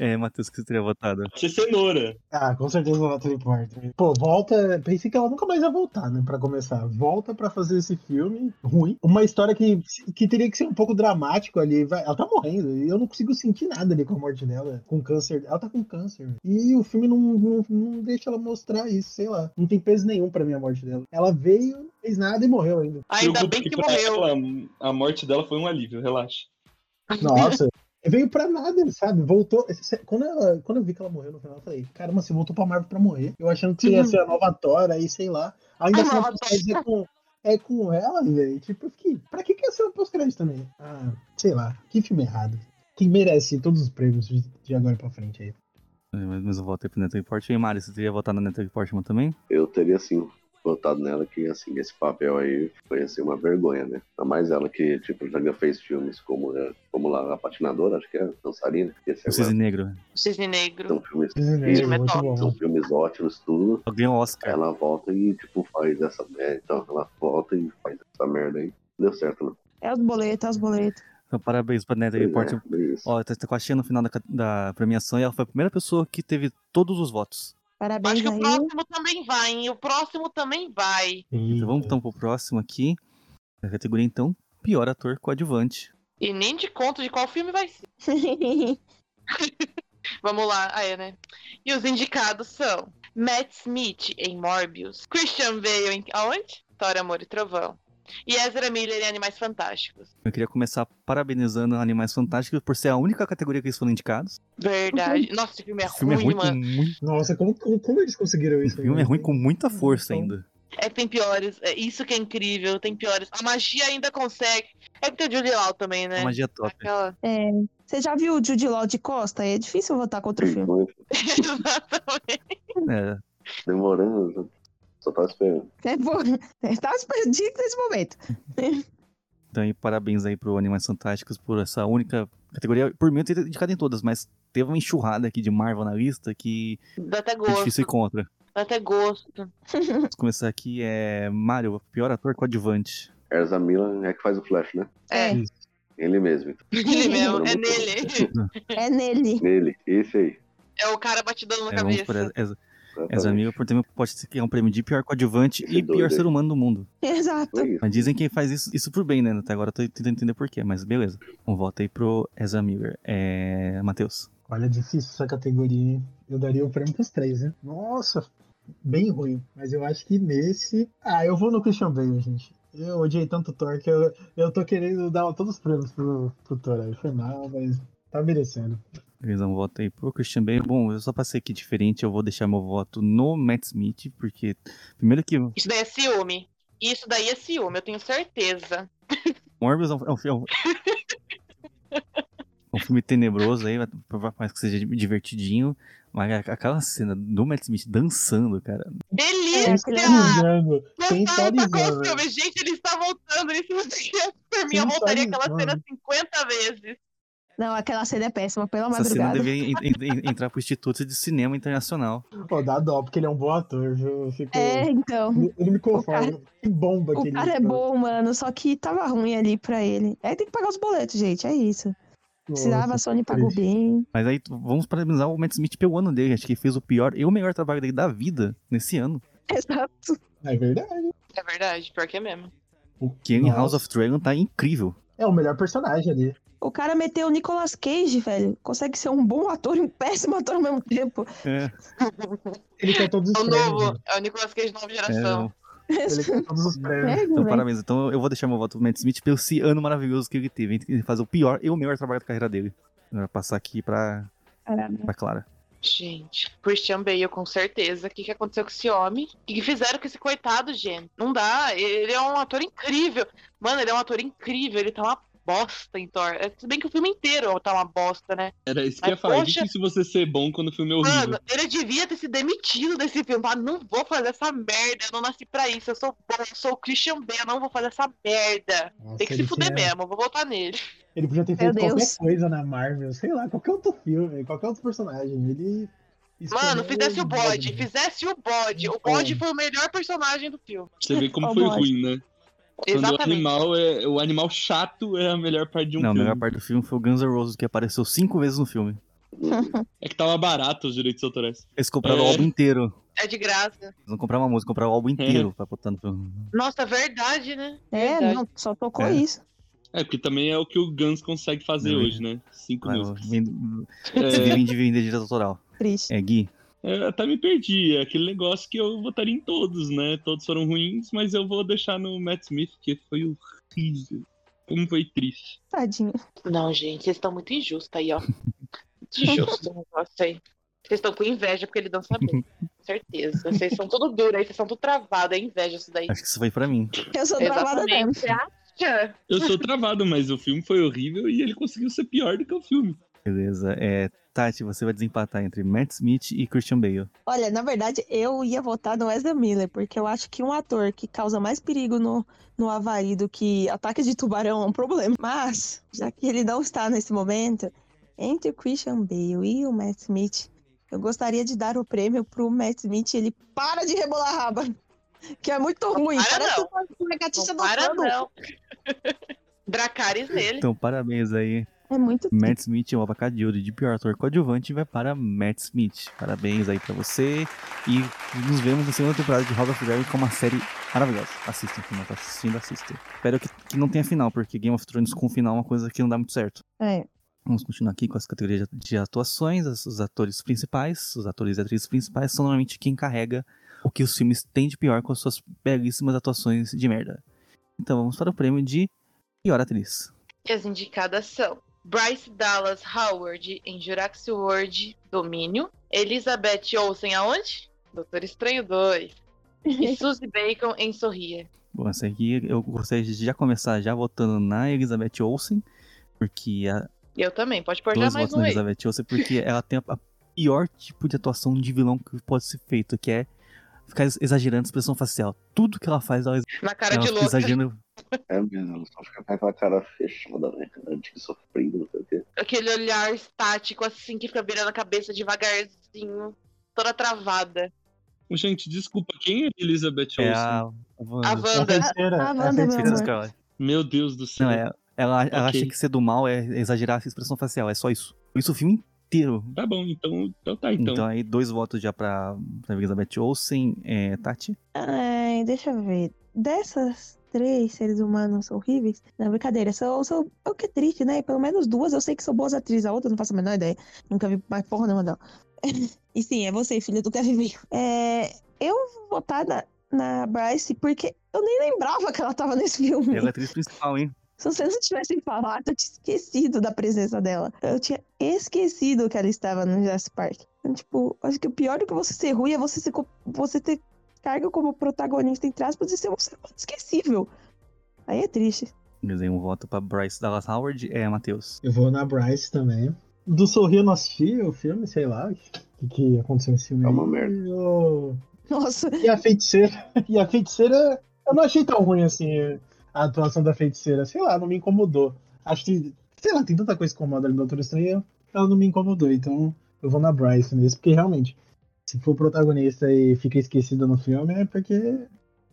[SPEAKER 2] É, Matheus, que você teria votado.
[SPEAKER 4] Você cenoura.
[SPEAKER 7] Ah, com certeza ela teleporta. Pô, volta. Pensei que ela nunca mais ia voltar, né? Pra começar. Volta pra fazer esse filme ruim. Uma história que, que teria que ser um pouco dramático ali. Vai- ela tá morrendo. E eu não consigo sentir nada ali com a morte dela. Com câncer. Ela tá com câncer. E o filme não, não, não deixa ela mostrar isso, sei lá. Não tem peso nenhum pra mim a morte dela. Ela veio, não fez nada e morreu ainda.
[SPEAKER 3] Ainda
[SPEAKER 4] Preocupa
[SPEAKER 3] bem que
[SPEAKER 4] pra
[SPEAKER 3] morreu.
[SPEAKER 4] ela, a morte dela foi um alívio, relaxa.
[SPEAKER 7] Nossa. Veio pra nada, sabe? Voltou. Quando, ela, quando eu vi que ela morreu no final, eu falei: Caramba, você voltou pra Marvel pra morrer. Eu achando que você ia ser a nova Thor, aí sei lá. Ainda
[SPEAKER 3] Uhum. A
[SPEAKER 7] assim,
[SPEAKER 3] nova
[SPEAKER 7] a pós-crédito é com, é com ela, velho. Tipo, eu fiquei: Pra que que ia ser uma pós-crédito também? Ah, sei lá. Que filme errado. Que merece todos os prêmios de, de agora pra frente aí.
[SPEAKER 2] É, Mas mas eu votei pro Natalie Portman. E Mário, você teria votado na Natalie Portman também?
[SPEAKER 5] Eu teria sim plantado nela que, assim, esse papel aí foi, assim, uma vergonha, né? Ainda mais ela que, tipo, já fez filmes como, né, como lá, a patinadora, acho que é, dançarina. Esse
[SPEAKER 2] O
[SPEAKER 5] agora.
[SPEAKER 2] Cisne Negro.
[SPEAKER 3] O Cisne Negro.
[SPEAKER 5] São filmes,
[SPEAKER 7] Cisne
[SPEAKER 5] Isso,
[SPEAKER 7] Negro, muito
[SPEAKER 3] mas
[SPEAKER 5] são
[SPEAKER 7] bom.
[SPEAKER 5] filmes ótimos, tudo.
[SPEAKER 2] Ela ganhou um
[SPEAKER 5] Aí
[SPEAKER 2] Oscar.
[SPEAKER 5] ela volta e, tipo, faz essa merda. Então, ela volta e faz essa merda aí. Deu certo, né?
[SPEAKER 1] É os boletos, é os boletos.
[SPEAKER 2] Então, parabéns pra Neta
[SPEAKER 5] Pois
[SPEAKER 2] Report.
[SPEAKER 5] é, bem isso.
[SPEAKER 2] Ó, tá, tá com a Xia no final da, ca- da premiação e ela foi a primeira pessoa que teve todos os votos.
[SPEAKER 1] Parabéns
[SPEAKER 3] Acho que o
[SPEAKER 1] aí.
[SPEAKER 3] próximo também vai, hein? O próximo também vai.
[SPEAKER 7] E-
[SPEAKER 2] Então, vamos então pro próximo aqui. A categoria, então, pior ator coadjuvante.
[SPEAKER 3] E nem de conta de qual filme vai ser. Vamos lá, ah, é, né? E os indicados são Matt Smith em Morbius, Christian Bale em aonde? Thor, Amor e Trovão. E Ezra Miller em Animais Fantásticos.
[SPEAKER 2] Eu queria começar parabenizando Animais Fantásticos por ser a única categoria que eles foram indicados.
[SPEAKER 3] Verdade. Nossa, esse filme é,
[SPEAKER 2] o Uhum. filme
[SPEAKER 3] ruim,
[SPEAKER 2] é ruim
[SPEAKER 3] mano.
[SPEAKER 2] com muito.
[SPEAKER 7] Nossa, como, como, como eles conseguiram
[SPEAKER 2] O
[SPEAKER 7] isso? né?
[SPEAKER 2] filme é ruim com muita força
[SPEAKER 7] Então,
[SPEAKER 2] ainda.
[SPEAKER 3] É, tem piores. É isso que é incrível, tem piores. A magia ainda consegue. É que tem o Julie Law também, né?
[SPEAKER 2] É. Magia top.
[SPEAKER 3] Aquela...
[SPEAKER 1] É, você já viu o Jude Law de Costa? É difícil votar contra o filme.
[SPEAKER 5] Então,
[SPEAKER 3] Exatamente.
[SPEAKER 2] É,
[SPEAKER 5] Demorando, só tava esperando.
[SPEAKER 1] É, pô, tá perdido nesse momento.
[SPEAKER 2] Então, e parabéns aí pro Animais Fantásticos por essa única categoria. Por mim, eu teria indicado em todas, mas teve uma enxurrada aqui de Marvel na lista que
[SPEAKER 3] Dá até
[SPEAKER 2] é difícil ir
[SPEAKER 3] gosto.
[SPEAKER 2] contra.
[SPEAKER 3] Dá até gosto.
[SPEAKER 2] Vamos começar aqui, é Mario, pior ator coadjuvante.
[SPEAKER 5] Erza Miller é que faz o Flash, né?
[SPEAKER 3] É.
[SPEAKER 7] Isso.
[SPEAKER 5] Ele mesmo. então.
[SPEAKER 3] Ele mesmo, é
[SPEAKER 5] Muito bom.
[SPEAKER 3] nele.
[SPEAKER 1] É nele.
[SPEAKER 5] Nele, esse aí.
[SPEAKER 3] É o cara batidão na
[SPEAKER 2] É, vamos por
[SPEAKER 3] cabeça.
[SPEAKER 2] essa, essa
[SPEAKER 5] Exatamente.
[SPEAKER 2] amiga, por ter, pode ser que é um prêmio de pior coadjuvante
[SPEAKER 5] Esse
[SPEAKER 2] e
[SPEAKER 5] doido
[SPEAKER 2] pior
[SPEAKER 5] aí.
[SPEAKER 2] ser humano do mundo.
[SPEAKER 1] Exato.
[SPEAKER 5] Foi É isso.
[SPEAKER 2] Mas dizem que faz isso, isso por bem, né? Até agora eu tô tentando entender por quê, mas beleza. Um voto aí pro Ezra Miller. É. Matheus.
[SPEAKER 7] Olha, é difícil essa categoria, hein? Eu daria o prêmio pros três, né? Nossa, bem ruim. Mas eu acho que nesse. Ah, eu vou no Christian Bale, gente. Eu odiei tanto o Thor que eu, eu tô querendo dar todos os prêmios pro, pro Thor aí. Foi mal, mas tá merecendo.
[SPEAKER 2] Beleza, um voto aí pro Christian Bale. Bom, eu só passei aqui diferente, eu vou deixar meu voto no Matt Smith, porque. Primeiro que
[SPEAKER 3] Isso daí é ciúme. Isso daí é ciúme, eu tenho certeza.
[SPEAKER 2] Morbius é um, é um fi- é um- um filme tenebroso aí, por mais que seja divertidinho. Mas a- aquela cena do Matt Smith dançando, cara.
[SPEAKER 3] Delícia!
[SPEAKER 7] Sensarizando,
[SPEAKER 3] Voltaram pra o
[SPEAKER 7] sensarizando.
[SPEAKER 3] filme, tá gente, ele está voltando. Isso não tinha por mim. Eu voltaria aquela cena 50 vezes.
[SPEAKER 1] Não, aquela cena é péssima, pela
[SPEAKER 2] Essa cena
[SPEAKER 1] madrugada.
[SPEAKER 2] deveria en- en- en- entrar pro Instituto de Cinema Internacional.
[SPEAKER 7] Pô, dá dó, porque ele é um bom ator, viu? Eu fico.
[SPEAKER 1] É, então.
[SPEAKER 7] Eu não me
[SPEAKER 1] O
[SPEAKER 7] conformo. Que bomba que
[SPEAKER 1] O
[SPEAKER 7] ele
[SPEAKER 1] cara é
[SPEAKER 7] foi.
[SPEAKER 1] bom, mano, só que tava ruim ali pra ele. Aí tem que pagar os boletos, gente, é isso. Precisava,
[SPEAKER 7] Nossa,
[SPEAKER 1] a Sony pagou
[SPEAKER 7] triste.
[SPEAKER 1] bem.
[SPEAKER 2] Mas aí t- vamos parabenizar o Matt Smith pelo ano dele. Acho que ele fez o pior e o melhor trabalho dele da vida nesse ano.
[SPEAKER 1] Exato.
[SPEAKER 7] É verdade.
[SPEAKER 3] É verdade, pior que é mesmo.
[SPEAKER 7] O
[SPEAKER 2] Que em House of Dragon tá incrível.
[SPEAKER 7] É o melhor personagem ali.
[SPEAKER 1] O cara meteu o Nicolas Cage, velho. Consegue ser um bom ator e um péssimo ator ao mesmo tempo.
[SPEAKER 2] É,
[SPEAKER 7] Ele quer todos
[SPEAKER 3] É
[SPEAKER 7] os
[SPEAKER 3] o
[SPEAKER 7] prêmios. né?
[SPEAKER 3] novo, é o Nicolas Cage nova
[SPEAKER 2] É.
[SPEAKER 3] geração.
[SPEAKER 7] Ele quer todos os prêmios.
[SPEAKER 1] É,
[SPEAKER 2] então
[SPEAKER 1] velho.
[SPEAKER 2] parabéns. Então eu vou deixar meu voto pro Matt Smith pelo esse ano maravilhoso que ele teve. hein? Ele faz o pior e o melhor trabalho da carreira dele. Agora passar aqui pra,
[SPEAKER 1] Caralho.
[SPEAKER 2] pra Clara.
[SPEAKER 3] Gente, Christian Bale, com certeza. O que, que aconteceu com esse homem? O que, que fizeram com esse coitado, gente? Não dá, ele é um ator incrível. Mano, ele é um ator incrível, ele tá uma bosta em Thor. É, Se bem que o filme inteiro tá uma bosta, né?
[SPEAKER 4] Era isso que eu ia
[SPEAKER 3] Mas,
[SPEAKER 4] falar. É
[SPEAKER 3] poxa.
[SPEAKER 4] difícil você ser bom quando o filme é horrível.
[SPEAKER 3] Mano, ele devia ter se demitido desse filme. Ah, não vou fazer essa merda, eu não nasci pra isso, eu sou bom, eu sou o Christian Bale, eu não vou fazer essa merda.
[SPEAKER 7] Nossa,
[SPEAKER 3] Tem que se
[SPEAKER 7] ele
[SPEAKER 3] fuder
[SPEAKER 7] tinha-
[SPEAKER 3] mesmo, eu vou votar nele.
[SPEAKER 7] Ele podia ter feito qualquer
[SPEAKER 1] Deus.
[SPEAKER 7] coisa na Marvel, sei lá, qualquer outro filme, qualquer outro personagem. Ele.
[SPEAKER 3] Mano,
[SPEAKER 7] escolheu
[SPEAKER 3] fizesse o bode,
[SPEAKER 7] né?
[SPEAKER 3] fizesse o bode. O bode
[SPEAKER 7] Então.
[SPEAKER 3] foi o melhor personagem do filme.
[SPEAKER 4] Você vê como
[SPEAKER 1] Ó,
[SPEAKER 4] foi
[SPEAKER 1] bosta.
[SPEAKER 4] ruim, né? Quando o
[SPEAKER 3] Oh, Exatamente.
[SPEAKER 4] animal, é, o animal chato é a melhor parte de um
[SPEAKER 2] Não, a
[SPEAKER 4] filme.
[SPEAKER 2] melhor parte do filme foi o Guns N' Roses, que apareceu cinco vezes no filme.
[SPEAKER 4] É que tava barato os direitos autorais.
[SPEAKER 2] Eles compraram o
[SPEAKER 4] É.
[SPEAKER 2] álbum inteiro.
[SPEAKER 3] É de graça.
[SPEAKER 2] Eles não compraram uma música, compraram o álbum inteiro pra botar no filme.
[SPEAKER 3] Nossa, é verdade, né?
[SPEAKER 1] É,
[SPEAKER 3] Verdade.
[SPEAKER 1] não, só tocou
[SPEAKER 2] É.
[SPEAKER 1] isso.
[SPEAKER 4] É, porque também é o que o Guns consegue fazer
[SPEAKER 2] Não,
[SPEAKER 4] hoje, né? Cinco
[SPEAKER 2] Vai,
[SPEAKER 4] músicas.
[SPEAKER 2] vem- Se
[SPEAKER 4] É,
[SPEAKER 2] vivem de vender direito autoral.
[SPEAKER 1] Triste.
[SPEAKER 2] É, Gui,
[SPEAKER 4] eu até me perdi. É aquele negócio que eu votaria em todos, né? Todos foram ruins, mas eu vou deixar no Matt Smith, que foi horrível. Como foi triste.
[SPEAKER 1] Tadinho.
[SPEAKER 3] Não, gente, vocês estão muito injustos aí, ó. Muito injusto o negócio aí. Vocês estão com inveja porque ele dança bem. Certeza. Vocês são tudo duro aí, vocês são tudo travado. É inveja isso daí.
[SPEAKER 2] acho que isso foi pra mim.
[SPEAKER 1] Eu sou travada mesmo.
[SPEAKER 3] Exatamente. Você acha?
[SPEAKER 4] Eu sou travado, mas o filme foi horrível e ele conseguiu ser pior do que o filme.
[SPEAKER 2] Beleza. É, Tati, você vai desempatar entre Matt Smith e Christian Bale.
[SPEAKER 1] Olha, na verdade, eu ia votar no Ezra Miller, porque eu acho que um ator que causa mais perigo no, no Havaí do que ataque de tubarão é um problema. Mas, já que ele não está nesse momento, entre o Christian Bale e o Matt Smith, eu gostaria de dar o prêmio pro Matt Smith. Ele para de rebolar a raba, que é muito ruim.
[SPEAKER 3] para
[SPEAKER 1] Parece
[SPEAKER 3] não.
[SPEAKER 1] uma- uma gatita
[SPEAKER 3] Não
[SPEAKER 1] do
[SPEAKER 3] para
[SPEAKER 1] cano.
[SPEAKER 3] não. Dracarys nele.
[SPEAKER 2] Então, parabéns aí.
[SPEAKER 1] É muito
[SPEAKER 2] Matt Smith é o abacate de ouro de pior ator coadjuvante e vai para Matt Smith. Parabéns aí pra você. E nos vemos na segunda temporada de House of Dragon com uma série maravilhosa. Assistam, quem não tá assistindo, assistam. Espero que, que não tenha final, porque Game of Thrones com final é uma coisa que não dá muito certo.
[SPEAKER 1] É.
[SPEAKER 2] Vamos continuar aqui com as categorias de- de atuações. As- Os atores principais, os atores e atrizes principais são normalmente quem carrega o que os filmes têm de pior com as suas belíssimas atuações de merda. Então vamos para o prêmio de pior atriz.
[SPEAKER 3] E as indicadas são Bryce Dallas Howard em Jurassic World Domínio, Elizabeth Olsen aonde? Doutor Estranho 2. E Suzy Bacon em Sorria.
[SPEAKER 2] Bom, essa aqui eu gostaria de já começar já votando na Elizabeth Olsen, porque a
[SPEAKER 3] E eu também, pode pôr já
[SPEAKER 2] duas
[SPEAKER 3] mais
[SPEAKER 2] votos
[SPEAKER 3] um
[SPEAKER 2] na
[SPEAKER 3] aí.
[SPEAKER 2] Elizabeth Olsen, porque ela tem a a pior tipo de atuação de vilão que pode ser feito, que é ficar ex- exagerando a expressão facial. Tudo que ela faz, ela,
[SPEAKER 3] Na cara
[SPEAKER 2] ela
[SPEAKER 3] de
[SPEAKER 2] fica
[SPEAKER 3] louco.
[SPEAKER 2] exagerando.
[SPEAKER 5] É mesmo, ela só fica com aquela cara fechada, né? Cara de sofrido, não sei o quê.
[SPEAKER 3] Aquele olhar estático, assim, que fica virando a cabeça devagarzinho, toda travada.
[SPEAKER 4] Gente, desculpa, quem é Elizabeth Olsen?
[SPEAKER 2] É a, a
[SPEAKER 3] A
[SPEAKER 2] Wanda.
[SPEAKER 7] É a
[SPEAKER 3] Wanda.
[SPEAKER 7] terceira.
[SPEAKER 1] a
[SPEAKER 7] é
[SPEAKER 1] Wanda,
[SPEAKER 7] a
[SPEAKER 1] meu
[SPEAKER 7] terceira.
[SPEAKER 1] amor.
[SPEAKER 2] Scarlett.
[SPEAKER 4] Meu Deus do céu.
[SPEAKER 2] Não, é, ela, ela
[SPEAKER 4] Ok.
[SPEAKER 2] acha que ser do mal é exagerar a expressão facial, é só isso. Isso o filme inteiro.
[SPEAKER 4] Tá bom, então, então tá, então.
[SPEAKER 2] Então, aí, dois votos já pra, pra Elizabeth Olsen, é, Tati.
[SPEAKER 1] Ai, deixa eu ver. Dessas três seres humanos horríveis. Não, brincadeira. Sou, sou, é o que é triste, né? Pelo menos duas eu sei que são boas atrizes. A outra eu não faço a menor ideia. Nunca vi mais porra nenhuma dela. e sim, é você, filha do Kevin Bacon. É, eu vou votar na, na Bryce porque eu nem lembrava que ela tava nesse filme.
[SPEAKER 2] Ela é a atriz principal, hein?
[SPEAKER 1] Se vocês não tivessem falado, eu tinha esquecido da presença dela. Eu tinha esquecido que ela estava no Jurassic Park. Então, tipo, acho que o pior do que você ser ruim é você, ser, co- você ter cargo como protagonista, entre aspas, e ser um ser humano esquecível. Aí é triste.
[SPEAKER 2] Beleza, aí um voto pra Bryce Dallas Howard é Matheus.
[SPEAKER 7] Eu vou na Bryce também. Do Sorrir eu não assisti o filme, sei lá. O que, que aconteceu nesse filme?
[SPEAKER 5] É uma
[SPEAKER 7] aí.
[SPEAKER 5] merda.
[SPEAKER 7] E, o-
[SPEAKER 1] Nossa,
[SPEAKER 7] e a feiticeira. E a feiticeira. Eu não achei tão ruim assim a atuação da feiticeira. Sei lá, não me incomodou. Acho que. Sei lá, tem tanta coisa que incomoda ali no Doutor Estranho. Ela não me incomodou. Então eu vou na Bryce mesmo, porque realmente, se for protagonista e fica esquecida no filme, é porque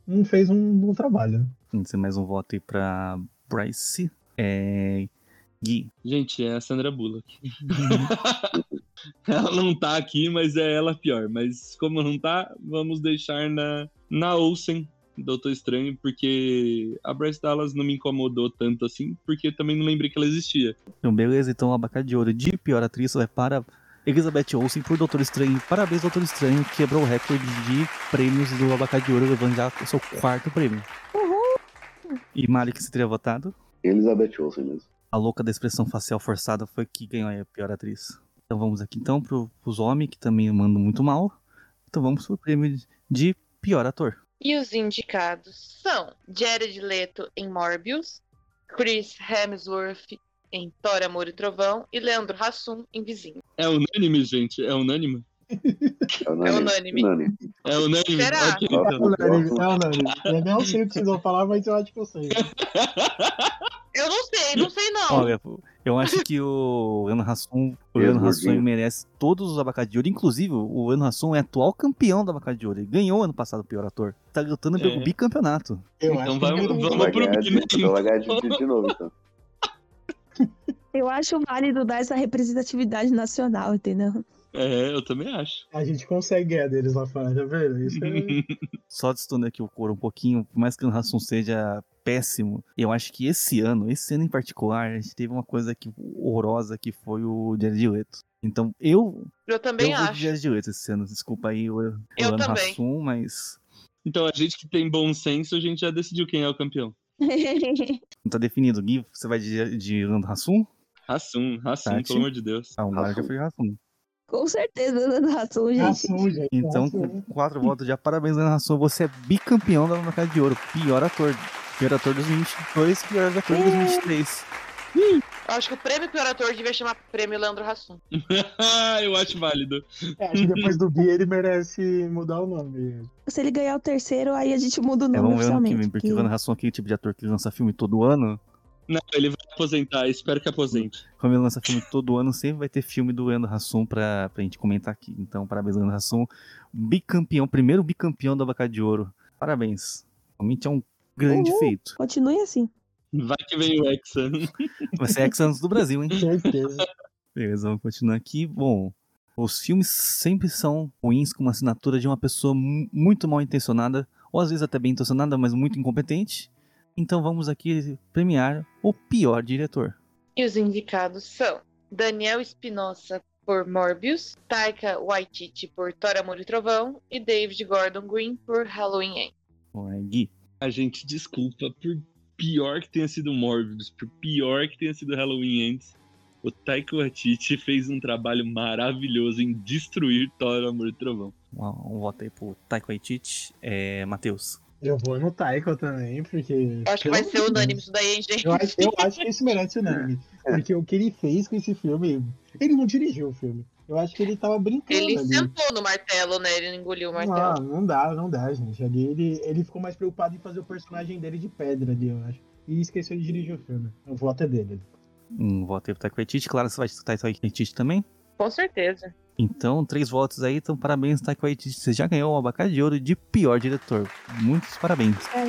[SPEAKER 7] não fez um bom trabalho.
[SPEAKER 2] Tem que ser mais um voto aí pra Bryce. É. Gui.
[SPEAKER 4] Gente, é a Sandra Bullock. ela não tá aqui, mas é ela pior. Mas como não tá, vamos deixar na, na Olsen, Doutor Estranho, porque a Bryce Dallas não me incomodou tanto assim, porque também não lembrei que ela existia.
[SPEAKER 2] Então, beleza, então abacate de ouro de pior atriz vai para Elizabeth Olsen por Doutor Estranho. Parabéns, Doutor Estranho, quebrou o recorde de prêmios do abacate de ouro, levando já o seu quarto prêmio.
[SPEAKER 1] uhul.
[SPEAKER 2] E Mari, que você teria votado?
[SPEAKER 5] Elizabeth Olsen mesmo.
[SPEAKER 2] A louca da expressão facial forçada foi que ganhou aí a pior atriz. Então vamos aqui então pro, pros homens, que também mandam muito mal. Então vamos pro prêmio de- de pior ator.
[SPEAKER 3] E os indicados são Jared Leto em Morbius, Chris Hemsworth em Thor, Amor e Trovão e Leandro Hassum em Vizinho.
[SPEAKER 4] É unânime, gente? É unânime?
[SPEAKER 5] É unânime.
[SPEAKER 3] unânime.
[SPEAKER 5] unânime.
[SPEAKER 4] É unânime?
[SPEAKER 3] Será?
[SPEAKER 4] Ok,
[SPEAKER 5] Ó,
[SPEAKER 4] então.
[SPEAKER 7] Não, não, não. Eu não sei o que vocês vão falar, mas eu acho que eu sei.
[SPEAKER 3] Eu não sei, não sei não.
[SPEAKER 2] Olha, eu acho que o Leandro Hassum, o
[SPEAKER 5] E é
[SPEAKER 2] Leandro Hassum
[SPEAKER 5] gordinho.
[SPEAKER 2] merece todos os abacates de ouro. Inclusive, o Leandro Hassum é atual campeão do abacate de ouro. Ele ganhou ano passado o pior ator. Tá lutando pelo
[SPEAKER 4] É.
[SPEAKER 2] bicampeonato.
[SPEAKER 7] Eu
[SPEAKER 4] Então
[SPEAKER 7] acho
[SPEAKER 4] vamos-
[SPEAKER 7] que eu-
[SPEAKER 4] vamos-
[SPEAKER 5] Vai
[SPEAKER 4] pro
[SPEAKER 5] ganhar
[SPEAKER 4] Guilherme.
[SPEAKER 5] de, então vai ganhar de, de, de novo, então.
[SPEAKER 1] Eu acho válido dar essa representatividade nacional, entendeu?
[SPEAKER 4] É, eu também acho.
[SPEAKER 7] A gente consegue ganhar deles lá fora, tá vendo? Isso é...
[SPEAKER 2] Só destoando aqui o couro um pouquinho, por mais que o Leandro Hassum seja péssimo, eu acho que esse ano, esse ano em particular, a gente teve uma coisa que horrorosa que foi o Jared Leto. Então, eu,
[SPEAKER 3] Eu também
[SPEAKER 2] eu vou de
[SPEAKER 3] acho.
[SPEAKER 2] Jared Leto esse ano. Desculpa aí o, o
[SPEAKER 3] Eu
[SPEAKER 2] Leandro
[SPEAKER 3] também.
[SPEAKER 2] Hassum, mas
[SPEAKER 4] Então, a gente que tem bom senso, a gente já decidiu quem é o campeão.
[SPEAKER 2] não tá definido. Gui, você vai de, de Leandro Hassum?
[SPEAKER 4] Rassum, Rassum,
[SPEAKER 2] Tati?
[SPEAKER 4] pelo amor de Deus.
[SPEAKER 2] Ah, o Mário já
[SPEAKER 5] Hassum.
[SPEAKER 2] foi Hassum.
[SPEAKER 1] Com certeza, Leandro Hassum, gente.
[SPEAKER 7] Rassum, é gente.
[SPEAKER 2] Então,
[SPEAKER 7] Rassum.
[SPEAKER 2] com quatro votos já, parabéns, Ana Rassum. Você é bicampeão da Mercado de Ouro. Pior ator. Pior ator 2022, pior ator 2023.
[SPEAKER 3] Eu acho que o prêmio pior ator devia chamar prêmio Leandro Hassum.
[SPEAKER 4] eu acho válido.
[SPEAKER 7] É, acho que depois do Bia ele merece mudar o nome.
[SPEAKER 1] Se ele ganhar o terceiro, aí a gente muda o
[SPEAKER 2] É,
[SPEAKER 1] nome
[SPEAKER 2] vamos ver ano que
[SPEAKER 1] oficialmente.
[SPEAKER 2] vem, porque
[SPEAKER 1] porque-
[SPEAKER 2] o Van Hasson aqui é o tipo de ator que lança filme todo ano.
[SPEAKER 4] Não, ele vai aposentar, espero que aposente.
[SPEAKER 2] Como ele lança filme todo ano, sempre vai ter filme do Leandro Hassum pra, pra gente comentar aqui. Então, parabéns, Leandro Hassum. Bicampeão, primeiro bicampeão do Abacate de Ouro. Parabéns. Realmente é um grande
[SPEAKER 1] Uhul.
[SPEAKER 2] feito.
[SPEAKER 1] Continue assim.
[SPEAKER 4] Vai que vem o Hexa.
[SPEAKER 2] Vai ser ex-anos é do Brasil, hein?
[SPEAKER 7] Com certeza.
[SPEAKER 2] Beleza, vamos continuar aqui. Bom, os filmes sempre são ruins com uma assinatura de uma pessoa mu- muito mal intencionada, ou às vezes até bem intencionada, mas muito incompetente. Então vamos aqui premiar o pior diretor.
[SPEAKER 3] E os indicados são Daniel Espinosa por Morbius, Taika Waititi por Tora Amor e Trovão e David Gordon Green por Halloween End.
[SPEAKER 2] Bom, é Gui.
[SPEAKER 4] A gente desculpa por pior que tenha sido Morbius, por pior que tenha sido Halloween Ends. O Taika Waititi fez um trabalho maravilhoso em destruir Thor, Amor e Trovão.
[SPEAKER 2] Um, um voto aí pro Taiko Waititi. É, Matheus.
[SPEAKER 7] Eu vou no Taiko também, porque.
[SPEAKER 3] Eu acho que vai
[SPEAKER 7] pelo
[SPEAKER 3] ser
[SPEAKER 7] amor de
[SPEAKER 3] unânime
[SPEAKER 7] Deus.
[SPEAKER 3] isso daí, hein, gente?
[SPEAKER 7] Eu acho, eu acho que isso merece unânime. Porque o que ele fez com esse filme. Ele não dirigiu o filme. Eu acho que ele tava brincando
[SPEAKER 3] Ele
[SPEAKER 7] ali.
[SPEAKER 3] sentou no martelo, né? Ele não engoliu o
[SPEAKER 7] Não,
[SPEAKER 3] martelo.
[SPEAKER 7] não dá, não dá, gente. Ali ele, ele ficou mais preocupado em fazer o personagem dele de pedra ali, eu acho. E esqueceu de dirigir o filme. O voto é dele.
[SPEAKER 2] Um voto aí pro Taiko Waititi. Claro, você vai escutar Taiko Waititi também.
[SPEAKER 3] Com certeza.
[SPEAKER 2] Então, três votos aí. Então, parabéns, Taiko Waititi. Você já ganhou o abacate de ouro de pior diretor. Muitos parabéns.
[SPEAKER 1] é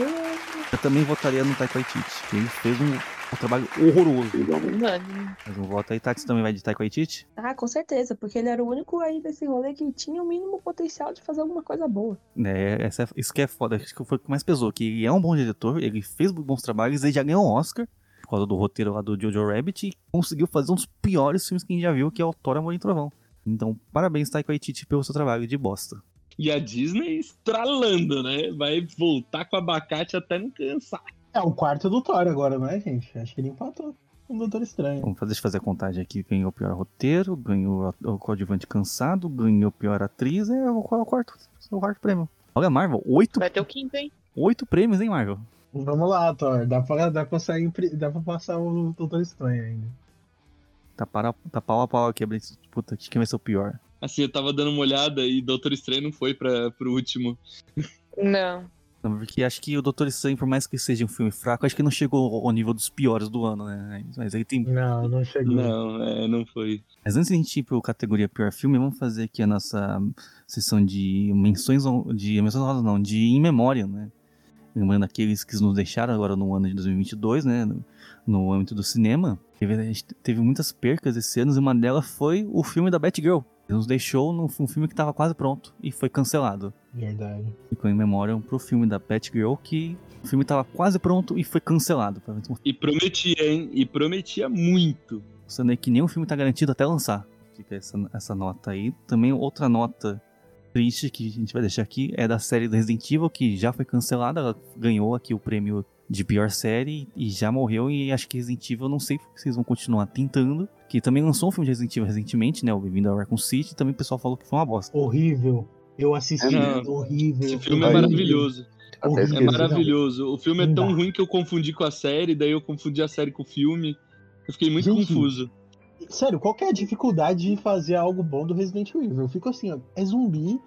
[SPEAKER 2] Eu também votaria no Taiko Waititi. porque Ele fez um, um trabalho horroroso.
[SPEAKER 5] Finalmente.
[SPEAKER 3] Unânime.
[SPEAKER 2] Mais um voto aí. Táxi também vai de Taiko Waititi.
[SPEAKER 1] Ah, com certeza, porque ele era o único aí desse rolê que tinha o mínimo potencial de fazer alguma coisa boa.
[SPEAKER 2] Né, essa, é- isso que é foda. Acho que foi o que mais pesou. Que ele é um bom diretor, ele fez bons trabalhos, ele já ganhou um Oscar por causa do roteiro lá do Jojo Rabbit e conseguiu fazer um dos piores filmes que a gente já viu, que é o Thor, Amor e Trovão. Então, parabéns, Taiko Waititi, pelo seu trabalho de bosta.
[SPEAKER 4] E a Disney estralando, né? Vai voltar com abacate até não cansar.
[SPEAKER 7] É o quarto do Thor agora, não é, gente? Acho que ele empatou com o Doutor Estranho.
[SPEAKER 2] Vamos fazer, deixa eu fazer a contagem aqui. Ganhou o pior roteiro, ganhou a- o coadjuvante cansado, ganhou a pior atriz. É o, qual é o quarto, o quarto prêmio. Olha, Marvel, oito,
[SPEAKER 3] Vai ter o quinto, hein?
[SPEAKER 2] oito prêmios, hein, Marvel?
[SPEAKER 7] Vamos lá, Thor. Dá pra, dá pra, sair, em pri- dá pra passar o Doutor Estranho ainda.
[SPEAKER 2] Tá, para, tá pau a pau aqui, abrindo. Puta, acho que quem vai ser o pior?
[SPEAKER 4] Assim, eu tava dando uma olhada e Doutor Estranho não foi pra, pro último.
[SPEAKER 3] Não.
[SPEAKER 2] Não, Porque acho que o Doutor Estranho, por mais que seja um filme fraco, acho que não chegou ao- ao nível dos piores do ano, né? Mas aí tem.
[SPEAKER 7] Não, não chegou.
[SPEAKER 4] Não, é, não foi.
[SPEAKER 2] Mas antes de a gente ir pra categoria pior filme, vamos fazer aqui a nossa sessão de menções hon- de menções honrosas, não, de in memória, né? Lembrando aqueles que nos deixaram agora no ano de 2022, né? No, no âmbito do cinema, teve, a gente teve muitas percas esse ano e uma delas foi o filme da Batgirl. Ele nos deixou num um filme que estava quase pronto e foi cancelado.
[SPEAKER 7] Verdade.
[SPEAKER 2] ficou em memória pro filme da Batgirl, que o filme tava quase pronto e foi cancelado. Pra-
[SPEAKER 4] E prometia, hein? E prometia muito.
[SPEAKER 2] Mostrando aí que nenhum filme tá garantido até lançar. Fica essa, essa nota aí. Também outra nota triste que a gente vai deixar aqui é da série do Resident Evil, que já foi cancelada. Ela ganhou aqui o prêmio de pior série e já morreu. E acho que Resident Evil, não sei se vocês vão continuar tentando. Que também lançou um filme de Resident Evil recentemente, né? O Bem-vindo ao Raccoon City. Também o pessoal falou que foi uma bosta.
[SPEAKER 7] Horrível. Eu assisti, um
[SPEAKER 4] Não.
[SPEAKER 7] horrível.
[SPEAKER 4] Esse filme é
[SPEAKER 5] Vai.
[SPEAKER 4] maravilhoso.
[SPEAKER 5] Até
[SPEAKER 4] É
[SPEAKER 5] esqueci. né?
[SPEAKER 4] maravilhoso. O filme é
[SPEAKER 7] Não
[SPEAKER 4] tão
[SPEAKER 7] dá.
[SPEAKER 4] ruim que eu confundi com a série, daí eu confundi a série com o filme. Eu fiquei muito
[SPEAKER 7] Gente.
[SPEAKER 4] confuso.
[SPEAKER 7] Sério, qual que é a dificuldade de fazer algo bom do Resident Evil? Eu fico assim, ó, é zumbi,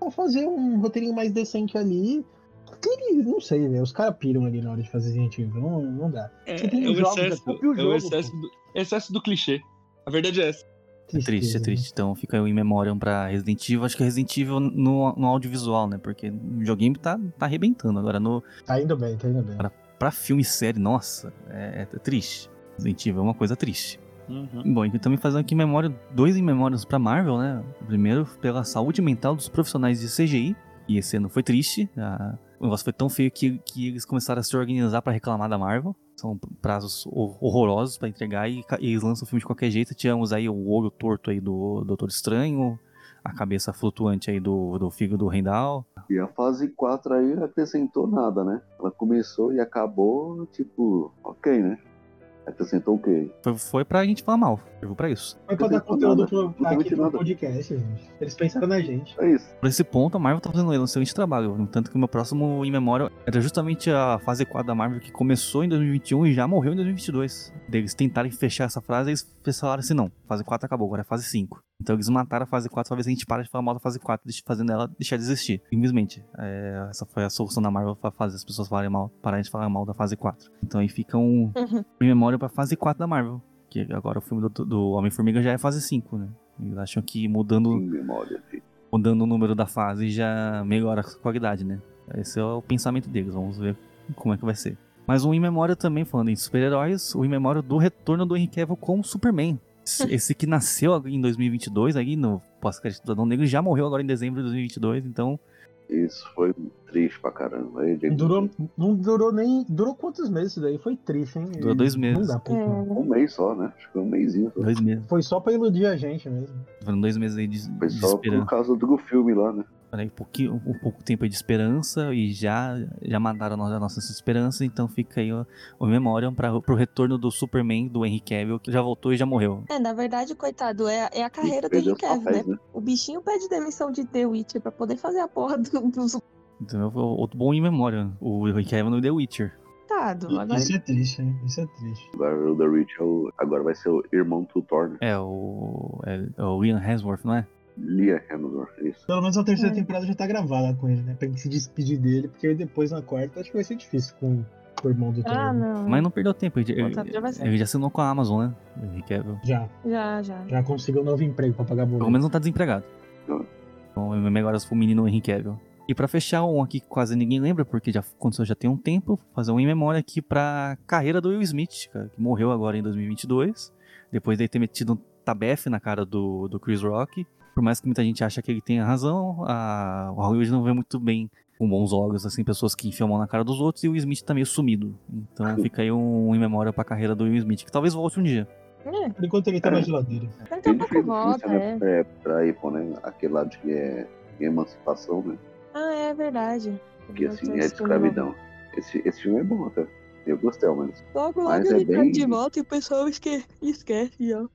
[SPEAKER 7] vou fazer um roteirinho mais decente ali. Aquele, não sei, velho, os caras piram ali na hora de fazer Resident Evil, não, não dá.
[SPEAKER 4] É,
[SPEAKER 7] Você tem
[SPEAKER 10] um
[SPEAKER 4] é o
[SPEAKER 7] jogos,
[SPEAKER 4] excesso,
[SPEAKER 7] já copia o
[SPEAKER 4] é o
[SPEAKER 7] jogo,
[SPEAKER 4] excesso do, excesso do clichê. A verdade é essa.
[SPEAKER 2] É triste, é
[SPEAKER 7] né?
[SPEAKER 2] triste. Então fica aí o in memoriam pra Resident Evil. Acho que Resident Evil no, no audiovisual, né? Porque o joguinho tá, tá arrebentando. Agora, no,
[SPEAKER 7] Tá indo bem, tá indo bem.
[SPEAKER 2] Cara, pra filme e série, nossa, é, é triste. Resident Evil é uma coisa triste.
[SPEAKER 7] Uhum.
[SPEAKER 2] Bom, e também fazendo aqui memória, dois em memórias pra Marvel, né? O primeiro, pela saúde mental dos profissionais de CGI. E esse ano foi triste. a- O negócio foi tão feio que, que eles começaram a se organizar pra reclamar da Marvel. São prazos hor- horrorosos pra entregar e, ca- e eles lançam o filme de qualquer jeito. Tiramos aí o olho torto aí do Doutor Estranho, a cabeça flutuante aí do, do Figo do Rendal.
[SPEAKER 5] E a fase 4 aí não acrescentou nada, né? Ela começou e acabou, tipo, ok, né? Acrescentou o quê?
[SPEAKER 2] Foi, foi pra gente falar mal. Serviu pra isso.
[SPEAKER 7] Mas pra
[SPEAKER 5] Não
[SPEAKER 7] dar
[SPEAKER 5] tem
[SPEAKER 7] conteúdo
[SPEAKER 5] nada.
[SPEAKER 7] pro, pra
[SPEAKER 5] tem
[SPEAKER 7] aqui pro
[SPEAKER 5] nada.
[SPEAKER 7] podcast, gente. Eles pensaram na gente.
[SPEAKER 5] É isso.
[SPEAKER 2] Por esse ponto, a Marvel tá fazendo um excelente trabalho. Tanto que o meu próximo em memória era justamente a fase 4 da Marvel que começou em 2021 e já morreu em 2022. Daí Eles tentaram fechar essa frase e eles falaram assim: não, fase 4 acabou, agora é fase 5. Então eles mataram a fase 4, talvez a gente pare de falar mal da fase 4, deixa- fazendo ela deixar de existir. Simplesmente. é, essa foi a solução da Marvel pra fazer as pessoas falarem mal, pararem de falar mal da fase 4. Então aí fica um
[SPEAKER 1] Uhum.
[SPEAKER 2] em memória pra fase 4 da Marvel. Que agora o filme do, do Homem-Formiga já é fase 5, né? Eles acham que mudando
[SPEAKER 5] Em memória, filho.
[SPEAKER 2] mudando o número da fase já melhora a qualidade, né? Esse é o pensamento deles, vamos ver como é que vai ser. Mas um In Memória também, falando em super-heróis, o In Memória do retorno do Henry Cavill como Superman. Esse- Esse que nasceu em 2022, aí no pós-crédito do Adão Negro, já morreu agora em dezembro de 2022, então
[SPEAKER 5] Isso foi triste pra caramba. Aí, Diego,
[SPEAKER 7] Durou, não durou nem. Durou quantos meses isso daí? Foi triste, hein?
[SPEAKER 2] Durou dois meses.
[SPEAKER 7] Hum, Não dá pra
[SPEAKER 1] É,
[SPEAKER 5] Um mês só, né? Acho que foi um mêsinho só.
[SPEAKER 2] dois meses.
[SPEAKER 7] Foi só pra iludir a gente mesmo.
[SPEAKER 2] Foram dois meses aí de,
[SPEAKER 5] Foi
[SPEAKER 2] de
[SPEAKER 5] só por
[SPEAKER 2] esperança.
[SPEAKER 5] causa do filme lá, né?
[SPEAKER 2] Aí, um, pouquinho, um pouco tempo aí de esperança e já, já mataram a nossa, a nossa esperança, então fica aí o, o Memoriam para pro retorno do Superman, do Henry Cavill, que já voltou e já morreu.
[SPEAKER 1] É, na verdade, coitado, é, é a carreira do
[SPEAKER 5] Perdeu
[SPEAKER 1] Henry Cavill,
[SPEAKER 5] os
[SPEAKER 1] né?
[SPEAKER 5] papéis, né?
[SPEAKER 1] O bichinho pede demissão de The Witcher pra poder fazer a porra do, do
[SPEAKER 2] Então, é outro bom em memória. O Henry Cavill no The Witcher.
[SPEAKER 1] coitado. Agora
[SPEAKER 7] Isso é triste, hein? Isso é triste.
[SPEAKER 5] Agora o The Rich é o- agora vai ser o irmão tutor, né?
[SPEAKER 2] É, o. É, é o Liam Hemsworth, não é?
[SPEAKER 5] Lia Hemsworth, é isso.
[SPEAKER 7] Pelo menos a terceira
[SPEAKER 1] É.
[SPEAKER 7] temporada já tá gravada com ele, né? Pra gente se despedir dele, porque depois na quarta acho que vai ser difícil com, com o irmão do Thor.
[SPEAKER 1] Ah, não.
[SPEAKER 2] Mas não perdeu tempo. Ele,
[SPEAKER 1] Outra
[SPEAKER 2] ele-
[SPEAKER 1] já vai ser.
[SPEAKER 2] ele já assinou com a Amazon, né? O Henry Cavill.
[SPEAKER 7] Já,
[SPEAKER 5] é.
[SPEAKER 1] Já, já.
[SPEAKER 7] já conseguiu um novo emprego pra pagar
[SPEAKER 2] Pelo
[SPEAKER 7] boleto.
[SPEAKER 2] menos não tá desempregado.
[SPEAKER 5] Não.
[SPEAKER 2] Então, eu- agora foi o menino Henry Cavill. E pra fechar, um aqui que quase ninguém lembra, porque já aconteceu já tem um tempo, fazer um em memória aqui pra carreira do Will Smith, cara, que morreu agora em 2022, depois de ter metido um tabefe na cara do, do Chris Rock. Por mais que muita gente ache que ele tenha razão, a, o Hollywood não vê muito bem com bons olhos, assim, pessoas que enfiam a mão na cara dos outros, e o Will Smith tá meio sumido. Então fica aí um em memória pra carreira do Will Smith, que talvez volte um dia.
[SPEAKER 1] É,
[SPEAKER 7] Por enquanto ele tá na geladeira.
[SPEAKER 1] daqui a
[SPEAKER 5] Ele
[SPEAKER 1] pouco
[SPEAKER 5] fez
[SPEAKER 1] volta,
[SPEAKER 5] isso,
[SPEAKER 1] é.
[SPEAKER 5] né? É, pra ir, pô, né? Aquele lado que é emancipação, né?
[SPEAKER 1] Ah, é verdade. Voltou
[SPEAKER 5] Que assim, é de
[SPEAKER 1] esse filme
[SPEAKER 5] escravidão. Esse, esse filme é bom, até. Eu gostei, ao menos.
[SPEAKER 1] Logo, logo
[SPEAKER 5] Mas é
[SPEAKER 1] ele tá
[SPEAKER 5] bem-
[SPEAKER 1] de volta e o pessoal esque... esquece, ó.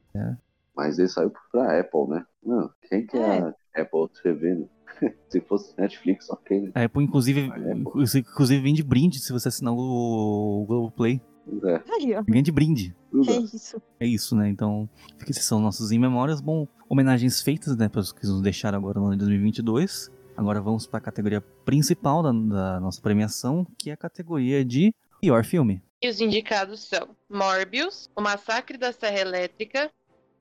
[SPEAKER 5] Mas ele saiu pra Apple, né? Não, quem que é, a Apple TV, né? Se fosse Netflix, ok, né?
[SPEAKER 2] A Apple, É, inclusive,
[SPEAKER 5] Olha, pô.
[SPEAKER 2] inclusive vem de brinde se você assinar o, o Globoplay.
[SPEAKER 5] Mas é,
[SPEAKER 1] Aí, ó.
[SPEAKER 2] Vem de brinde.
[SPEAKER 5] tudo.
[SPEAKER 1] É isso.
[SPEAKER 2] É isso, né? Então, fica- esses são nossos em memórias. Bom, homenagens feitas, né? Para os que nos deixaram agora no ano de 2022. Agora vamos para a categoria principal da, da nossa premiação, que é a categoria de pior filme.
[SPEAKER 3] E os indicados são Morbius, O Massacre da Serra Elétrica,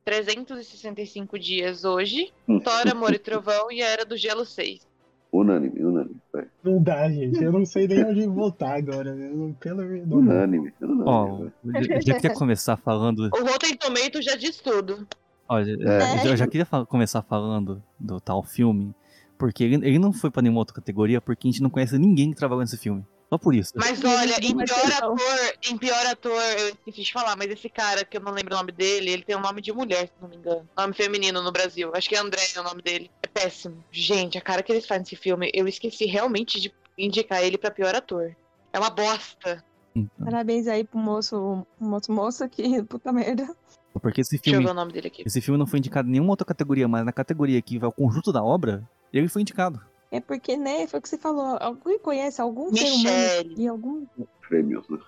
[SPEAKER 3] 365 Dias Hoje,
[SPEAKER 5] Hum.
[SPEAKER 3] Thor, Amor e Trovão e A Era do Gelo 6.
[SPEAKER 5] Unânime, unânime. vai.
[SPEAKER 7] Não dá, gente. Eu não sei nem onde voltar agora. Mesmo. Pelo não dá.
[SPEAKER 5] Unânime, unânime.
[SPEAKER 2] Ó,
[SPEAKER 5] vai.
[SPEAKER 2] eu já- eu já queria começar falando.
[SPEAKER 3] O Rotten Tomato já diz tudo.
[SPEAKER 2] Ó, eu- eu-
[SPEAKER 5] É.
[SPEAKER 2] eu já queria fa- começar falando do tal filme, porque ele, ele não foi para nenhuma outra categoria, porque a gente não conhece ninguém que trabalhou nesse filme. Só por isso.
[SPEAKER 3] Mas olha, em
[SPEAKER 1] Mas
[SPEAKER 3] pior
[SPEAKER 1] não.
[SPEAKER 3] ator, em pior ator, eu esqueci de falar, mas esse cara que eu não lembro o nome dele, ele tem um nome de mulher, se não me engano. Nome feminino no Brasil. Acho que é André o nome dele. É péssimo. Gente, a cara que eles fazem nesse filme, eu esqueci realmente de indicar ele pra pior ator. É uma bosta.
[SPEAKER 2] Então,
[SPEAKER 1] Parabéns aí pro moço, pro moço, moça que puta merda.
[SPEAKER 2] porque esse
[SPEAKER 3] Deixa eu
[SPEAKER 2] filme
[SPEAKER 3] ver o nome dele aqui.
[SPEAKER 2] Esse filme não foi indicado em nenhuma outra categoria, mas na categoria que vai o conjunto da obra, ele foi indicado.
[SPEAKER 1] É porque, né, foi o que você falou. Alguém conhece algum ser humano
[SPEAKER 3] Michelle.
[SPEAKER 1] e algum
[SPEAKER 5] Prêmios, né?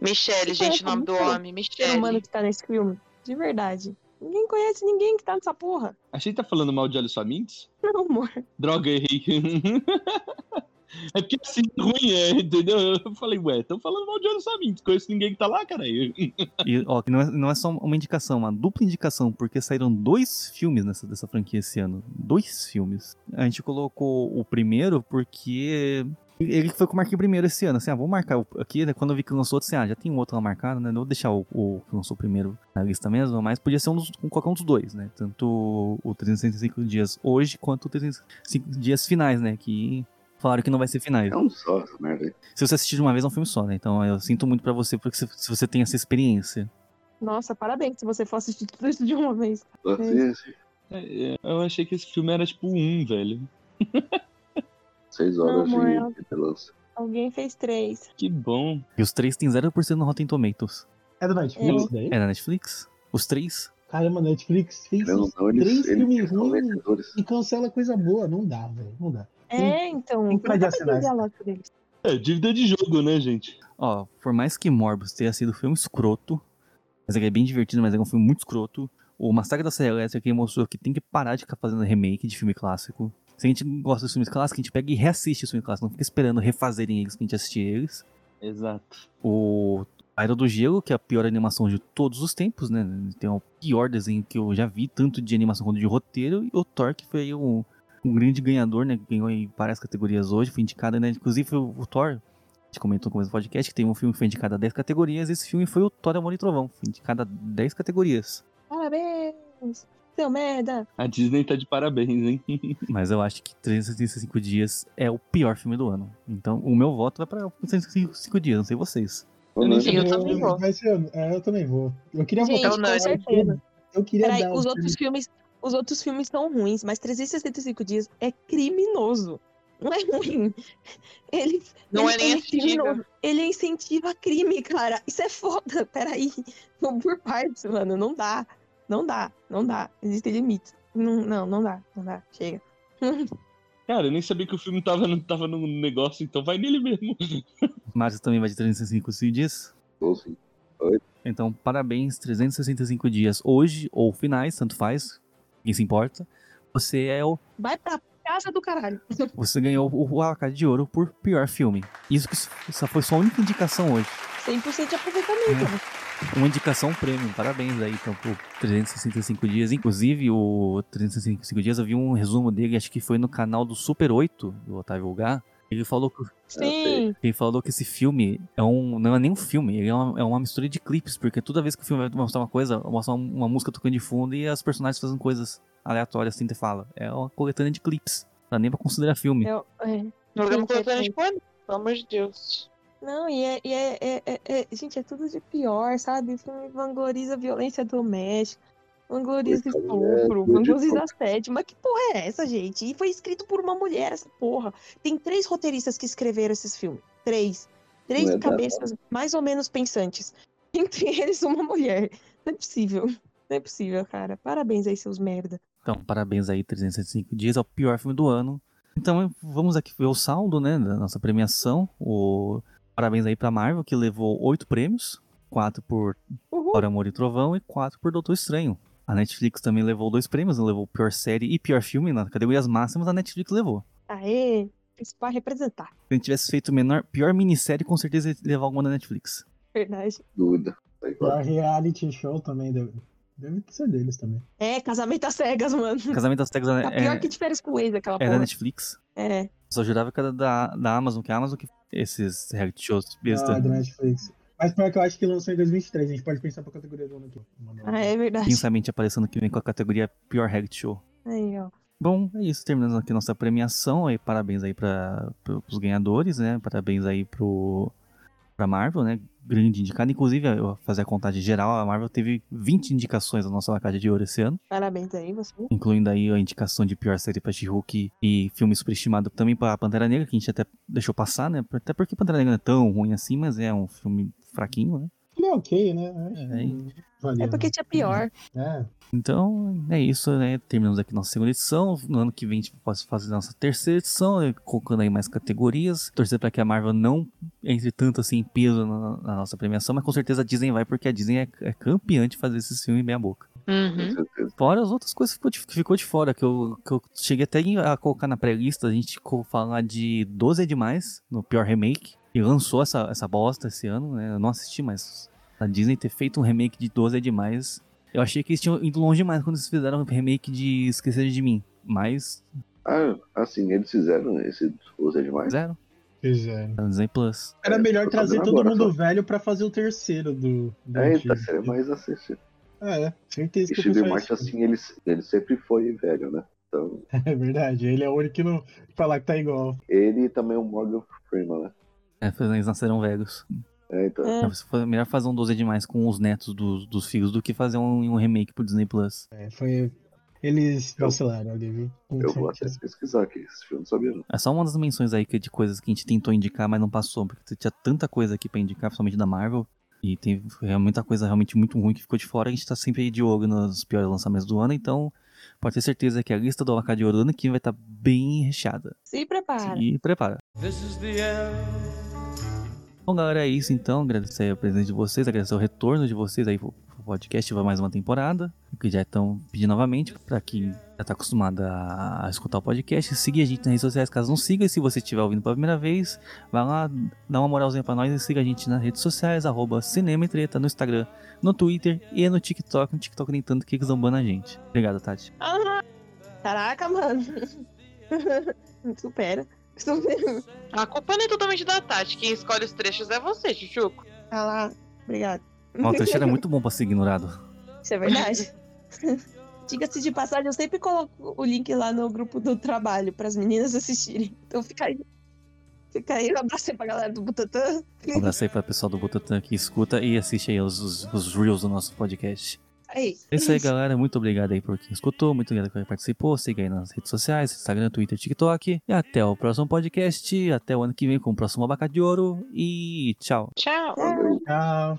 [SPEAKER 3] Michelle,
[SPEAKER 1] Você
[SPEAKER 3] gente,
[SPEAKER 1] conhece
[SPEAKER 3] o nome do
[SPEAKER 1] algum
[SPEAKER 3] homem.
[SPEAKER 1] ser
[SPEAKER 3] Michelle.
[SPEAKER 1] humano que tá nesse filme? De verdade. Ninguém conhece ninguém que tá nessa porra.
[SPEAKER 10] Achei que tá falando mal de Olhos Famintos.
[SPEAKER 1] Não, amor.
[SPEAKER 10] Droga, errei. é porque assim, ruim é, entendeu? Eu falei, ué, estão falando mal de Olhos Famintos. Conheço ninguém que tá lá, cara.
[SPEAKER 2] E, ó, que não é, não é só uma indicação, uma dupla indicação, porque saíram dois filmes nessa, dessa franquia esse ano. Dois filmes. A gente colocou o primeiro porque. Ele foi que eu marquei primeiro esse ano, assim, ah, vou marcar o- aqui, né, quando eu vi que lançou, eu disse, ah, já tem um outro lá marcado, né, não vou deixar o, o que lançou primeiro na lista mesmo, mas podia ser um dos, um- qualquer um dos dois, né, tanto o 365 dias hoje, quanto o 365 dias finais, né, que falaram que não vai ser finais.
[SPEAKER 5] É um só, essa merda aí.
[SPEAKER 2] Se você assistir de uma vez, é um filme só, né? Então eu sinto muito pra você, porque se, se você tem essa experiência.
[SPEAKER 1] Nossa, parabéns se você for assistir tudo isso de uma vez.
[SPEAKER 5] Assim, assim,
[SPEAKER 10] É, é, Eu achei que esse filme era tipo um, velho.
[SPEAKER 5] seis
[SPEAKER 1] Não, é.
[SPEAKER 5] horas
[SPEAKER 1] amor,
[SPEAKER 5] de-
[SPEAKER 1] eu-
[SPEAKER 5] de pelância.
[SPEAKER 1] Alguém fez três.
[SPEAKER 10] Que bom.
[SPEAKER 2] E os três têm 0% no Rotten Tomatoes.
[SPEAKER 7] É da Netflix daí?
[SPEAKER 2] É na Netflix? Os três?
[SPEAKER 7] Caramba, a Netflix fez
[SPEAKER 5] Querendo ou não,
[SPEAKER 7] três
[SPEAKER 5] eles, eles
[SPEAKER 7] filmes
[SPEAKER 5] são
[SPEAKER 7] ruins
[SPEAKER 5] vencedores.
[SPEAKER 7] e cancela coisa boa. Não dá, velho. Não dá.
[SPEAKER 1] É, então.
[SPEAKER 7] Tem que pagar
[SPEAKER 1] como
[SPEAKER 7] sinais.
[SPEAKER 1] é a lógica deles?
[SPEAKER 10] É, dívida de jogo, né, gente?
[SPEAKER 2] Ó, por mais que Morbius tenha sido um filme escroto, mas ele é bem divertido, mas ele é um filme muito escroto. O Massacre da Serra Elétrica ele mostrou que tem que parar de ficar fazendo remake de filme clássico. Se a gente gosta dos filmes clássicos, a gente pega e reassiste os filmes clássicos. Não fica esperando refazerem eles pra gente assistir eles.
[SPEAKER 10] Exato.
[SPEAKER 2] O A Era do Gelo, que é a pior animação de todos os tempos, né? Tem o pior desenho que eu já vi, tanto de animação quanto de roteiro. E o Thor, que foi aí um, um grande ganhador, né? Ganhou em várias categorias hoje, foi indicado, né? Inclusive foi o, o Thor, a gente comentou no começo do podcast, que tem um filme que foi indicado a 10 categorias. Esse filme foi o Thor Amor e Trovão, foi indicado a 10 categorias.
[SPEAKER 1] Parabéns! Seu merda!
[SPEAKER 10] A Disney tá de parabéns, hein?
[SPEAKER 2] Mas eu acho que 365 Dias é o pior filme do ano. Então o meu voto vai pra 365 Dias, não sei vocês.
[SPEAKER 5] Eu não
[SPEAKER 3] Eu também vou.
[SPEAKER 7] Mas eu, é, eu também vou. Eu queria
[SPEAKER 1] Gente,
[SPEAKER 7] voltar.
[SPEAKER 3] não,
[SPEAKER 1] com
[SPEAKER 3] eu-
[SPEAKER 1] certeza.
[SPEAKER 7] Eu queria
[SPEAKER 1] Peraí,
[SPEAKER 7] dar
[SPEAKER 1] os
[SPEAKER 7] um-
[SPEAKER 1] outros filmes. Os outros filmes são ruins, mas 365 dias é criminoso. Não é ruim. Ele
[SPEAKER 3] Não
[SPEAKER 1] ele-
[SPEAKER 3] é nem
[SPEAKER 1] ele
[SPEAKER 3] assistível.
[SPEAKER 1] criminoso. Ele incentiva crime, cara. Isso é foda. Peraí. Vamos por partes, mano. Não dá. Não dá. Não dá. Existem limites. Não, não, não dá. Não dá. Chega.
[SPEAKER 10] Cara, eu nem sabia que o filme tava, no- tava no negócio, então vai nele mesmo.
[SPEAKER 2] Márcio também vai de 365 Dias.
[SPEAKER 5] sou, sim.
[SPEAKER 2] Então, parabéns, 365 dias hoje ou finais, tanto faz, ninguém se importa. Você é o,
[SPEAKER 1] Vai pra casa do caralho.
[SPEAKER 2] você ganhou o Acad de Ouro por pior filme. Isso que s- essa foi sua única indicação hoje.
[SPEAKER 1] 100% de aproveitamento.
[SPEAKER 2] Uma indicação prêmio. Parabéns aí, então, por 365 dias. Inclusive, o 365 dias, eu vi um resumo dele, acho que foi no canal do Super 8, do Otávio Gá. Ele falou que
[SPEAKER 1] Sim.
[SPEAKER 2] Ele falou que esse filme é um, não é nem um filme, ele é uma, é uma mistura de clipes, porque toda vez que o filme vai mostrar uma coisa, mostra um, uma, uma música tocando de fundo e as personagens fazendo coisas aleatórias, assim, te fala. É uma coletânea de clipes. Não dá nem pra considerar filme.
[SPEAKER 1] Eu- é.
[SPEAKER 3] Não
[SPEAKER 1] Sim,
[SPEAKER 3] vamos colocar
[SPEAKER 1] perfeito.
[SPEAKER 3] de pano. Pelo amor de Deus.
[SPEAKER 1] Não, e é, e é, é- é- é- gente, é tudo de pior, sabe? O filme vangloriza a violência doméstica, vangloriza
[SPEAKER 5] Coitado,
[SPEAKER 1] estupro,
[SPEAKER 5] né?
[SPEAKER 1] vangloriza assédio. Mas que porra é essa, gente? E foi escrito por uma mulher, essa porra. Tem três roteiristas que escreveram esses filmes. Três. Três
[SPEAKER 5] Não é da-
[SPEAKER 1] cabeças mais ou menos pensantes. Entre eles, uma mulher. Não é possível. Não é possível, cara. Parabéns aí, seus merda.
[SPEAKER 2] Então, parabéns aí, 365 dias, é o pior filme do ano. Então, vamos aqui ver o saldo, né, da nossa premiação. O... Parabéns aí pra Marvel, que levou oito prêmios. Quatro por
[SPEAKER 1] Uhul.
[SPEAKER 2] Por Amor e Trovão e quatro por Doutor Estranho. A Netflix também levou dois prêmios, né? levou pior série e pior filme, nas categorias máximas a Netflix levou.
[SPEAKER 1] Aê, isso vai representar.
[SPEAKER 2] Se a gente tivesse feito menor, pior minissérie, com certeza ia levar alguma da Netflix.
[SPEAKER 1] Verdade.
[SPEAKER 5] Dúvida. Tá igual.
[SPEAKER 7] A reality show também deve, deve ser deles também.
[SPEAKER 1] É, casamento às cegas, mano.
[SPEAKER 2] Casamento das Tegas
[SPEAKER 1] Tá pior
[SPEAKER 2] é,
[SPEAKER 1] que de férias com o ex, aquela
[SPEAKER 2] é
[SPEAKER 1] porra.
[SPEAKER 2] da
[SPEAKER 5] né?
[SPEAKER 2] Netflix.
[SPEAKER 1] É.
[SPEAKER 2] Só jurava que era da, da Amazon, que a Amazon que esses reality shows besta.
[SPEAKER 7] Ah, da Netflix. Mas pior que eu acho que lançou em 2023. A gente pode pensar pra categoria do ano aqui. Mano,
[SPEAKER 1] Ah, é verdade.
[SPEAKER 2] Pensamente aparecendo que vem com a categoria pior reality show.
[SPEAKER 1] Aí, ó.
[SPEAKER 2] Bom, é isso. Terminando aqui nossa premiação. Aí, parabéns aí para os ganhadores, né? Parabéns aí pro pra Marvel, né? Grande indicada. Inclusive, eu vou fazer a contagem geral, a Marvel teve 20 indicações na nossa lacada de ouro esse ano,
[SPEAKER 1] Parabéns aí, você. É
[SPEAKER 2] incluindo aí a indicação de pior série pra She-Hulk e filme superestimado também pra Pantera Negra, que a gente até deixou passar, né? Até porque Pantera Negra não é tão ruim assim, mas é um filme fraquinho, né?
[SPEAKER 7] Ele é ok, né? Acho que
[SPEAKER 2] É,
[SPEAKER 7] valeu,
[SPEAKER 1] É porque tinha pior.
[SPEAKER 7] né?
[SPEAKER 2] Então, é isso, né? Terminamos aqui nossa segunda edição. No ano que vem a gente pode fazer nossa terceira edição, né? colocando aí mais categorias. Torcer pra que a Marvel não entre tanto assim em peso na, na nossa premiação, mas com certeza a Disney vai, porque a Disney é, é campeã de fazer esses filmes meia boca.
[SPEAKER 3] Uhum.
[SPEAKER 5] Com certeza.
[SPEAKER 2] Fora as outras coisas que ficou de, que ficou de fora, que eu, que eu cheguei até a colocar na pré-lista, a gente co- falar de 12 é demais, no pior remake. E lançou essa, essa bosta esse ano, né? Eu não assisti, mas a Disney ter feito um remake de 12 é demais. Eu achei que eles tinham ido longe demais quando eles fizeram o remake de Esquecer de Mim. Mas
[SPEAKER 5] Ah, assim, eles fizeram esse Usa Demais.
[SPEAKER 2] fizeram.
[SPEAKER 7] Fizeram.
[SPEAKER 2] Tá no é, Disney Plus.
[SPEAKER 7] Era melhor
[SPEAKER 5] é. tô
[SPEAKER 7] trazer
[SPEAKER 5] sabendo
[SPEAKER 7] todo
[SPEAKER 5] agora,
[SPEAKER 7] mundo
[SPEAKER 5] só.
[SPEAKER 7] velho pra fazer o terceiro do. do
[SPEAKER 5] É,
[SPEAKER 7] antigo.
[SPEAKER 5] tá sendo mais acessível.
[SPEAKER 7] Ah, é. Certeza
[SPEAKER 5] E
[SPEAKER 7] que
[SPEAKER 5] Steve
[SPEAKER 7] eu pensava
[SPEAKER 5] Martin,
[SPEAKER 7] isso.
[SPEAKER 5] assim, ele, ele sempre foi velho, né? Então,
[SPEAKER 7] É verdade. Ele é o único que não falar que tá igual.
[SPEAKER 5] ele e também é o Morgan Freeman, né?
[SPEAKER 2] É, eles nasceram velhos.
[SPEAKER 5] É, então,
[SPEAKER 1] É.
[SPEAKER 2] Foi melhor fazer um 12 é demais com os netos dos, dos filhos do que fazer um, um remake pro Disney Plus.
[SPEAKER 7] É, foi. Eles vacilaram ali, viu? Com
[SPEAKER 5] eu vou até
[SPEAKER 7] certeza.
[SPEAKER 5] pesquisar aqui, esse filme não sabia não.
[SPEAKER 2] É só uma das menções aí que- de coisas que a gente tentou indicar, mas não passou, porque tinha tanta coisa aqui pra indicar, principalmente da Marvel. E tem é, muita coisa realmente muito ruim que ficou de fora. A gente tá sempre aí de olho nos piores lançamentos do ano, então pode ter certeza que a lista do Alacá de Ouro do ano que vai estar bem recheada.
[SPEAKER 1] Se prepara.
[SPEAKER 2] E prepara. Bom, galera, é isso então. Agradecer a presença de vocês, agradecer o retorno de vocês aí pro pro podcast. Vai mais uma temporada. O que já estão pedindo novamente para quem já tá acostumado a a escutar o podcast. Seguir a gente nas redes sociais, caso não siga. E se você estiver ouvindo pela primeira vez, vai lá, dá uma moralzinha pra nós e siga a gente nas redes sociais, arroba Cinema e Treta, no Instagram, no Twitter e no TikTok. No TikTok nem tanto que eles dão ban na gente. Obrigado, Tati.
[SPEAKER 1] Ah, caraca, mano. Supera. Supera.
[SPEAKER 3] A culpa não é totalmente da Tati. Quem escolhe os trechos é você, Chuchuco.
[SPEAKER 1] Tá lá. Obrigado.
[SPEAKER 2] Nossa, o Teixeira é muito bom pra ser ignorado.
[SPEAKER 1] Isso é verdade. Diga-se de passagem, eu sempre coloco o link lá no grupo do trabalho para as meninas assistirem. Então fica aí. Fica aí, um abraço aí pra galera do Butantan.
[SPEAKER 2] Um abraço aí pra pessoal do Butantan que escuta e assiste aí os, os, os reels do nosso podcast.
[SPEAKER 1] Aí.
[SPEAKER 2] É isso aí, galera. Muito obrigado aí por quem escutou, muito obrigado por quem participou. Siga aí nas redes sociais, Instagram, Twitter, TikTok. E até o próximo podcast. Até o ano que vem com o próximo Abacate de Ouro. E tchau.
[SPEAKER 3] Tchau.
[SPEAKER 7] Tchau.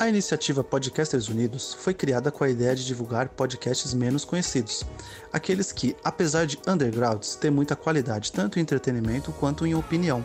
[SPEAKER 11] A iniciativa Podcasters Unidos foi criada com a ideia de divulgar podcasts menos conhecidos, aqueles que, apesar de undergrounds, têm muita qualidade tanto em entretenimento quanto em opinião.